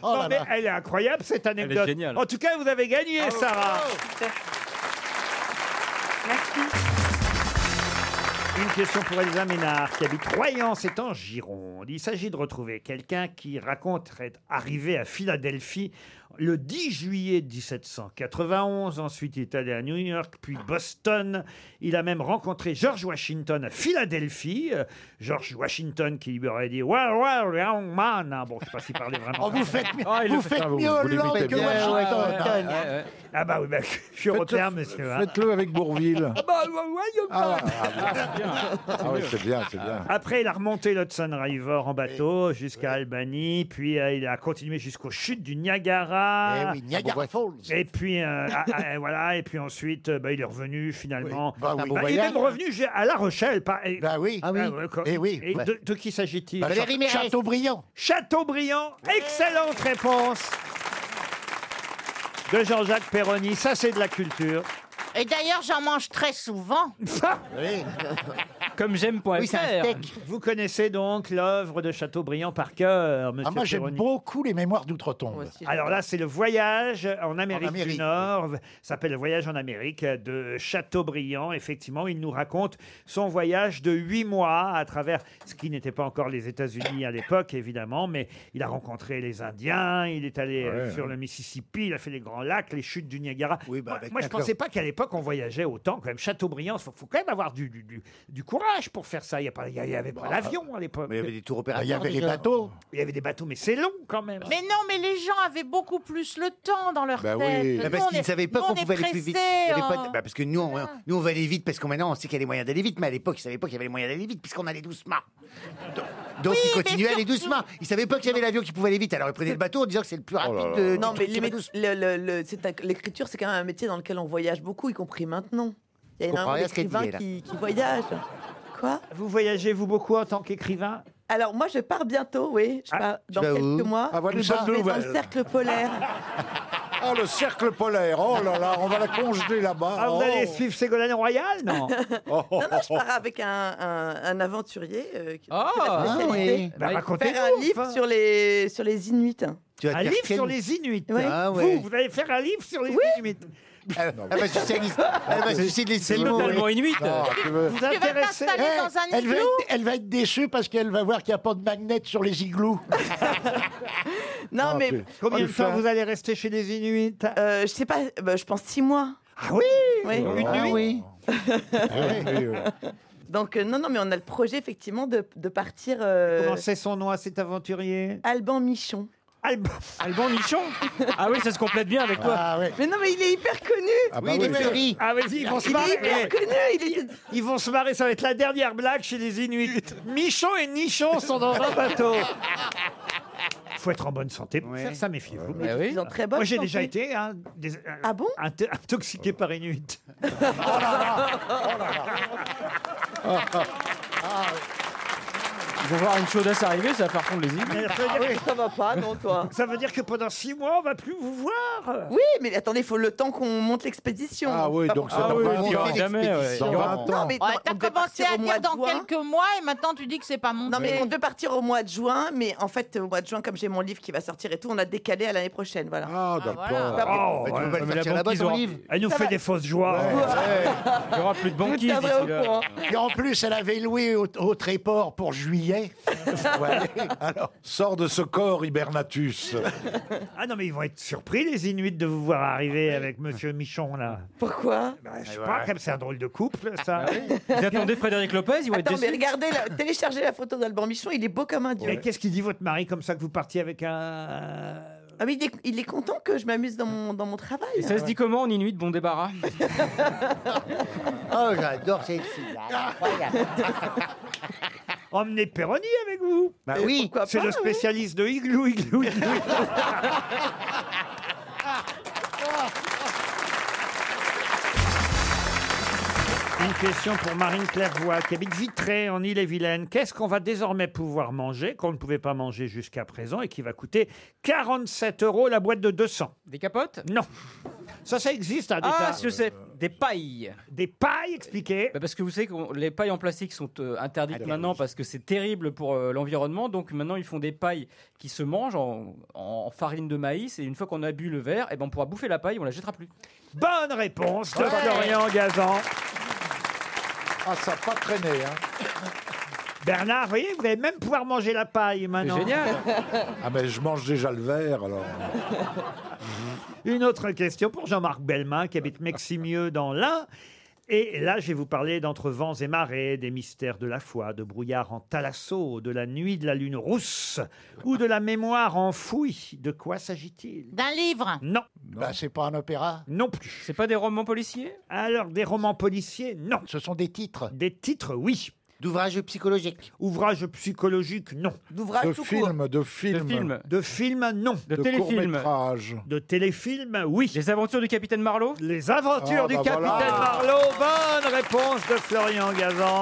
Speaker 4: Oh
Speaker 2: Non, mais elle est incroyable cette anecdote.
Speaker 4: géniale.
Speaker 2: En tout cas, vous avez gagné,
Speaker 10: Ah
Speaker 2: Sarah.
Speaker 3: Oh,
Speaker 2: Une question pour Elsa Ménard qui habite Royan, c'est en Gironde. Il s'agit de retrouver quelqu'un qui raconte être arrivé à Philadelphie le 10 juillet 1791. Ensuite, il est allé à New York, puis Boston. Il a même rencontré George Washington à Philadelphie. Euh, George Washington qui lui aurait dit Well, well, young man. Ah, bon, je sais pas s'il parlait vraiment.
Speaker 7: Oh, vous faites mieux-
Speaker 2: Ah, il le
Speaker 7: vous
Speaker 2: fait
Speaker 7: faites
Speaker 2: pas,
Speaker 7: mieux
Speaker 2: vous l'imitez
Speaker 7: Hollande que
Speaker 2: bien.
Speaker 7: Washington.
Speaker 2: Ouais, ouais, ouais. Ah, bah oui, bah, je suis européen, monsieur. hein.
Speaker 3: Faites-le avec Bourville.
Speaker 2: Ah, bah, ouais, ouais, young
Speaker 3: Ah,
Speaker 2: man. [LAUGHS]
Speaker 3: Ah oui, c'est bien, c'est bien.
Speaker 2: Après, il a remonté l'Hudson River en
Speaker 7: Eh
Speaker 2: bateau jusqu'à Albany, puis euh, il a continué jusqu'aux chutes du Niagara.
Speaker 7: Eh oui, Niagara Falls.
Speaker 2: Et puis, euh, ah, ah, voilà, et puis ensuite, euh, bah, il est revenu finalement.
Speaker 7: Bah oui.
Speaker 2: Bah, il est
Speaker 7: Voyage.
Speaker 2: même revenu ju- à La Rochelle. Par...
Speaker 7: Bah oui. Ah oui. Eh oui.
Speaker 2: Et
Speaker 7: Ouais.
Speaker 2: de, de qui s'agit-il
Speaker 7: Bah, Valérie Mérès. Chateaubriand.
Speaker 2: Chateaubriand, excellente réponse de Jean-Jacques Perroni. Ça, c'est de la culture.
Speaker 6: Et d'ailleurs, j'en mange
Speaker 5: [LAUGHS]
Speaker 6: très souvent.
Speaker 4: Comme j'aime.fr.
Speaker 2: Vous connaissez donc l'œuvre de Chateaubriand par cœur, monsieur
Speaker 7: Ah, moi, j'aime
Speaker 2: Perroni.
Speaker 7: beaucoup les mémoires d'outre-tombe.
Speaker 2: Alors là, c'est le voyage en Amérique, du
Speaker 7: Amérique,
Speaker 2: Nord. Ça s'appelle le voyage en Amérique de Chateaubriand. Effectivement, il nous raconte son voyage de huit mois à travers ce qui n'était pas encore les États-Unis à l'époque, évidemment, mais il a rencontré les Indiens, il est allé euh,
Speaker 7: Ouais,
Speaker 2: sur
Speaker 7: ouais.
Speaker 2: le Mississippi, il a fait les grands lacs, les chutes du Niagara. moi,
Speaker 7: avec
Speaker 2: moi, je
Speaker 7: un
Speaker 2: pensais
Speaker 7: cœur.
Speaker 2: pas qu'à l'époque on voyageait autant quand même. Chateaubriand, faut, faut quand même avoir du, du, du- du courage pour faire ça. Il n'y avait pas l'avion à l'époque.
Speaker 5: Mais il y avait des tours
Speaker 2: Ah,
Speaker 5: opérateurs.
Speaker 2: Bah, il y avait les bateaux. Il y avait des bateaux, mais c'est long quand [LAUGHS] même.
Speaker 6: Mais non, mais les gens avaient beaucoup plus le temps dans leur
Speaker 5: Bah
Speaker 6: tête.
Speaker 5: oui.
Speaker 6: Nous,
Speaker 5: Bah
Speaker 6: on
Speaker 5: parce qu'ils
Speaker 6: est-
Speaker 5: ne savaient pas
Speaker 6: nous,
Speaker 5: qu'on
Speaker 6: on est
Speaker 5: pouvait aller plus vite.
Speaker 6: pressés,
Speaker 5: Il y avait pas de-
Speaker 6: hein.
Speaker 5: bah parce que nous, on, nous, on va aller vite parce qu'on maintenant, on sait qu'il y a les moyens d'aller vite, mais à l'époque, ils ne savaient pas qu'il y avait les moyens d'aller vite puisqu'on allait doucement. Donc, donc ils continuaient à aller doucement. Ils ne savaient pas qu'il y avait l'avion qui pouvait aller vite. Alors ils prenaient le bateau en disant que c'est le plus rapide de.
Speaker 9: Non,
Speaker 5: du
Speaker 9: mais
Speaker 5: truc Euh, qui va
Speaker 9: les- le- le- le- c'est un- l'écriture, c'est quand même un métier dans lequel on voyage beaucoup, y compris maintenant. Il y
Speaker 5: Je
Speaker 9: a
Speaker 5: comprends
Speaker 9: énormément
Speaker 5: rien à ce qu'elle
Speaker 9: d'écrivains
Speaker 5: dit, elle,
Speaker 9: qui, qui voyagent. Quoi
Speaker 2: Vous voyagez, vous, beaucoup en tant qu'écrivain
Speaker 9: Alors, moi, je pars bientôt, oui. Je
Speaker 2: Ah,
Speaker 9: pars
Speaker 2: tu
Speaker 9: dans
Speaker 2: vas
Speaker 9: quelques
Speaker 2: où
Speaker 9: mois.
Speaker 3: Ah, voilà, nous
Speaker 9: je
Speaker 3: sommes
Speaker 9: vais dans
Speaker 3: nouvelles.
Speaker 9: le cercle polaire.
Speaker 2: [LAUGHS]
Speaker 3: Ah, le cercle polaire. Oh là là, on va la congeler là-bas.
Speaker 2: Ah, vous
Speaker 3: Oh.
Speaker 2: allez suivre Ségolène Royal
Speaker 3: [LAUGHS]
Speaker 2: Non.
Speaker 9: non, non, je pars avec un, un- un aventurier euh, qui
Speaker 2: Ah,
Speaker 9: qui est ma
Speaker 2: ah
Speaker 9: spécialité.
Speaker 2: oui. Bah, racontez-nous,
Speaker 9: faire un livre
Speaker 2: enfin.
Speaker 9: sur les, sur les Inuits.
Speaker 2: un livre sur les Inuits.
Speaker 9: Ouais. Ah ouais.
Speaker 2: Vous, vous allez faire un livre sur les Inuits. Ah,
Speaker 5: Elle
Speaker 2: bah,
Speaker 5: va
Speaker 2: [LAUGHS]
Speaker 5: sucer les- elle va sucer les
Speaker 4: C'est
Speaker 5: Inuits.
Speaker 4: totalement inuit.
Speaker 5: Non, Ah, tu veux-
Speaker 2: Vous intéressez
Speaker 7: Eh, elle, va être, elle va être déçue parce qu'elle va voir qu'il n'y a pas de magnet sur les
Speaker 2: [LAUGHS]
Speaker 7: igloos.
Speaker 9: Non,
Speaker 7: Ah,
Speaker 9: mais.
Speaker 7: puis-
Speaker 2: Combien
Speaker 9: on-
Speaker 2: de temps vous allez rester chez les Inuits
Speaker 9: Euh, Je sais pas, bah, je pense six mois.
Speaker 2: Ah oui Ah
Speaker 9: Oui.
Speaker 3: Oh
Speaker 2: Une nuit
Speaker 9: Donc, euh, non, non, mais on a le projet, effectivement, de, de partir. euh,
Speaker 2: Comment c'est son nom à cet aventurier
Speaker 9: Alban Michon.
Speaker 2: Alban,
Speaker 4: Alban Michon Ah oui, ça se complète bien avec toi.
Speaker 5: Ah,
Speaker 9: Mais non, mais il est hyper connu.
Speaker 5: bah
Speaker 2: Oui, il est fleuri. Ah oui, ils vont se
Speaker 9: Il
Speaker 2: marrer.
Speaker 9: est hyper connu. Il est...
Speaker 2: Ils vont se marrer, ça va être la dernière blague chez les
Speaker 9: [LAUGHS]
Speaker 2: Inuits. Michon et Nichon sont dans un bateau. Faut être en bonne santé pour faire ça, méfiez-vous.
Speaker 9: Mais ils sont très bonnes
Speaker 2: Moi, j'ai déjà
Speaker 9: santé. Ah
Speaker 2: été hein, des- into- intoxiqué
Speaker 9: [LAUGHS]
Speaker 2: par Inuit.
Speaker 4: Oh.
Speaker 6: Oh
Speaker 4: Ils vont voir une chaudasse arriver, ça va faire fondre les îles.
Speaker 9: Ah oui, ça va pas, non, toi.
Speaker 2: Ça veut dire que pendant six mois, on va plus vous voir.
Speaker 9: Oui, mais attendez, il faut le temps qu'on monte l'expédition.
Speaker 3: Ah oui, donc ça va pas
Speaker 4: il y aura
Speaker 3: longtemps.
Speaker 4: jamais, ouais.
Speaker 3: Dans
Speaker 4: Il y aura-
Speaker 3: 20
Speaker 9: Non,
Speaker 3: ans.
Speaker 9: mais
Speaker 6: Ouais,
Speaker 9: non,
Speaker 6: T'as
Speaker 9: on devait
Speaker 6: commencé
Speaker 9: partir
Speaker 6: à
Speaker 9: au mois
Speaker 6: dire
Speaker 9: de
Speaker 6: dans
Speaker 9: juin.
Speaker 6: quelques mois et maintenant tu dis que c'est pas monté.
Speaker 9: Non, mais on devait partir au mois de juin, mais en fait, au mois de juin, comme j'ai mon livre qui va sortir et tout, on a décalé à l'année prochaine. Voilà.
Speaker 3: Ah,
Speaker 9: voilà.
Speaker 3: d'accord.
Speaker 2: Oh,
Speaker 5: Bah, tu peux pas le
Speaker 2: mais la
Speaker 5: sortir là-bas,
Speaker 2: banquise
Speaker 5: ton
Speaker 2: aura-
Speaker 5: livre
Speaker 2: Elle nous
Speaker 9: Ça
Speaker 2: fait
Speaker 9: va.
Speaker 2: des fausses joies.
Speaker 4: Il n'y aura plus de banquise
Speaker 9: tiendrai au
Speaker 4: d'ici là.
Speaker 20: hein
Speaker 9: courant.
Speaker 7: Et en plus, elle avait loué au, au Tréport pour juillet
Speaker 20: [LAUGHS]
Speaker 3: billet Alors, sors de ce corps, Hibernatus.
Speaker 2: Ah non, mais ils vont être surpris, les Inuits, de vous voir
Speaker 4: Ah,
Speaker 2: arriver avec Monsieur Michon, là. Ah bah,
Speaker 20: Pourquoi
Speaker 2: Je sais pas, comme c'est un drôle de couple, ça.
Speaker 4: Ah Vous attendez Frédéric Lopez, il va être
Speaker 20: Attends, mais
Speaker 4: déçu.
Speaker 20: regardez, la- téléchargez la photo d'Alban Michon, il est beau comme un dieu.
Speaker 2: Mais qu'est-ce qu'il dit votre mari comme ça que vous partiez avec un... euh,
Speaker 20: Ah, mais il est, il est content que je m'amuse dans mon, dans mon travail.
Speaker 4: Et ça se
Speaker 2: Ah
Speaker 4: dit comment en inuit, bon débarras
Speaker 5: Oh, j'adore cette fille. Incroyable.
Speaker 2: Emmenez Perroni Euh, avec vous.
Speaker 5: Bah Et oui. pourquoi
Speaker 2: c'est
Speaker 5: pas,
Speaker 2: le spécialiste de igloo, igloo, igloo. [LAUGHS] Une question pour Marine Clairvoy, qui habite Vitré, en Ille-et-Vilaine. Qu'est-ce qu'on va désormais pouvoir manger, qu'on ne pouvait pas manger jusqu'à présent, et qui va coûter 47 euros la boîte de 200
Speaker 4: Des capotes
Speaker 2: Non. Ça, ça existe, hein, des
Speaker 4: Ah,
Speaker 2: tas-
Speaker 4: je sais, des pailles.
Speaker 2: Des pailles, expliquez.
Speaker 4: Bah, parce que vous savez que on- les pailles en plastique sont euh, interdites maintenant parce que c'est terrible pour euh, l'environnement. Donc maintenant, ils font des pailles qui se mangent en, en farine de maïs. Et une fois qu'on a bu le verre, eh ben, on pourra bouffer la paille, on la jettera plus.
Speaker 2: Bonne réponse de
Speaker 4: Ouais.
Speaker 2: Florian Gazan.
Speaker 3: Ah, ça n'a pas traîné, hein.
Speaker 2: Bernard, vous voyez, vous allez même pouvoir manger la paille maintenant. [LAUGHS]
Speaker 3: Ah, mais je mange déjà le verre, alors.
Speaker 2: Mhm. Une autre question pour Jean-Marc Bellemin qui habite Meximieux dans l'Ain. Et là, je vais vous parler d'entre vents et marées, des mystères de la foi, de brouillard en thalasso, de la nuit de la lune rousse ou de la mémoire enfouie. De quoi s'agit-il
Speaker 6: D'un livre
Speaker 2: Non.
Speaker 3: Bah,
Speaker 12: c'est pas un opéra
Speaker 2: Non plus.
Speaker 4: C'est pas des romans policiers
Speaker 2: Alors, des romans policiers, non.
Speaker 12: Ce sont des titres
Speaker 2: Des titres, oui.
Speaker 5: D'ouvrages psychologiques
Speaker 2: Ouvrages psychologiques, non.
Speaker 20: D'ouvrages
Speaker 3: De tout court. films, de films. De films.
Speaker 2: De films, non.
Speaker 4: De De téléfilms. courts-métrages.
Speaker 2: De téléfilms, oui.
Speaker 4: Les aventures du capitaine Marlowe
Speaker 2: Les aventures
Speaker 4: Ah,
Speaker 2: du
Speaker 4: bah
Speaker 2: capitaine
Speaker 4: voilà.
Speaker 2: Marlowe. Bonne réponse de Florian Gazan.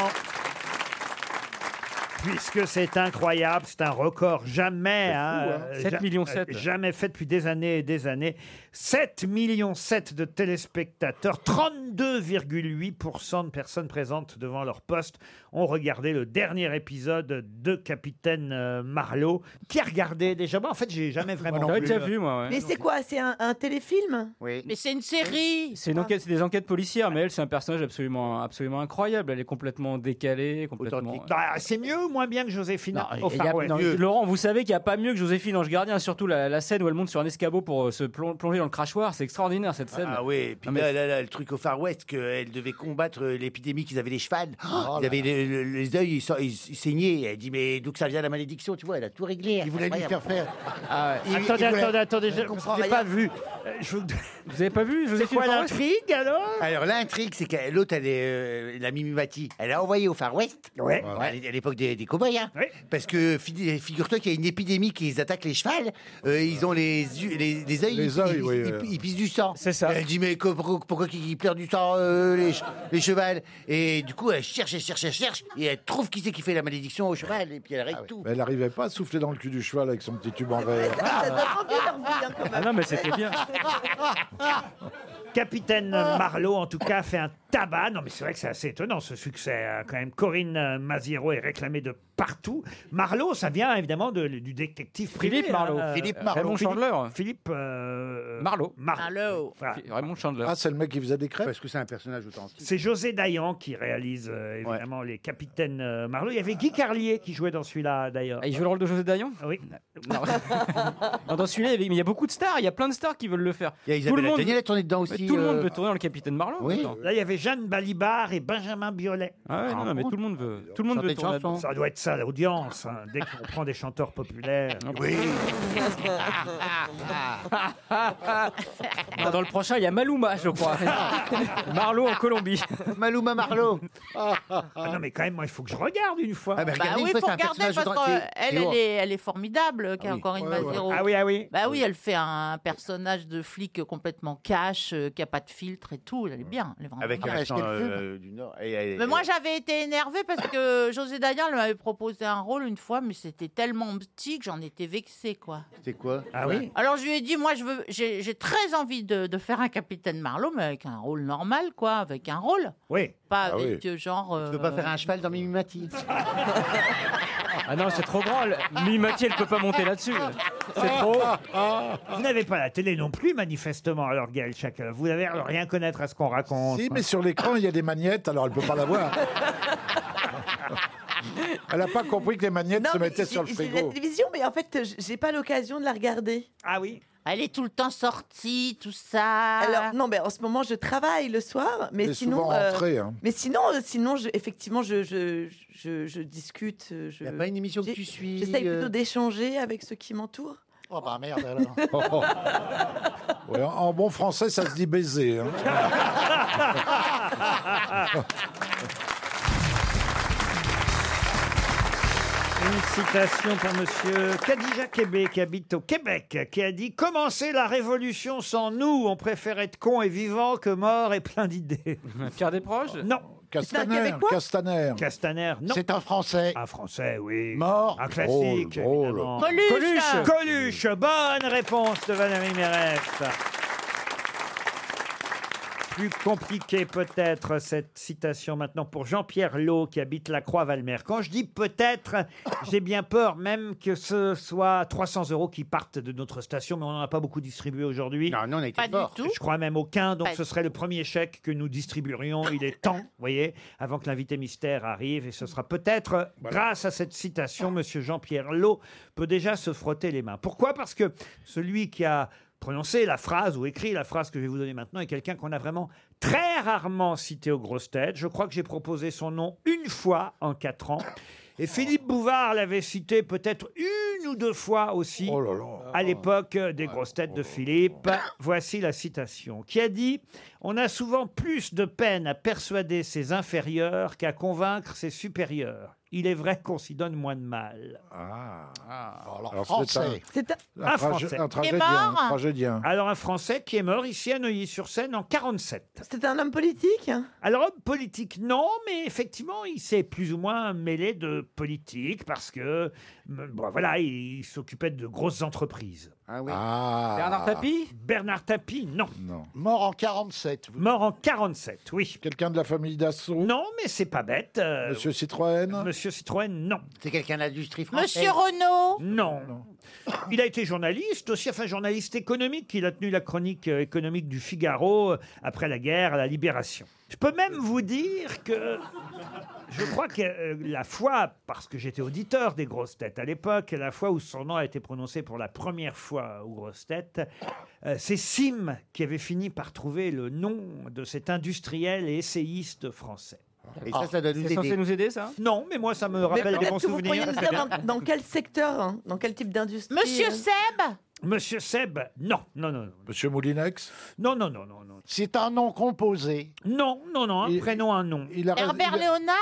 Speaker 2: Puisque c'est incroyable, c'est un record jamais, hein,
Speaker 4: hein. 7
Speaker 2: ja-
Speaker 4: millions sept.
Speaker 2: jamais fait depuis des années et des années. 7 millions 7 de téléspectateurs, 32,8% de personnes présentes devant leur poste ont regardé le dernier épisode de Capitaine euh, Marlowe. Qui a regardé déjà Moi, en fait, j'ai jamais vraiment
Speaker 4: J'avais
Speaker 2: vu,
Speaker 4: déjà
Speaker 2: euh,
Speaker 4: vu, moi. Ah ouais.
Speaker 20: Mais c'est quoi C'est un, un téléfilm
Speaker 5: Oui.
Speaker 6: Mais c'est une série
Speaker 4: C'est une enquête- c'est des enquêtes policières, mais elle, c'est un personnage absolument, absolument incroyable. Elle est complètement décalée, complètement.
Speaker 2: Bah, c'est mieux ou moins bien que Joséphine
Speaker 4: Et
Speaker 2: au
Speaker 4: il y a-
Speaker 2: Far West
Speaker 4: non, Laurent, vous savez qu'il n'y a pas mieux que Joséphine Ange Gardien, surtout la, la scène où elle monte sur un escabeau pour euh, se plon- plonger dans le crachoir. C'est extraordinaire cette scène.
Speaker 5: Ah oui, et puis
Speaker 4: Non, mais-
Speaker 5: là, là, là, le truc au Far West, qu'elle devait combattre euh, l'épidémie qu'ils avaient les chevals.
Speaker 4: Oh
Speaker 5: ils
Speaker 4: là
Speaker 5: avaient le- le- les yeux, ils, sa- ils- ils saignaient. Elle dit, mais d'où que ça vient la malédiction, tu vois, elle a tout réglé. Ils
Speaker 12: voulaient lui faire faire.
Speaker 2: Ah attendez, attendez, attendez, je n'ai pas vu. Euh, je vous-
Speaker 4: Vous n'avez pas vu
Speaker 2: C'est quoi l'intrigue alors
Speaker 5: Alors l'intrigue, c'est que l'autre, elle est euh, la Mimimati, elle a envoyé au Far West.
Speaker 2: Ouais.
Speaker 5: À l'é- à l'époque des, des cow-boys, hein. Parce que fi- figure-toi qu'il y a une épidémie qui les attaque les chevals. euh, ils ont les yeux, les, les yeux,
Speaker 3: Les
Speaker 5: ils,
Speaker 3: yeux,
Speaker 5: ils-
Speaker 3: oui,
Speaker 5: ils-
Speaker 3: oui.
Speaker 5: ils pissent du sang.
Speaker 4: C'est ça.
Speaker 5: Elle dit mais co- pourquoi, pourquoi ils pleurent du sang euh, les, che- les chevals Et du coup, elle cherche, elle cherche, elle cherche, et elle trouve qui c'est qui fait la malédiction au cheval, et puis
Speaker 6: Ah
Speaker 5: elle règle tout.
Speaker 3: Mais elle n'arrivait pas à souffler dans le cul du cheval avec son petit tube en verre.
Speaker 4: Ah non, mais c'était
Speaker 6: [LAUGHS]
Speaker 4: bien.
Speaker 2: Capitaine Marlowe, en tout cas, fait un tabac. Non, mais c'est vrai que c'est assez étonnant ce succès. hein, Quand même, Corinne euh, Maziero est réclamée de partout. Marlowe, ça vient évidemment de- du détective privé.
Speaker 4: Philippe Marlowe.
Speaker 2: hein, euh,
Speaker 4: Philippe Marlowe. Raymond Chandler.
Speaker 2: Philippe euh,
Speaker 4: Marlowe.
Speaker 2: Marlowe. Voilà.
Speaker 4: Raymond Chandler.
Speaker 3: Ah, c'est le mec qui faisait des crêpes
Speaker 5: Parce que c'est un personnage authentique.
Speaker 2: C'est José Dayan qui réalise euh, évidemment les capitaines euh, Marlowe. Il y avait Guy Carlier qui jouait dans celui-là d'ailleurs.
Speaker 4: Ah, il joue le rôle de José Dayan
Speaker 2: Oui.
Speaker 4: [LAUGHS] Non, dans celui-là, il y a- il y a beaucoup de stars. Il y a plein de stars qui veulent le faire.
Speaker 5: Isabelle Adjani, elle a tourné dedans
Speaker 4: mais
Speaker 5: aussi,
Speaker 4: Tout le monde
Speaker 5: euh,
Speaker 4: veut tourner dans le Capitaine Marlowe. maintenant.
Speaker 2: Là, il y avait Jeanne Balibar et Benjamin Biolay.
Speaker 4: Ah ouais, non, non, mais tout le monde veut, tout le monde veut tourner. dedans.
Speaker 2: Ça doit être ça l'audience, hein, dès qu'on [LAUGHS] prend des chanteurs populaires.
Speaker 4: Oui. Ah, Dans le prochain, il y a Maluma, je [LAUGHS] crois. Marlowe en Colombie.
Speaker 5: Maluma Marlowe.
Speaker 2: Ah non, mais quand même, moi, il faut que je regarde une fois.
Speaker 5: Ah, bah,
Speaker 6: Bah
Speaker 5: regardez,
Speaker 6: oui,
Speaker 5: une fois,
Speaker 6: faut
Speaker 5: c'est un
Speaker 6: regarder
Speaker 5: personnage
Speaker 6: parce
Speaker 5: authentique.
Speaker 6: qu'elle,
Speaker 5: C'est
Speaker 6: elle
Speaker 5: lourd.
Speaker 6: est, elle est formidable,
Speaker 5: Ah oui.
Speaker 6: Corinne
Speaker 5: Ouais, ouais.
Speaker 6: Mazero.
Speaker 2: Ah oui, ah oui.
Speaker 6: Bah oui, elle fait un personnage de flic complètement cash, euh, qui a pas de filtre et tout. Elle est bien, elle est vraiment
Speaker 5: Avec
Speaker 6: bien.
Speaker 5: un accent euh, du Nord. Et, et-
Speaker 6: Mais moi, j'avais été énervée parce que José Dayan elle m'avait proposé un rôle une fois, mais c'était tellement petit que j'en étais vexée, quoi.
Speaker 5: C'est quoi
Speaker 2: Ah oui
Speaker 6: Alors je lui ai dit, moi, je veux, j'ai j'ai très envie de, de faire un capitaine Marlowe, mais avec un rôle normal, quoi, avec un rôle.
Speaker 2: Oui.
Speaker 6: Pas
Speaker 5: Ah
Speaker 6: avec
Speaker 5: oui.
Speaker 6: euh, genre. euh,
Speaker 5: Tu peux pas faire un cheval dans Mimimati
Speaker 2: [LAUGHS]
Speaker 4: Ah non, c'est trop grand. Mimati, elle peut pas monter là-dessus. C'est trop.
Speaker 2: [LAUGHS] Vous n'avez pas la télé non plus, manifestement, alors Gaël Chacun. Vous n'avez rien connaître à ce qu'on
Speaker 5: [LAUGHS]
Speaker 2: raconte.
Speaker 3: Si, mais sur l'écran, il y a des magnettes, alors elle peut pas l'avoir. Elle n'a pas compris que les magnettes se
Speaker 20: mais
Speaker 3: mettaient
Speaker 20: j'ai-
Speaker 3: sur le
Speaker 20: j'ai la
Speaker 3: frigo.
Speaker 20: télévision, mais en fait, j- j'ai pas l'occasion de la regarder.
Speaker 2: Ah oui
Speaker 20: Elle est tout le temps sortie, tout ça. Alors non, mais en ce moment, je travaille le soir, mais
Speaker 3: Elle est
Speaker 20: sinon.
Speaker 3: souvent rentrée, hein.
Speaker 20: Mais sinon, euh, sinon, je- effectivement, je, je, je, je discute. euh, Je,
Speaker 5: a pas une émission que
Speaker 20: j'ai-
Speaker 5: tu suis,
Speaker 20: J'essaye
Speaker 5: euh,
Speaker 20: plutôt d'échanger avec ceux qui m'entourent.
Speaker 12: Oh bah merde alors.
Speaker 5: [LAUGHS]
Speaker 3: Ouais, en, en bon français, ça se dit baiser. hein.
Speaker 2: Une citation pour Monsieur Kadija Québec, qui habite au Québec, qui a dit Commencer la révolution sans nous, on préfère être con et vivant que mort et plein d'idées.
Speaker 4: Pierre Desproges
Speaker 2: Non.
Speaker 3: Castaner, C'est un Québécois
Speaker 2: Castaner. Castaner, non. C'est
Speaker 12: un Français.
Speaker 2: Un Français, oui.
Speaker 3: Mort.
Speaker 2: Un classique.
Speaker 5: Oh,
Speaker 3: Drôle,
Speaker 2: évidemment.
Speaker 3: drôle.
Speaker 2: Coluche.
Speaker 3: Coluche.
Speaker 2: Coluche. Bonne réponse de Valérie Mérès. Plus compliqué peut-être cette citation maintenant pour Jean-Pierre Lot qui habite la Croix-Valmer. Quand je dis peut-être, j'ai bien peur même que ce soit 300 euros qui partent de notre station, mais on n'en a pas beaucoup distribué aujourd'hui. Non,
Speaker 5: non, on a été Pas du fort. tout.
Speaker 2: Je crois même aucun, donc
Speaker 5: Pas
Speaker 2: ce
Speaker 5: du
Speaker 2: serait le premier chèque que nous distribuerions. Il est temps, vous voyez, avant que l'invité mystère arrive, et ce sera peut-être grâce à cette citation, Monsieur Jean-Pierre Lot peut déjà se frotter les mains. Pourquoi Parce que celui qui a prononcer la phrase ou écrit la phrase que je vais vous donner maintenant est quelqu'un qu'on a vraiment très rarement cité aux grosses têtes. Je crois que j'ai proposé son nom une fois en quatre ans. Et Philippe Bouvard l'avait cité peut-être une ou deux fois aussi à l'époque des grosses têtes de Philippe. Voici la citation qui a dit On a souvent plus de peine à persuader ses inférieurs qu'à convaincre ses supérieurs. Il est vrai qu'on s'y donne moins de mal. Ah.
Speaker 12: Oh,
Speaker 3: Alors, c'est un- français.
Speaker 20: C'est un-
Speaker 3: un tragé- un tragédien, un tragédien.
Speaker 2: Alors un Français qui est mort ici à Neuilly-sur-Seine en 47.
Speaker 20: C'est un homme politique hein
Speaker 2: Alors homme politique non, mais effectivement il s'est plus ou moins mêlé de politique parce que m- bon, voilà il, il s'occupait de grosses entreprises.
Speaker 5: Ah
Speaker 4: Bernard Tapie
Speaker 2: Bernard Tapie non.
Speaker 12: Mort en 47.
Speaker 2: Mort en 47 oui.
Speaker 3: Quelqu'un de la famille Dassault
Speaker 2: Non mais c'est pas bête. euh,
Speaker 3: Monsieur Citroën
Speaker 2: Monsieur Citroën non.
Speaker 5: C'est quelqu'un de l'industrie française.
Speaker 6: [LAUGHS] Monsieur Renault
Speaker 2: Non. Il a été journaliste aussi, enfin journaliste économique. Il a tenu la chronique euh, économique du Figaro euh, après la guerre, à la libération. Je peux même vous dire que je crois que euh, la fois, parce que j'étais auditeur des grosses têtes à l'époque, la fois où son nom a été prononcé pour la première fois aux grosses têtes, euh, c'est Sim qui avait fini par trouver le nom de cet industriel et essayiste français.
Speaker 5: Et ça, ça doit nous
Speaker 4: Ah, C'est censé nous aider, ça
Speaker 2: Non, mais moi, ça me rappelle des
Speaker 20: peut-être
Speaker 2: bons
Speaker 20: que vous pourriez
Speaker 2: souvenirs.
Speaker 20: nous
Speaker 2: Très
Speaker 20: dire
Speaker 2: bien.
Speaker 20: dans, dans quel secteur, hein, dans quel type d'industrie
Speaker 6: Monsieur
Speaker 20: euh,
Speaker 6: Seb
Speaker 2: Monsieur Seb, non, non, non.
Speaker 3: Monsieur Moulinex
Speaker 2: Non, non, non, non, non.
Speaker 12: C'est un nom composé.
Speaker 2: Non, non, non, un prénom, un nom.
Speaker 6: Herbert Léonard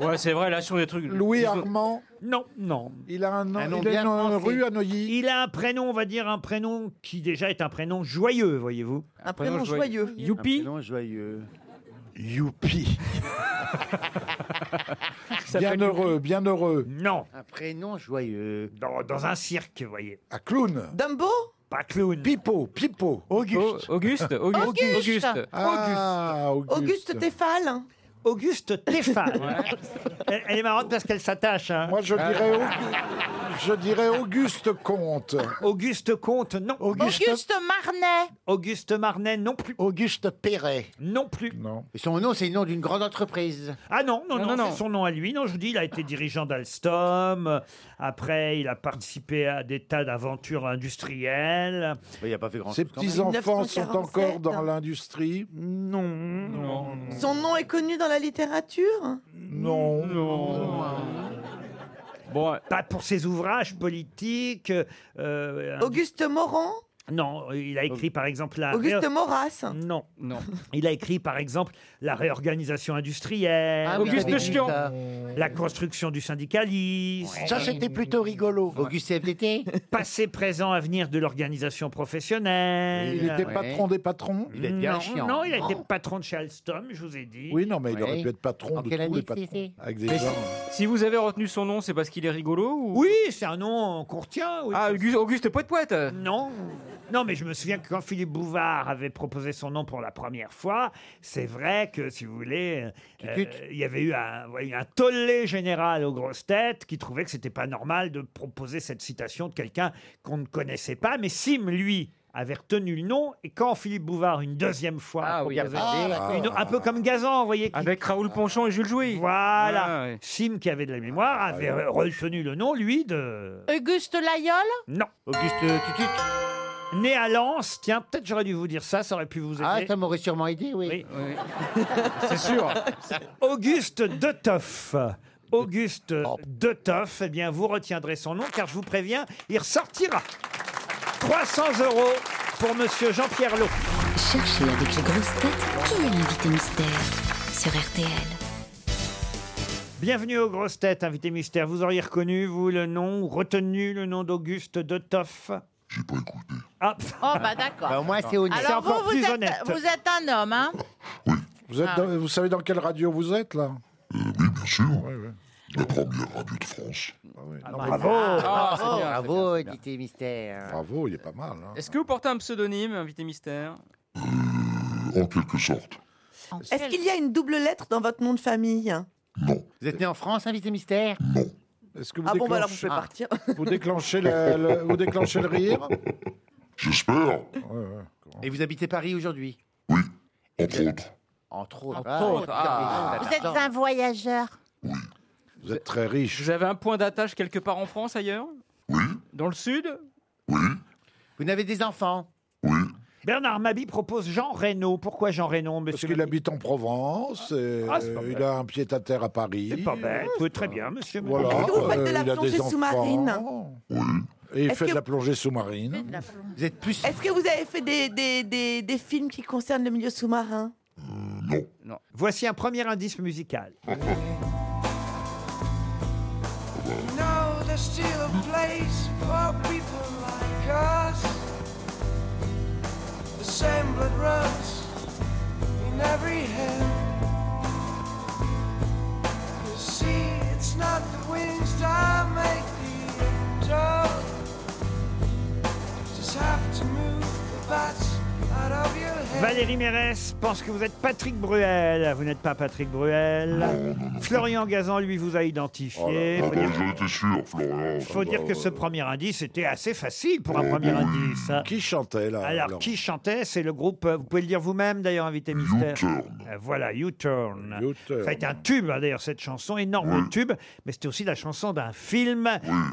Speaker 2: Oh,
Speaker 4: Ouais, c'est vrai, là, sur des trucs.
Speaker 3: Louis Armand
Speaker 2: Non, non.
Speaker 3: Il a un nom,
Speaker 2: Un nom
Speaker 3: il a
Speaker 2: bien
Speaker 3: une euh,
Speaker 2: français.
Speaker 3: rue à Neuilly
Speaker 2: Il a un prénom, on va dire un prénom qui déjà est un prénom joyeux, voyez-vous.
Speaker 20: Un prénom prénom joyeux. joyeux.
Speaker 4: Youpi.
Speaker 5: Un prénom joyeux.
Speaker 3: Youpi.
Speaker 5: s'appelle
Speaker 3: bien heureux, bien heureux.
Speaker 2: Non.
Speaker 5: Un prénom joyeux.
Speaker 2: Dans, dans un cirque, vous voyez.
Speaker 3: Un clown.
Speaker 20: Dumbo
Speaker 2: Pas clown.
Speaker 3: Pipo, Pipo.
Speaker 4: Auguste. Auguste, Auguste,
Speaker 20: Auguste.
Speaker 4: Auguste.
Speaker 3: Ah, Auguste.
Speaker 20: Auguste Tefal
Speaker 2: Auguste Tefal. elle, elle est marrante parce qu'elle s'attache. hein.
Speaker 3: Moi, je dirais, Auguste, je dirais Auguste Comte.
Speaker 2: Auguste Comte, non.
Speaker 6: Auguste, Marnet
Speaker 2: Auguste Marnet, non plus.
Speaker 12: Auguste Perret.
Speaker 2: Non plus.
Speaker 3: Non.
Speaker 5: Et Son nom, c'est le nom d'une grande entreprise.
Speaker 2: Ah non, non,
Speaker 4: Non,
Speaker 2: non,
Speaker 4: non,
Speaker 2: c'est
Speaker 4: non.
Speaker 2: son nom à lui. Non, je vous dis, il a été dirigeant d'Alstom. Euh, Après, il a participé à des tas d'aventures industrielles.
Speaker 5: Il n'y a pas fait grand
Speaker 3: Ses petits-enfants sont
Speaker 20: 1947.
Speaker 3: encore dans l'industrie
Speaker 20: Non. Son nom est connu dans la littérature
Speaker 2: Mmh.
Speaker 3: Non.
Speaker 4: Bon,
Speaker 2: Pas pour ses ouvrages politiques. euh, euh,
Speaker 20: Auguste Morand
Speaker 2: Non, il a écrit par exemple la.
Speaker 20: Auguste
Speaker 2: réor-
Speaker 20: Maurras
Speaker 2: Non.
Speaker 4: non.
Speaker 2: Il a écrit par exemple la réorganisation industrielle,
Speaker 5: Ah oui,
Speaker 4: Auguste
Speaker 5: j'avais vu
Speaker 4: Chian.
Speaker 5: ça.
Speaker 2: la construction du syndicalisme,
Speaker 12: Ça, c'était plutôt rigolo.
Speaker 5: Auguste CFDT
Speaker 2: passé, présent, avenir de l'organisation professionnelle.
Speaker 3: Il était
Speaker 5: Ouais.
Speaker 3: patron des patrons
Speaker 5: Il est bien
Speaker 2: non,
Speaker 5: chiant.
Speaker 2: non, il a été patron de chez Alstom, je vous ai dit.
Speaker 3: Oui, non, mais il
Speaker 5: Ouais.
Speaker 3: aurait pu être patron
Speaker 5: En
Speaker 3: de tous
Speaker 5: quelle
Speaker 3: les
Speaker 5: année
Speaker 3: patrons.
Speaker 5: c'était
Speaker 3: Avec des
Speaker 4: Mais
Speaker 3: gens.
Speaker 4: Si vous avez retenu son nom, c'est parce qu'il est rigolo ou...
Speaker 2: Oui, c'est un nom qu'on retient. oui.
Speaker 4: Ah, Auguste, Auguste Poète Poète
Speaker 2: Non. Non, mais je me souviens que quand Philippe Bouvard avait proposé son nom pour la première fois, c'est vrai que, si vous voulez, euh, il y avait eu un, ouais, un tollé général aux grosses têtes qui trouvait que c'était pas normal de proposer cette citation de quelqu'un qu'on ne connaissait pas. Mais Sim, lui, avait retenu le nom, et quand Philippe Bouvard, une deuxième fois,
Speaker 4: oui,
Speaker 2: regarde-
Speaker 4: avec- Ah, d'accord.
Speaker 2: une- un peu comme Gazan, vous voyez.
Speaker 4: Avec Raoul Ponchon et Jules Jouy.
Speaker 2: Voilà.
Speaker 4: Ah,
Speaker 2: Sim, qui avait de la mémoire, avait
Speaker 4: oui.
Speaker 2: retenu le nom, lui, de...
Speaker 6: Auguste Layol
Speaker 2: Non. Auguste Tutut Né à Lens, tiens, peut-être j'aurais dû vous dire ça,
Speaker 5: [LAUGHS]
Speaker 2: ça aurait pu vous aider.
Speaker 5: Ah, ça m'aurait sûrement aidé, oui.
Speaker 2: [LAUGHS] C'est sûr. Auguste De Toff. Auguste De Toff, eh bien, vous retiendrez son nom, car je vous préviens, il ressortira. 300 euros pour Monsieur Jean-Pierre Lot.
Speaker 1: Cherchez avec les grosses têtes qui est l'invité mystère sur RTL.
Speaker 2: Bienvenue aux grosses têtes, invité mystère. Vous auriez reconnu, vous, le nom, ou retenu le nom d'Auguste De Toff J'ai pas écouté. Ah,
Speaker 6: Oh, bah d'accord.
Speaker 2: Bah, au moins, c'est honnête. C'est
Speaker 6: Alors,
Speaker 2: encore
Speaker 6: vous, vous
Speaker 2: plus
Speaker 6: êtes,
Speaker 2: honnête.
Speaker 6: vous êtes un homme, hein
Speaker 3: Vous, êtes
Speaker 6: Ah
Speaker 3: dans-
Speaker 6: oui.
Speaker 3: vous savez dans quelle radio vous êtes, là Eh Oui, bien sûr. La première radio de France.
Speaker 2: bah,
Speaker 5: Bravo,
Speaker 4: Ah, c'est
Speaker 5: bravo,
Speaker 4: bien, c'est
Speaker 5: bravo,
Speaker 4: bien, c'est bien.
Speaker 5: invité mystère.
Speaker 3: Bravo, il est pas mal.
Speaker 4: Est-ce que vous portez un pseudonyme, invité mystère
Speaker 21: Euh, En quelque sorte.
Speaker 20: Est-ce qu'il y a une double lettre dans votre nom de famille
Speaker 5: Vous êtes né en France, invité mystère
Speaker 21: Non.
Speaker 3: Est-ce que Ah.
Speaker 20: Ah bon, bah alors vous pouvez partir.
Speaker 3: Vous déclenchez le, le- vous déclenchez le rire
Speaker 21: J'espère,
Speaker 5: Et vous habitez Paris aujourd'hui
Speaker 3: Eh
Speaker 21: entre autres.
Speaker 5: Entre autres.
Speaker 20: Entre autres, ah.
Speaker 6: Vous êtes un voyageur.
Speaker 3: Vous êtes très riche.
Speaker 4: Vous avez un point d'attache quelque part en France, ailleurs Oui. Dans le sud
Speaker 5: Vous n'avez des enfants
Speaker 2: Bernard Mabi propose Jean Reynaud. Pourquoi Jean Reynaud,
Speaker 3: Parce
Speaker 2: monsieur
Speaker 3: qu'il habite en Provence, et
Speaker 2: Ah, c'est pas
Speaker 3: il
Speaker 2: bête.
Speaker 3: a un pied à terre à Paris.
Speaker 2: C'est pas bête. Oui, très bien, monsieur.
Speaker 3: Voilà,
Speaker 2: Est-ce que vous faites de
Speaker 3: euh,
Speaker 2: la
Speaker 3: il a
Speaker 2: plongée
Speaker 3: des enfants.
Speaker 20: sous-marine
Speaker 3: Et il
Speaker 20: Est-ce
Speaker 3: fait
Speaker 20: que-
Speaker 3: de la plongée sous-marine.
Speaker 5: Vous êtes plus...
Speaker 20: Est-ce que vous avez fait des, des, des, des films qui concernent le milieu sous-marin
Speaker 2: Voici un premier indice musical.
Speaker 22: You know there's still a place for people like us. The same blood runs in every hand. You see, it's not the wings that make the dog. Just have to move the bats out of your head.
Speaker 2: Valérie Mérès pense que vous êtes Patrick Bruel. Vous n'êtes pas Patrick Bruel. Florian Gazan, lui, vous a
Speaker 3: Oh
Speaker 7: Oh
Speaker 2: identifié.
Speaker 21: Ah
Speaker 2: faut
Speaker 21: bah,
Speaker 2: dire,
Speaker 21: j'en étais sûr, Florian.
Speaker 2: faut
Speaker 21: Ah
Speaker 2: dire
Speaker 21: bah,
Speaker 12: Euh,
Speaker 21: Eh
Speaker 2: que ce premier indice était assez facile pour un premier indice. hein.
Speaker 3: Qui chantait là
Speaker 2: Alors, qui chantait C'est le groupe, euh, vous pouvez le dire vous-même d'ailleurs, invité mystère. Euh, Voilà, U-Turn. Ça a été un tube hein, d'ailleurs, cette chanson, énorme tube, mais c'était aussi la chanson d'un film,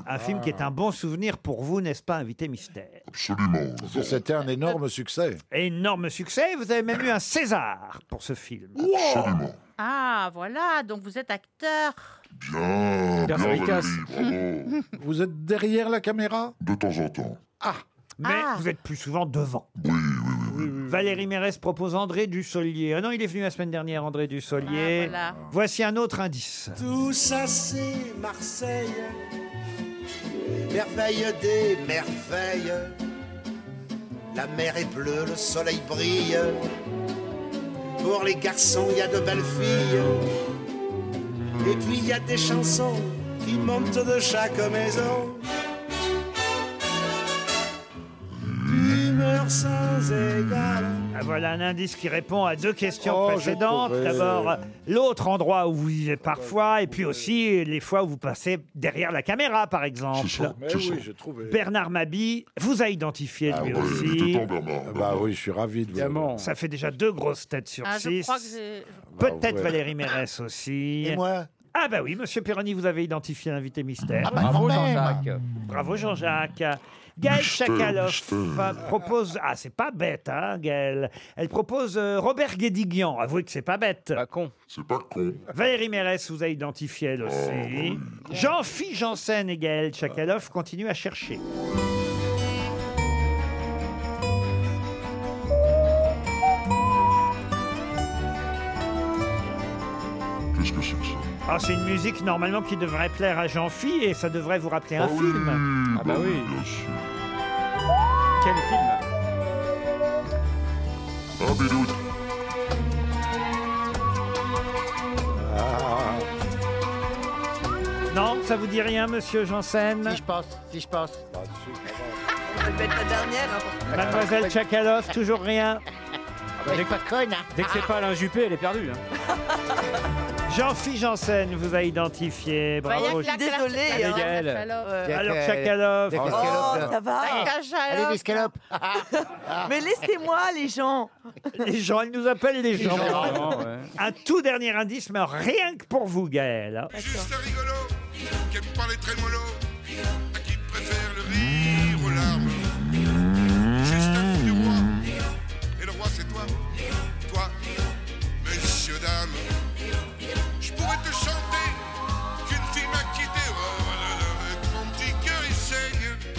Speaker 2: un film qui est
Speaker 21: Ah.
Speaker 2: un bon souvenir pour vous, n'est-ce pas, invité mystère
Speaker 21: Absolument.
Speaker 3: Parce que C'était un énorme succès.
Speaker 2: Énorme succès, vous avez même eu un César pour ce film.
Speaker 21: Absolument.
Speaker 6: Ah, voilà, donc vous êtes acteur.
Speaker 21: Bien, bien,
Speaker 3: Perspicace.
Speaker 21: Valérie, bravo.
Speaker 3: Vous êtes derrière la caméra
Speaker 21: De temps en temps.
Speaker 2: Mais
Speaker 6: Ah.
Speaker 2: vous êtes plus souvent devant. Valérie Mérès propose André Dussolier. Ah non, il est venu la semaine dernière, André Dussolier.
Speaker 22: Ah, voilà.
Speaker 2: Voici un autre indice.
Speaker 22: Tout ça c'est Marseille, merveille des merveilles. La mer est bleue, le soleil brille. Pour les garçons, il y a de belles filles. Et puis il y a des chansons qui montent de chaque maison. D'humeur sans égale.
Speaker 2: Ah, Voilà un indice qui répond à deux questions
Speaker 22: Oh, j'ai
Speaker 2: précédentes.
Speaker 22: trouvé.
Speaker 2: D'abord, euh, l'autre endroit où vous vivez parfois, et puis aussi les fois où vous passez derrière la caméra, par exemple.
Speaker 3: Mais oui, j'ai trouvé.
Speaker 2: Bernard Mabi vous a identifié
Speaker 21: Ah
Speaker 2: lui
Speaker 3: oui,
Speaker 2: aussi.
Speaker 3: Ah tout en Bah oui, je suis ravi de vous.
Speaker 2: Ça fait déjà deux grosses têtes sur
Speaker 6: Ah, je
Speaker 2: six.
Speaker 6: crois que j'ai-
Speaker 2: Peut-être
Speaker 3: ouais.
Speaker 2: Valérie Mérès aussi.
Speaker 3: Et moi
Speaker 2: Ah bah oui, Monsieur Perroni, vous avez identifié l'invité mystère.
Speaker 4: Ah bah Bravo, quand même. Jean-Jacques.
Speaker 2: Bravo Jean-Jacques. Gaël
Speaker 4: Mystère,
Speaker 2: Chakaloff
Speaker 4: mystère.
Speaker 2: propose... Ah, c'est pas bête, hein, Gaël. Elle propose euh, Robert Guédiguian. Avouez que c'est pas bête. Pas
Speaker 4: con.
Speaker 2: C'est pas con. Valérie Mérès vous a identifié,
Speaker 21: Oh,
Speaker 2: elle aussi. Jean-Phi Janssen et Gaël Chakaloff continuent à chercher.
Speaker 21: Qu'est-ce que c'est que ça
Speaker 2: Ah, c'est une musique normalement qui devrait plaire à Jean-Phi et ça devrait vous rappeler un
Speaker 21: Ah oui,
Speaker 2: film.
Speaker 21: Ah bah bah oui, oui. bien sûr.
Speaker 4: Quel film
Speaker 21: Ah, Bédoute.
Speaker 2: Non, ça vous dit rien, monsieur Janssen Si je
Speaker 5: pense, si je pense.
Speaker 20: Ça peut être la dernière. hein.
Speaker 2: Mademoiselle Tchakaloff, toujours rien.
Speaker 6: [LAUGHS]
Speaker 4: Dès que c'est pas Alain Juppé, elle est perdue. hein.
Speaker 2: Jean-Philippe Janssen vous a identifié. Bravo.
Speaker 6: Bah, y a que la Désolée, classe, hein.
Speaker 2: Miguel.
Speaker 6: la calotte.
Speaker 2: Alors
Speaker 6: Euh,
Speaker 2: Chakalov.
Speaker 6: la Oh, ça va.
Speaker 5: Allez, l'escalope.
Speaker 20: [LAUGHS] Mais laissez-moi les gens.
Speaker 2: Les gens, ils nous appellent les gens.
Speaker 20: gens,
Speaker 2: Un tout dernier indice, mais rien que pour vous, hein. Gaël.
Speaker 23: Juste un rigolo, qui aime pas les très mollo, à qui préfère le rire aux larmes. Juste un fou du roi, et le roi c'est toi, toi, monsieur dame. Je pourrais te chanter qu'une fille m'a quitté, oh là là, avec mon petit cœur il saigne.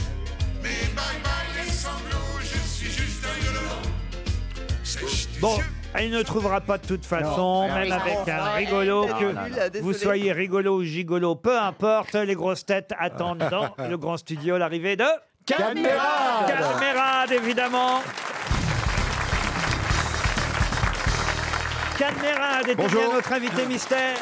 Speaker 23: Mais bye bye les sanglots, je suis juste un rigolo. Sèche tes
Speaker 2: Bon, elle ne trouvera pas de toute façon,
Speaker 23: Non.
Speaker 2: même
Speaker 23: Ah oui,
Speaker 2: avec
Speaker 23: non.
Speaker 2: un
Speaker 23: Ah,
Speaker 2: rigolo,
Speaker 23: elle est
Speaker 2: que
Speaker 23: nulle, désolée.
Speaker 2: vous soyez rigolo ou gigolo, peu importe, les grosses têtes attendent dans le grand studio l'arrivée de...
Speaker 7: Cadmerade.
Speaker 2: Cadmerade, évidemment Cadmerade est
Speaker 7: Bonjour.
Speaker 2: bien notre invité mystère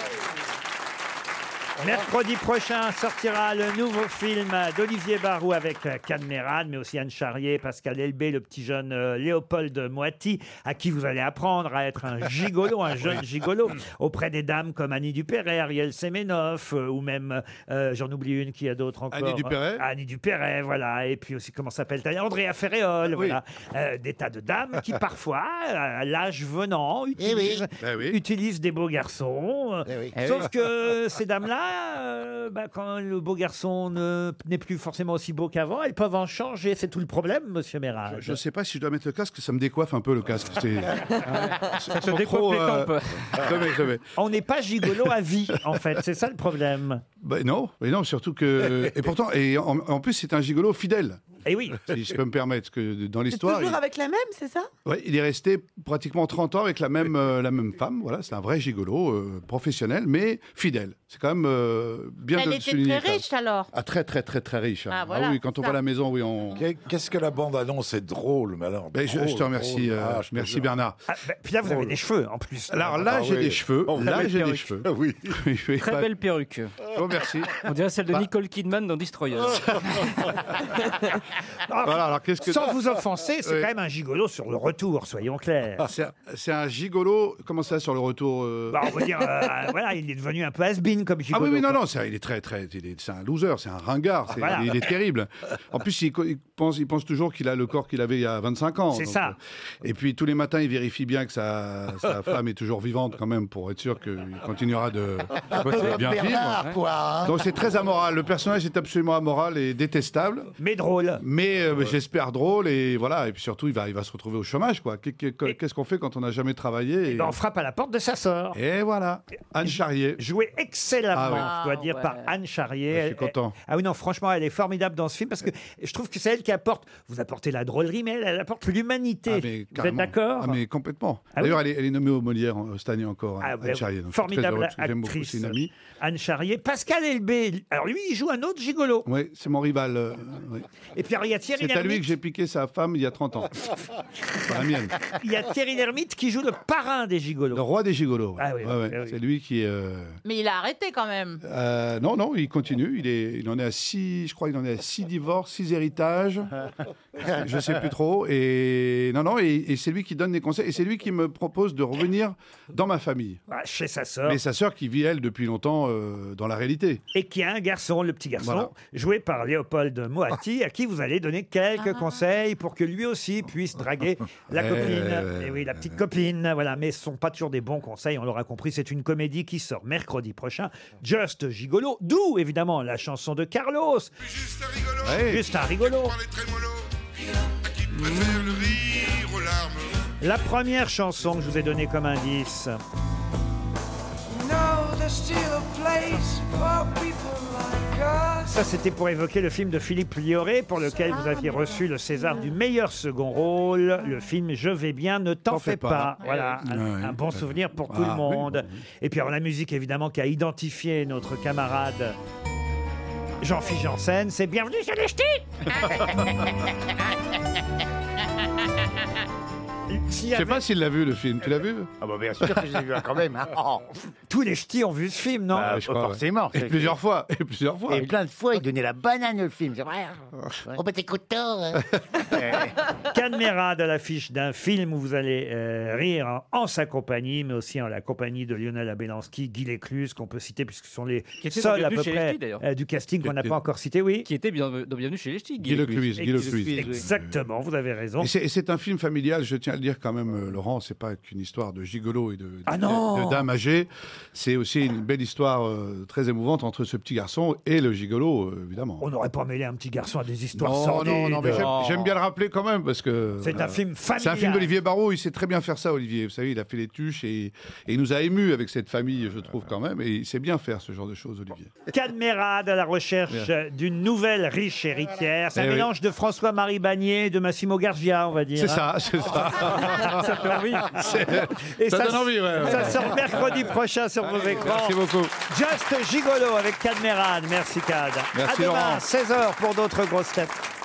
Speaker 2: Mercredi prochain sortira le nouveau film d'Olivier Barou avec euh, Cadmerade, mais aussi Anne Charrier, Pascal Elbé, le petit jeune euh, Léopold Moiti, à qui vous allez apprendre à être un gigolo, un jeune gigolo, auprès des dames comme Annie Dupéret, Ariel Semenov, euh, ou même, euh, j'en oublie une qui a d'autres encore. euh,
Speaker 11: Annie Dupéret
Speaker 2: Annie Dupéret, voilà. Et puis aussi, comment s'appelle-t-elle Andrea Ferréol, voilà. Euh, des tas de dames qui parfois, euh, à l'âge venant, utilisent, utilisent des beaux garçons. euh,
Speaker 11: Eh
Speaker 2: Sauf
Speaker 11: oui. [LAUGHS]
Speaker 2: que ces dames-là, euh, bah, quand le beau garçon ne- n'est plus forcément aussi beau qu'avant, elles peuvent en changer. C'est tout le problème, monsieur Mérard.
Speaker 11: Je ne sais pas si je dois mettre le casque, ça me décoiffe un peu le casque. C'est-
Speaker 2: Ça
Speaker 11: Sans trop, euh, [LAUGHS] jamais, jamais.
Speaker 2: On n'est pas gigolo à vie, en fait. C'est ça le problème.
Speaker 11: Ben non, mais non, surtout que. Et pourtant, et en, en plus, c'est un gigolo fidèle.
Speaker 2: Et Eh oui.
Speaker 11: Si je peux me permettre, que dans l'histoire.
Speaker 20: Toujours avec la même, c'est ça
Speaker 11: il, ouais, il est resté pratiquement 30 ans avec la même, euh, la même femme. Voilà, c'est un vrai gigolo, euh, professionnel, mais fidèle. C'est quand même euh, bien de
Speaker 6: Elle
Speaker 11: le
Speaker 6: était
Speaker 11: souligner,
Speaker 6: très
Speaker 11: quand même.
Speaker 6: riche alors.
Speaker 11: Ah, très, très, très, très riche. hein.
Speaker 6: Ah,
Speaker 11: Ah,
Speaker 6: voilà,
Speaker 11: oui, quand on
Speaker 6: ça.
Speaker 11: va à la maison, oui, on.
Speaker 3: Qu'est-ce que la bande-annonce est drôle, Ah, mais alors.
Speaker 11: Ben, je, je te remercie, euh, merci Bernard.
Speaker 2: puis là, vous avez des cheveux en plus.
Speaker 11: Oh, Alors là,
Speaker 3: Ah
Speaker 11: j'ai
Speaker 3: oui.
Speaker 11: des cheveux.
Speaker 3: Oh, très
Speaker 11: là,
Speaker 3: belle
Speaker 11: j'ai des
Speaker 3: perruque.
Speaker 11: cheveux. oui.
Speaker 2: [LAUGHS]
Speaker 4: Très
Speaker 11: bah-
Speaker 4: belle perruque.
Speaker 11: Oh, merci.
Speaker 4: On dirait celle de
Speaker 11: Bah.
Speaker 4: Nicole Kidman dans Destroyer.
Speaker 11: [LAUGHS] Voilà, alors qu'est-ce que-
Speaker 2: Ah, Sans vous offenser, c'est
Speaker 11: Oui. Ah,
Speaker 2: quand même un gigolo sur le retour, soyons clairs.
Speaker 11: C'est un- C'est un gigolo. Comment ça, sur le retour euh
Speaker 2: Bah, on va dire, euh, voilà, il est devenu un peu has-been comme
Speaker 11: Ah
Speaker 2: gigolo.
Speaker 11: oui, oui, non,
Speaker 2: quoi.
Speaker 11: non, c'est- il est très, très, il est- c'est un loser, c'est un ringard,
Speaker 2: Ah,
Speaker 11: c'est-
Speaker 2: voilà.
Speaker 11: il est terrible. En plus, il, co- il pense, il pense toujours qu'il a le corps qu'il avait il y a 25 ans.
Speaker 2: C'est
Speaker 11: donc,
Speaker 2: ça.
Speaker 11: euh, Et puis tous les matins, il vérifie bien que sa, sa femme est toujours vivante quand même pour être sûr qu'il continuera de [LAUGHS] de bien
Speaker 7: Bernard,
Speaker 11: vivre.
Speaker 7: quoi,
Speaker 2: Ah.
Speaker 7: hein.
Speaker 11: Donc c'est très amoral. Le personnage est absolument amoral et détestable.
Speaker 2: Mais drôle.
Speaker 11: Mais euh, j'espère drôle et voilà. Et puis surtout, il va, il va se retrouver au chômage, quoi. Qu'est- qu'est- Qu'est-ce qu'on fait quand on n'a jamais travaillé et...
Speaker 2: Ben, on frappe à la porte de sa sœur.
Speaker 11: Et voilà. Anne Charrier.
Speaker 2: Joué excellemment,
Speaker 11: Ah oui.
Speaker 2: je dois
Speaker 11: Ah
Speaker 2: dire,
Speaker 11: ouais.
Speaker 2: par Anne Charrier.
Speaker 11: Je suis content.
Speaker 2: Elle- ah oui, non, franchement, elle est formidable dans ce film parce que je trouve que c'est elle qui apporte, vous apportez la drôlerie, mais elle, elle apporte l'humanité. vous êtes
Speaker 11: Ah, Carrément.
Speaker 2: d'accord
Speaker 11: Ah, mais complètement.
Speaker 2: Ah
Speaker 11: D'ailleurs,
Speaker 2: oui.
Speaker 11: elle, est- elle est nommée au Molière en- cette année encore.
Speaker 2: Ah,
Speaker 11: Anne
Speaker 2: ben,
Speaker 11: Charrier, donc je suis très heureux
Speaker 2: formidable
Speaker 11: parce que j'aime beaucoup,
Speaker 2: actrice.
Speaker 11: C'est une amie.
Speaker 2: Anne Charrier. Pascal Elbé, alors lui, il joue un autre gigolo.
Speaker 11: Oui, c'est mon rival. euh, oui.
Speaker 2: Et puis, alors, il y a Thierry
Speaker 11: C'est à lui
Speaker 2: Lhermitte.
Speaker 11: que j'ai piqué sa femme il y a 30
Speaker 2: [LAUGHS]
Speaker 11: ans. Enfin, euh, la mienne.
Speaker 2: Il y a Thierry Lhermitte qui joue le parrain des gigolos.
Speaker 11: Le roi des gigolos. ouais.
Speaker 2: Ah oui,
Speaker 11: Ouais, ouais. C'est lui qui. euh,
Speaker 6: Mais il a arrêté quand même.
Speaker 11: euh, non, non, il continue. Il, est, il en est à six, je crois, il en est à six divorces, six
Speaker 2: [LAUGHS]
Speaker 11: héritages. je sais plus trop. Et non, non, et, et c'est lui qui donne des conseils. Et c'est lui qui me propose de revenir dans ma famille.
Speaker 2: Ah, chez sa sœur.
Speaker 11: Mais sa sœur qui vit, elle, depuis longtemps euh, dans la réalité.
Speaker 2: et qui a un garçon, le petit garçon,
Speaker 11: Voilà.
Speaker 2: joué par Léopold Moati, à qui vous allez donner quelques conseils pour que lui aussi puisse draguer la
Speaker 11: Eh,
Speaker 2: copine.
Speaker 11: ouais,
Speaker 2: Et oui, la petite copine, voilà. Mais ce sont pas toujours des bons conseils, on l'aura compris. C'est une comédie qui sort mercredi prochain, Just Gigolo, d'où évidemment la chanson de Carlos.
Speaker 23: Juste un rigolo.
Speaker 2: Juste un
Speaker 23: Qui
Speaker 2: rigolo.
Speaker 23: aime pas les très mollo, à qui préfère le rire aux larmes.
Speaker 2: La première chanson que je vous ai donnée comme indice.
Speaker 24: No, there's still a place for people like us.
Speaker 2: Ça, c'était pour évoquer le film de Philippe Lioré, pour lequel vous aviez reçu le César du meilleur second rôle, le film Je vais bien, ne t'en fais pas. Voilà,
Speaker 11: Ouais,
Speaker 2: un,
Speaker 11: ouais.
Speaker 2: un bon souvenir pour
Speaker 11: Ah,
Speaker 2: tout le
Speaker 11: oui,
Speaker 2: monde. Et puis, alors, la musique, évidemment, qui a identifié notre camarade Jean-Philippe Janssen, c'est Bienvenue chez les
Speaker 11: Je sais pas s'il l'a vu le film. Tu l'as vu
Speaker 5: Ah bah bien sûr que j'ai vu hein, quand même.
Speaker 11: [LAUGHS]
Speaker 5: hein. Oh.
Speaker 2: Tous les ch'tis ont vu ce film, non
Speaker 11: Bah, je crois, ouais.
Speaker 5: Forcément.
Speaker 11: Et plusieurs fois. Et plusieurs fois.
Speaker 5: Et
Speaker 2: [LAUGHS]
Speaker 5: plein de fois, il donnait la banane le film. C'est vrai. On bat tes couteaux. hein.
Speaker 2: Jeanne Mérade à l'affiche d'un film où vous allez euh, rire en- en sa compagnie, mais aussi en la compagnie de Lionel Abelansky, Guy Lécluse, qu'on peut citer puisque ce sont les
Speaker 4: Qui était dans
Speaker 2: seuls à
Speaker 4: Bienvenue
Speaker 2: peu
Speaker 4: chez les
Speaker 2: près
Speaker 4: Ch'tis, d'ailleurs.
Speaker 2: euh, du casting qu'on n'a pas encore cité, oui.
Speaker 4: Qui était bien, dans Bienvenue chez les Ch'tis.
Speaker 11: Guy Lecluse, Guy Lecluse.
Speaker 2: Exactement, vous avez raison.
Speaker 11: Et c'est- et c'est un film familial, je tiens à le dire quand même, euh, Laurent, c'est pas qu'une histoire de gigolo et de, de,
Speaker 2: Ah non
Speaker 11: de dame âgée, c'est aussi une belle histoire euh, très émouvante entre ce petit garçon et le gigolo, euh, évidemment.
Speaker 2: On n'aurait pas mêlé un petit garçon à des histoires
Speaker 11: non,
Speaker 2: sordides.
Speaker 11: non, non, mais j'aime- j'aime bien le rappeler quand même parce que euh,
Speaker 2: C'est un film
Speaker 11: C'est un
Speaker 2: familial.
Speaker 11: film d'Olivier Barraud, il sait très bien faire ça, Olivier. Vous savez, il a fait les tuches et, et il nous a émus avec cette famille, je trouve quand même, et il sait bien faire ce genre de choses, Olivier.
Speaker 2: Cadmérade à la recherche euh, d'une nouvelle riche héritière. C'est un
Speaker 11: Eh oui.
Speaker 2: mélange de François-Marie Bagné et de Massimo Gargia, on va dire.
Speaker 11: C'est ça,
Speaker 2: hein.
Speaker 11: c'est ça.
Speaker 2: [LAUGHS] ça fait envie.
Speaker 11: C'est-
Speaker 2: Et
Speaker 11: ça donne envie, ouais, ouais.
Speaker 2: ça sort mercredi prochain sur vos écrans.
Speaker 11: merci beaucoup.
Speaker 2: Just Gigolo avec Cadmérade. Merci Cad.
Speaker 11: Merci,
Speaker 2: à demain,
Speaker 11: Laurent.
Speaker 2: 16h pour d'autres grosses têtes.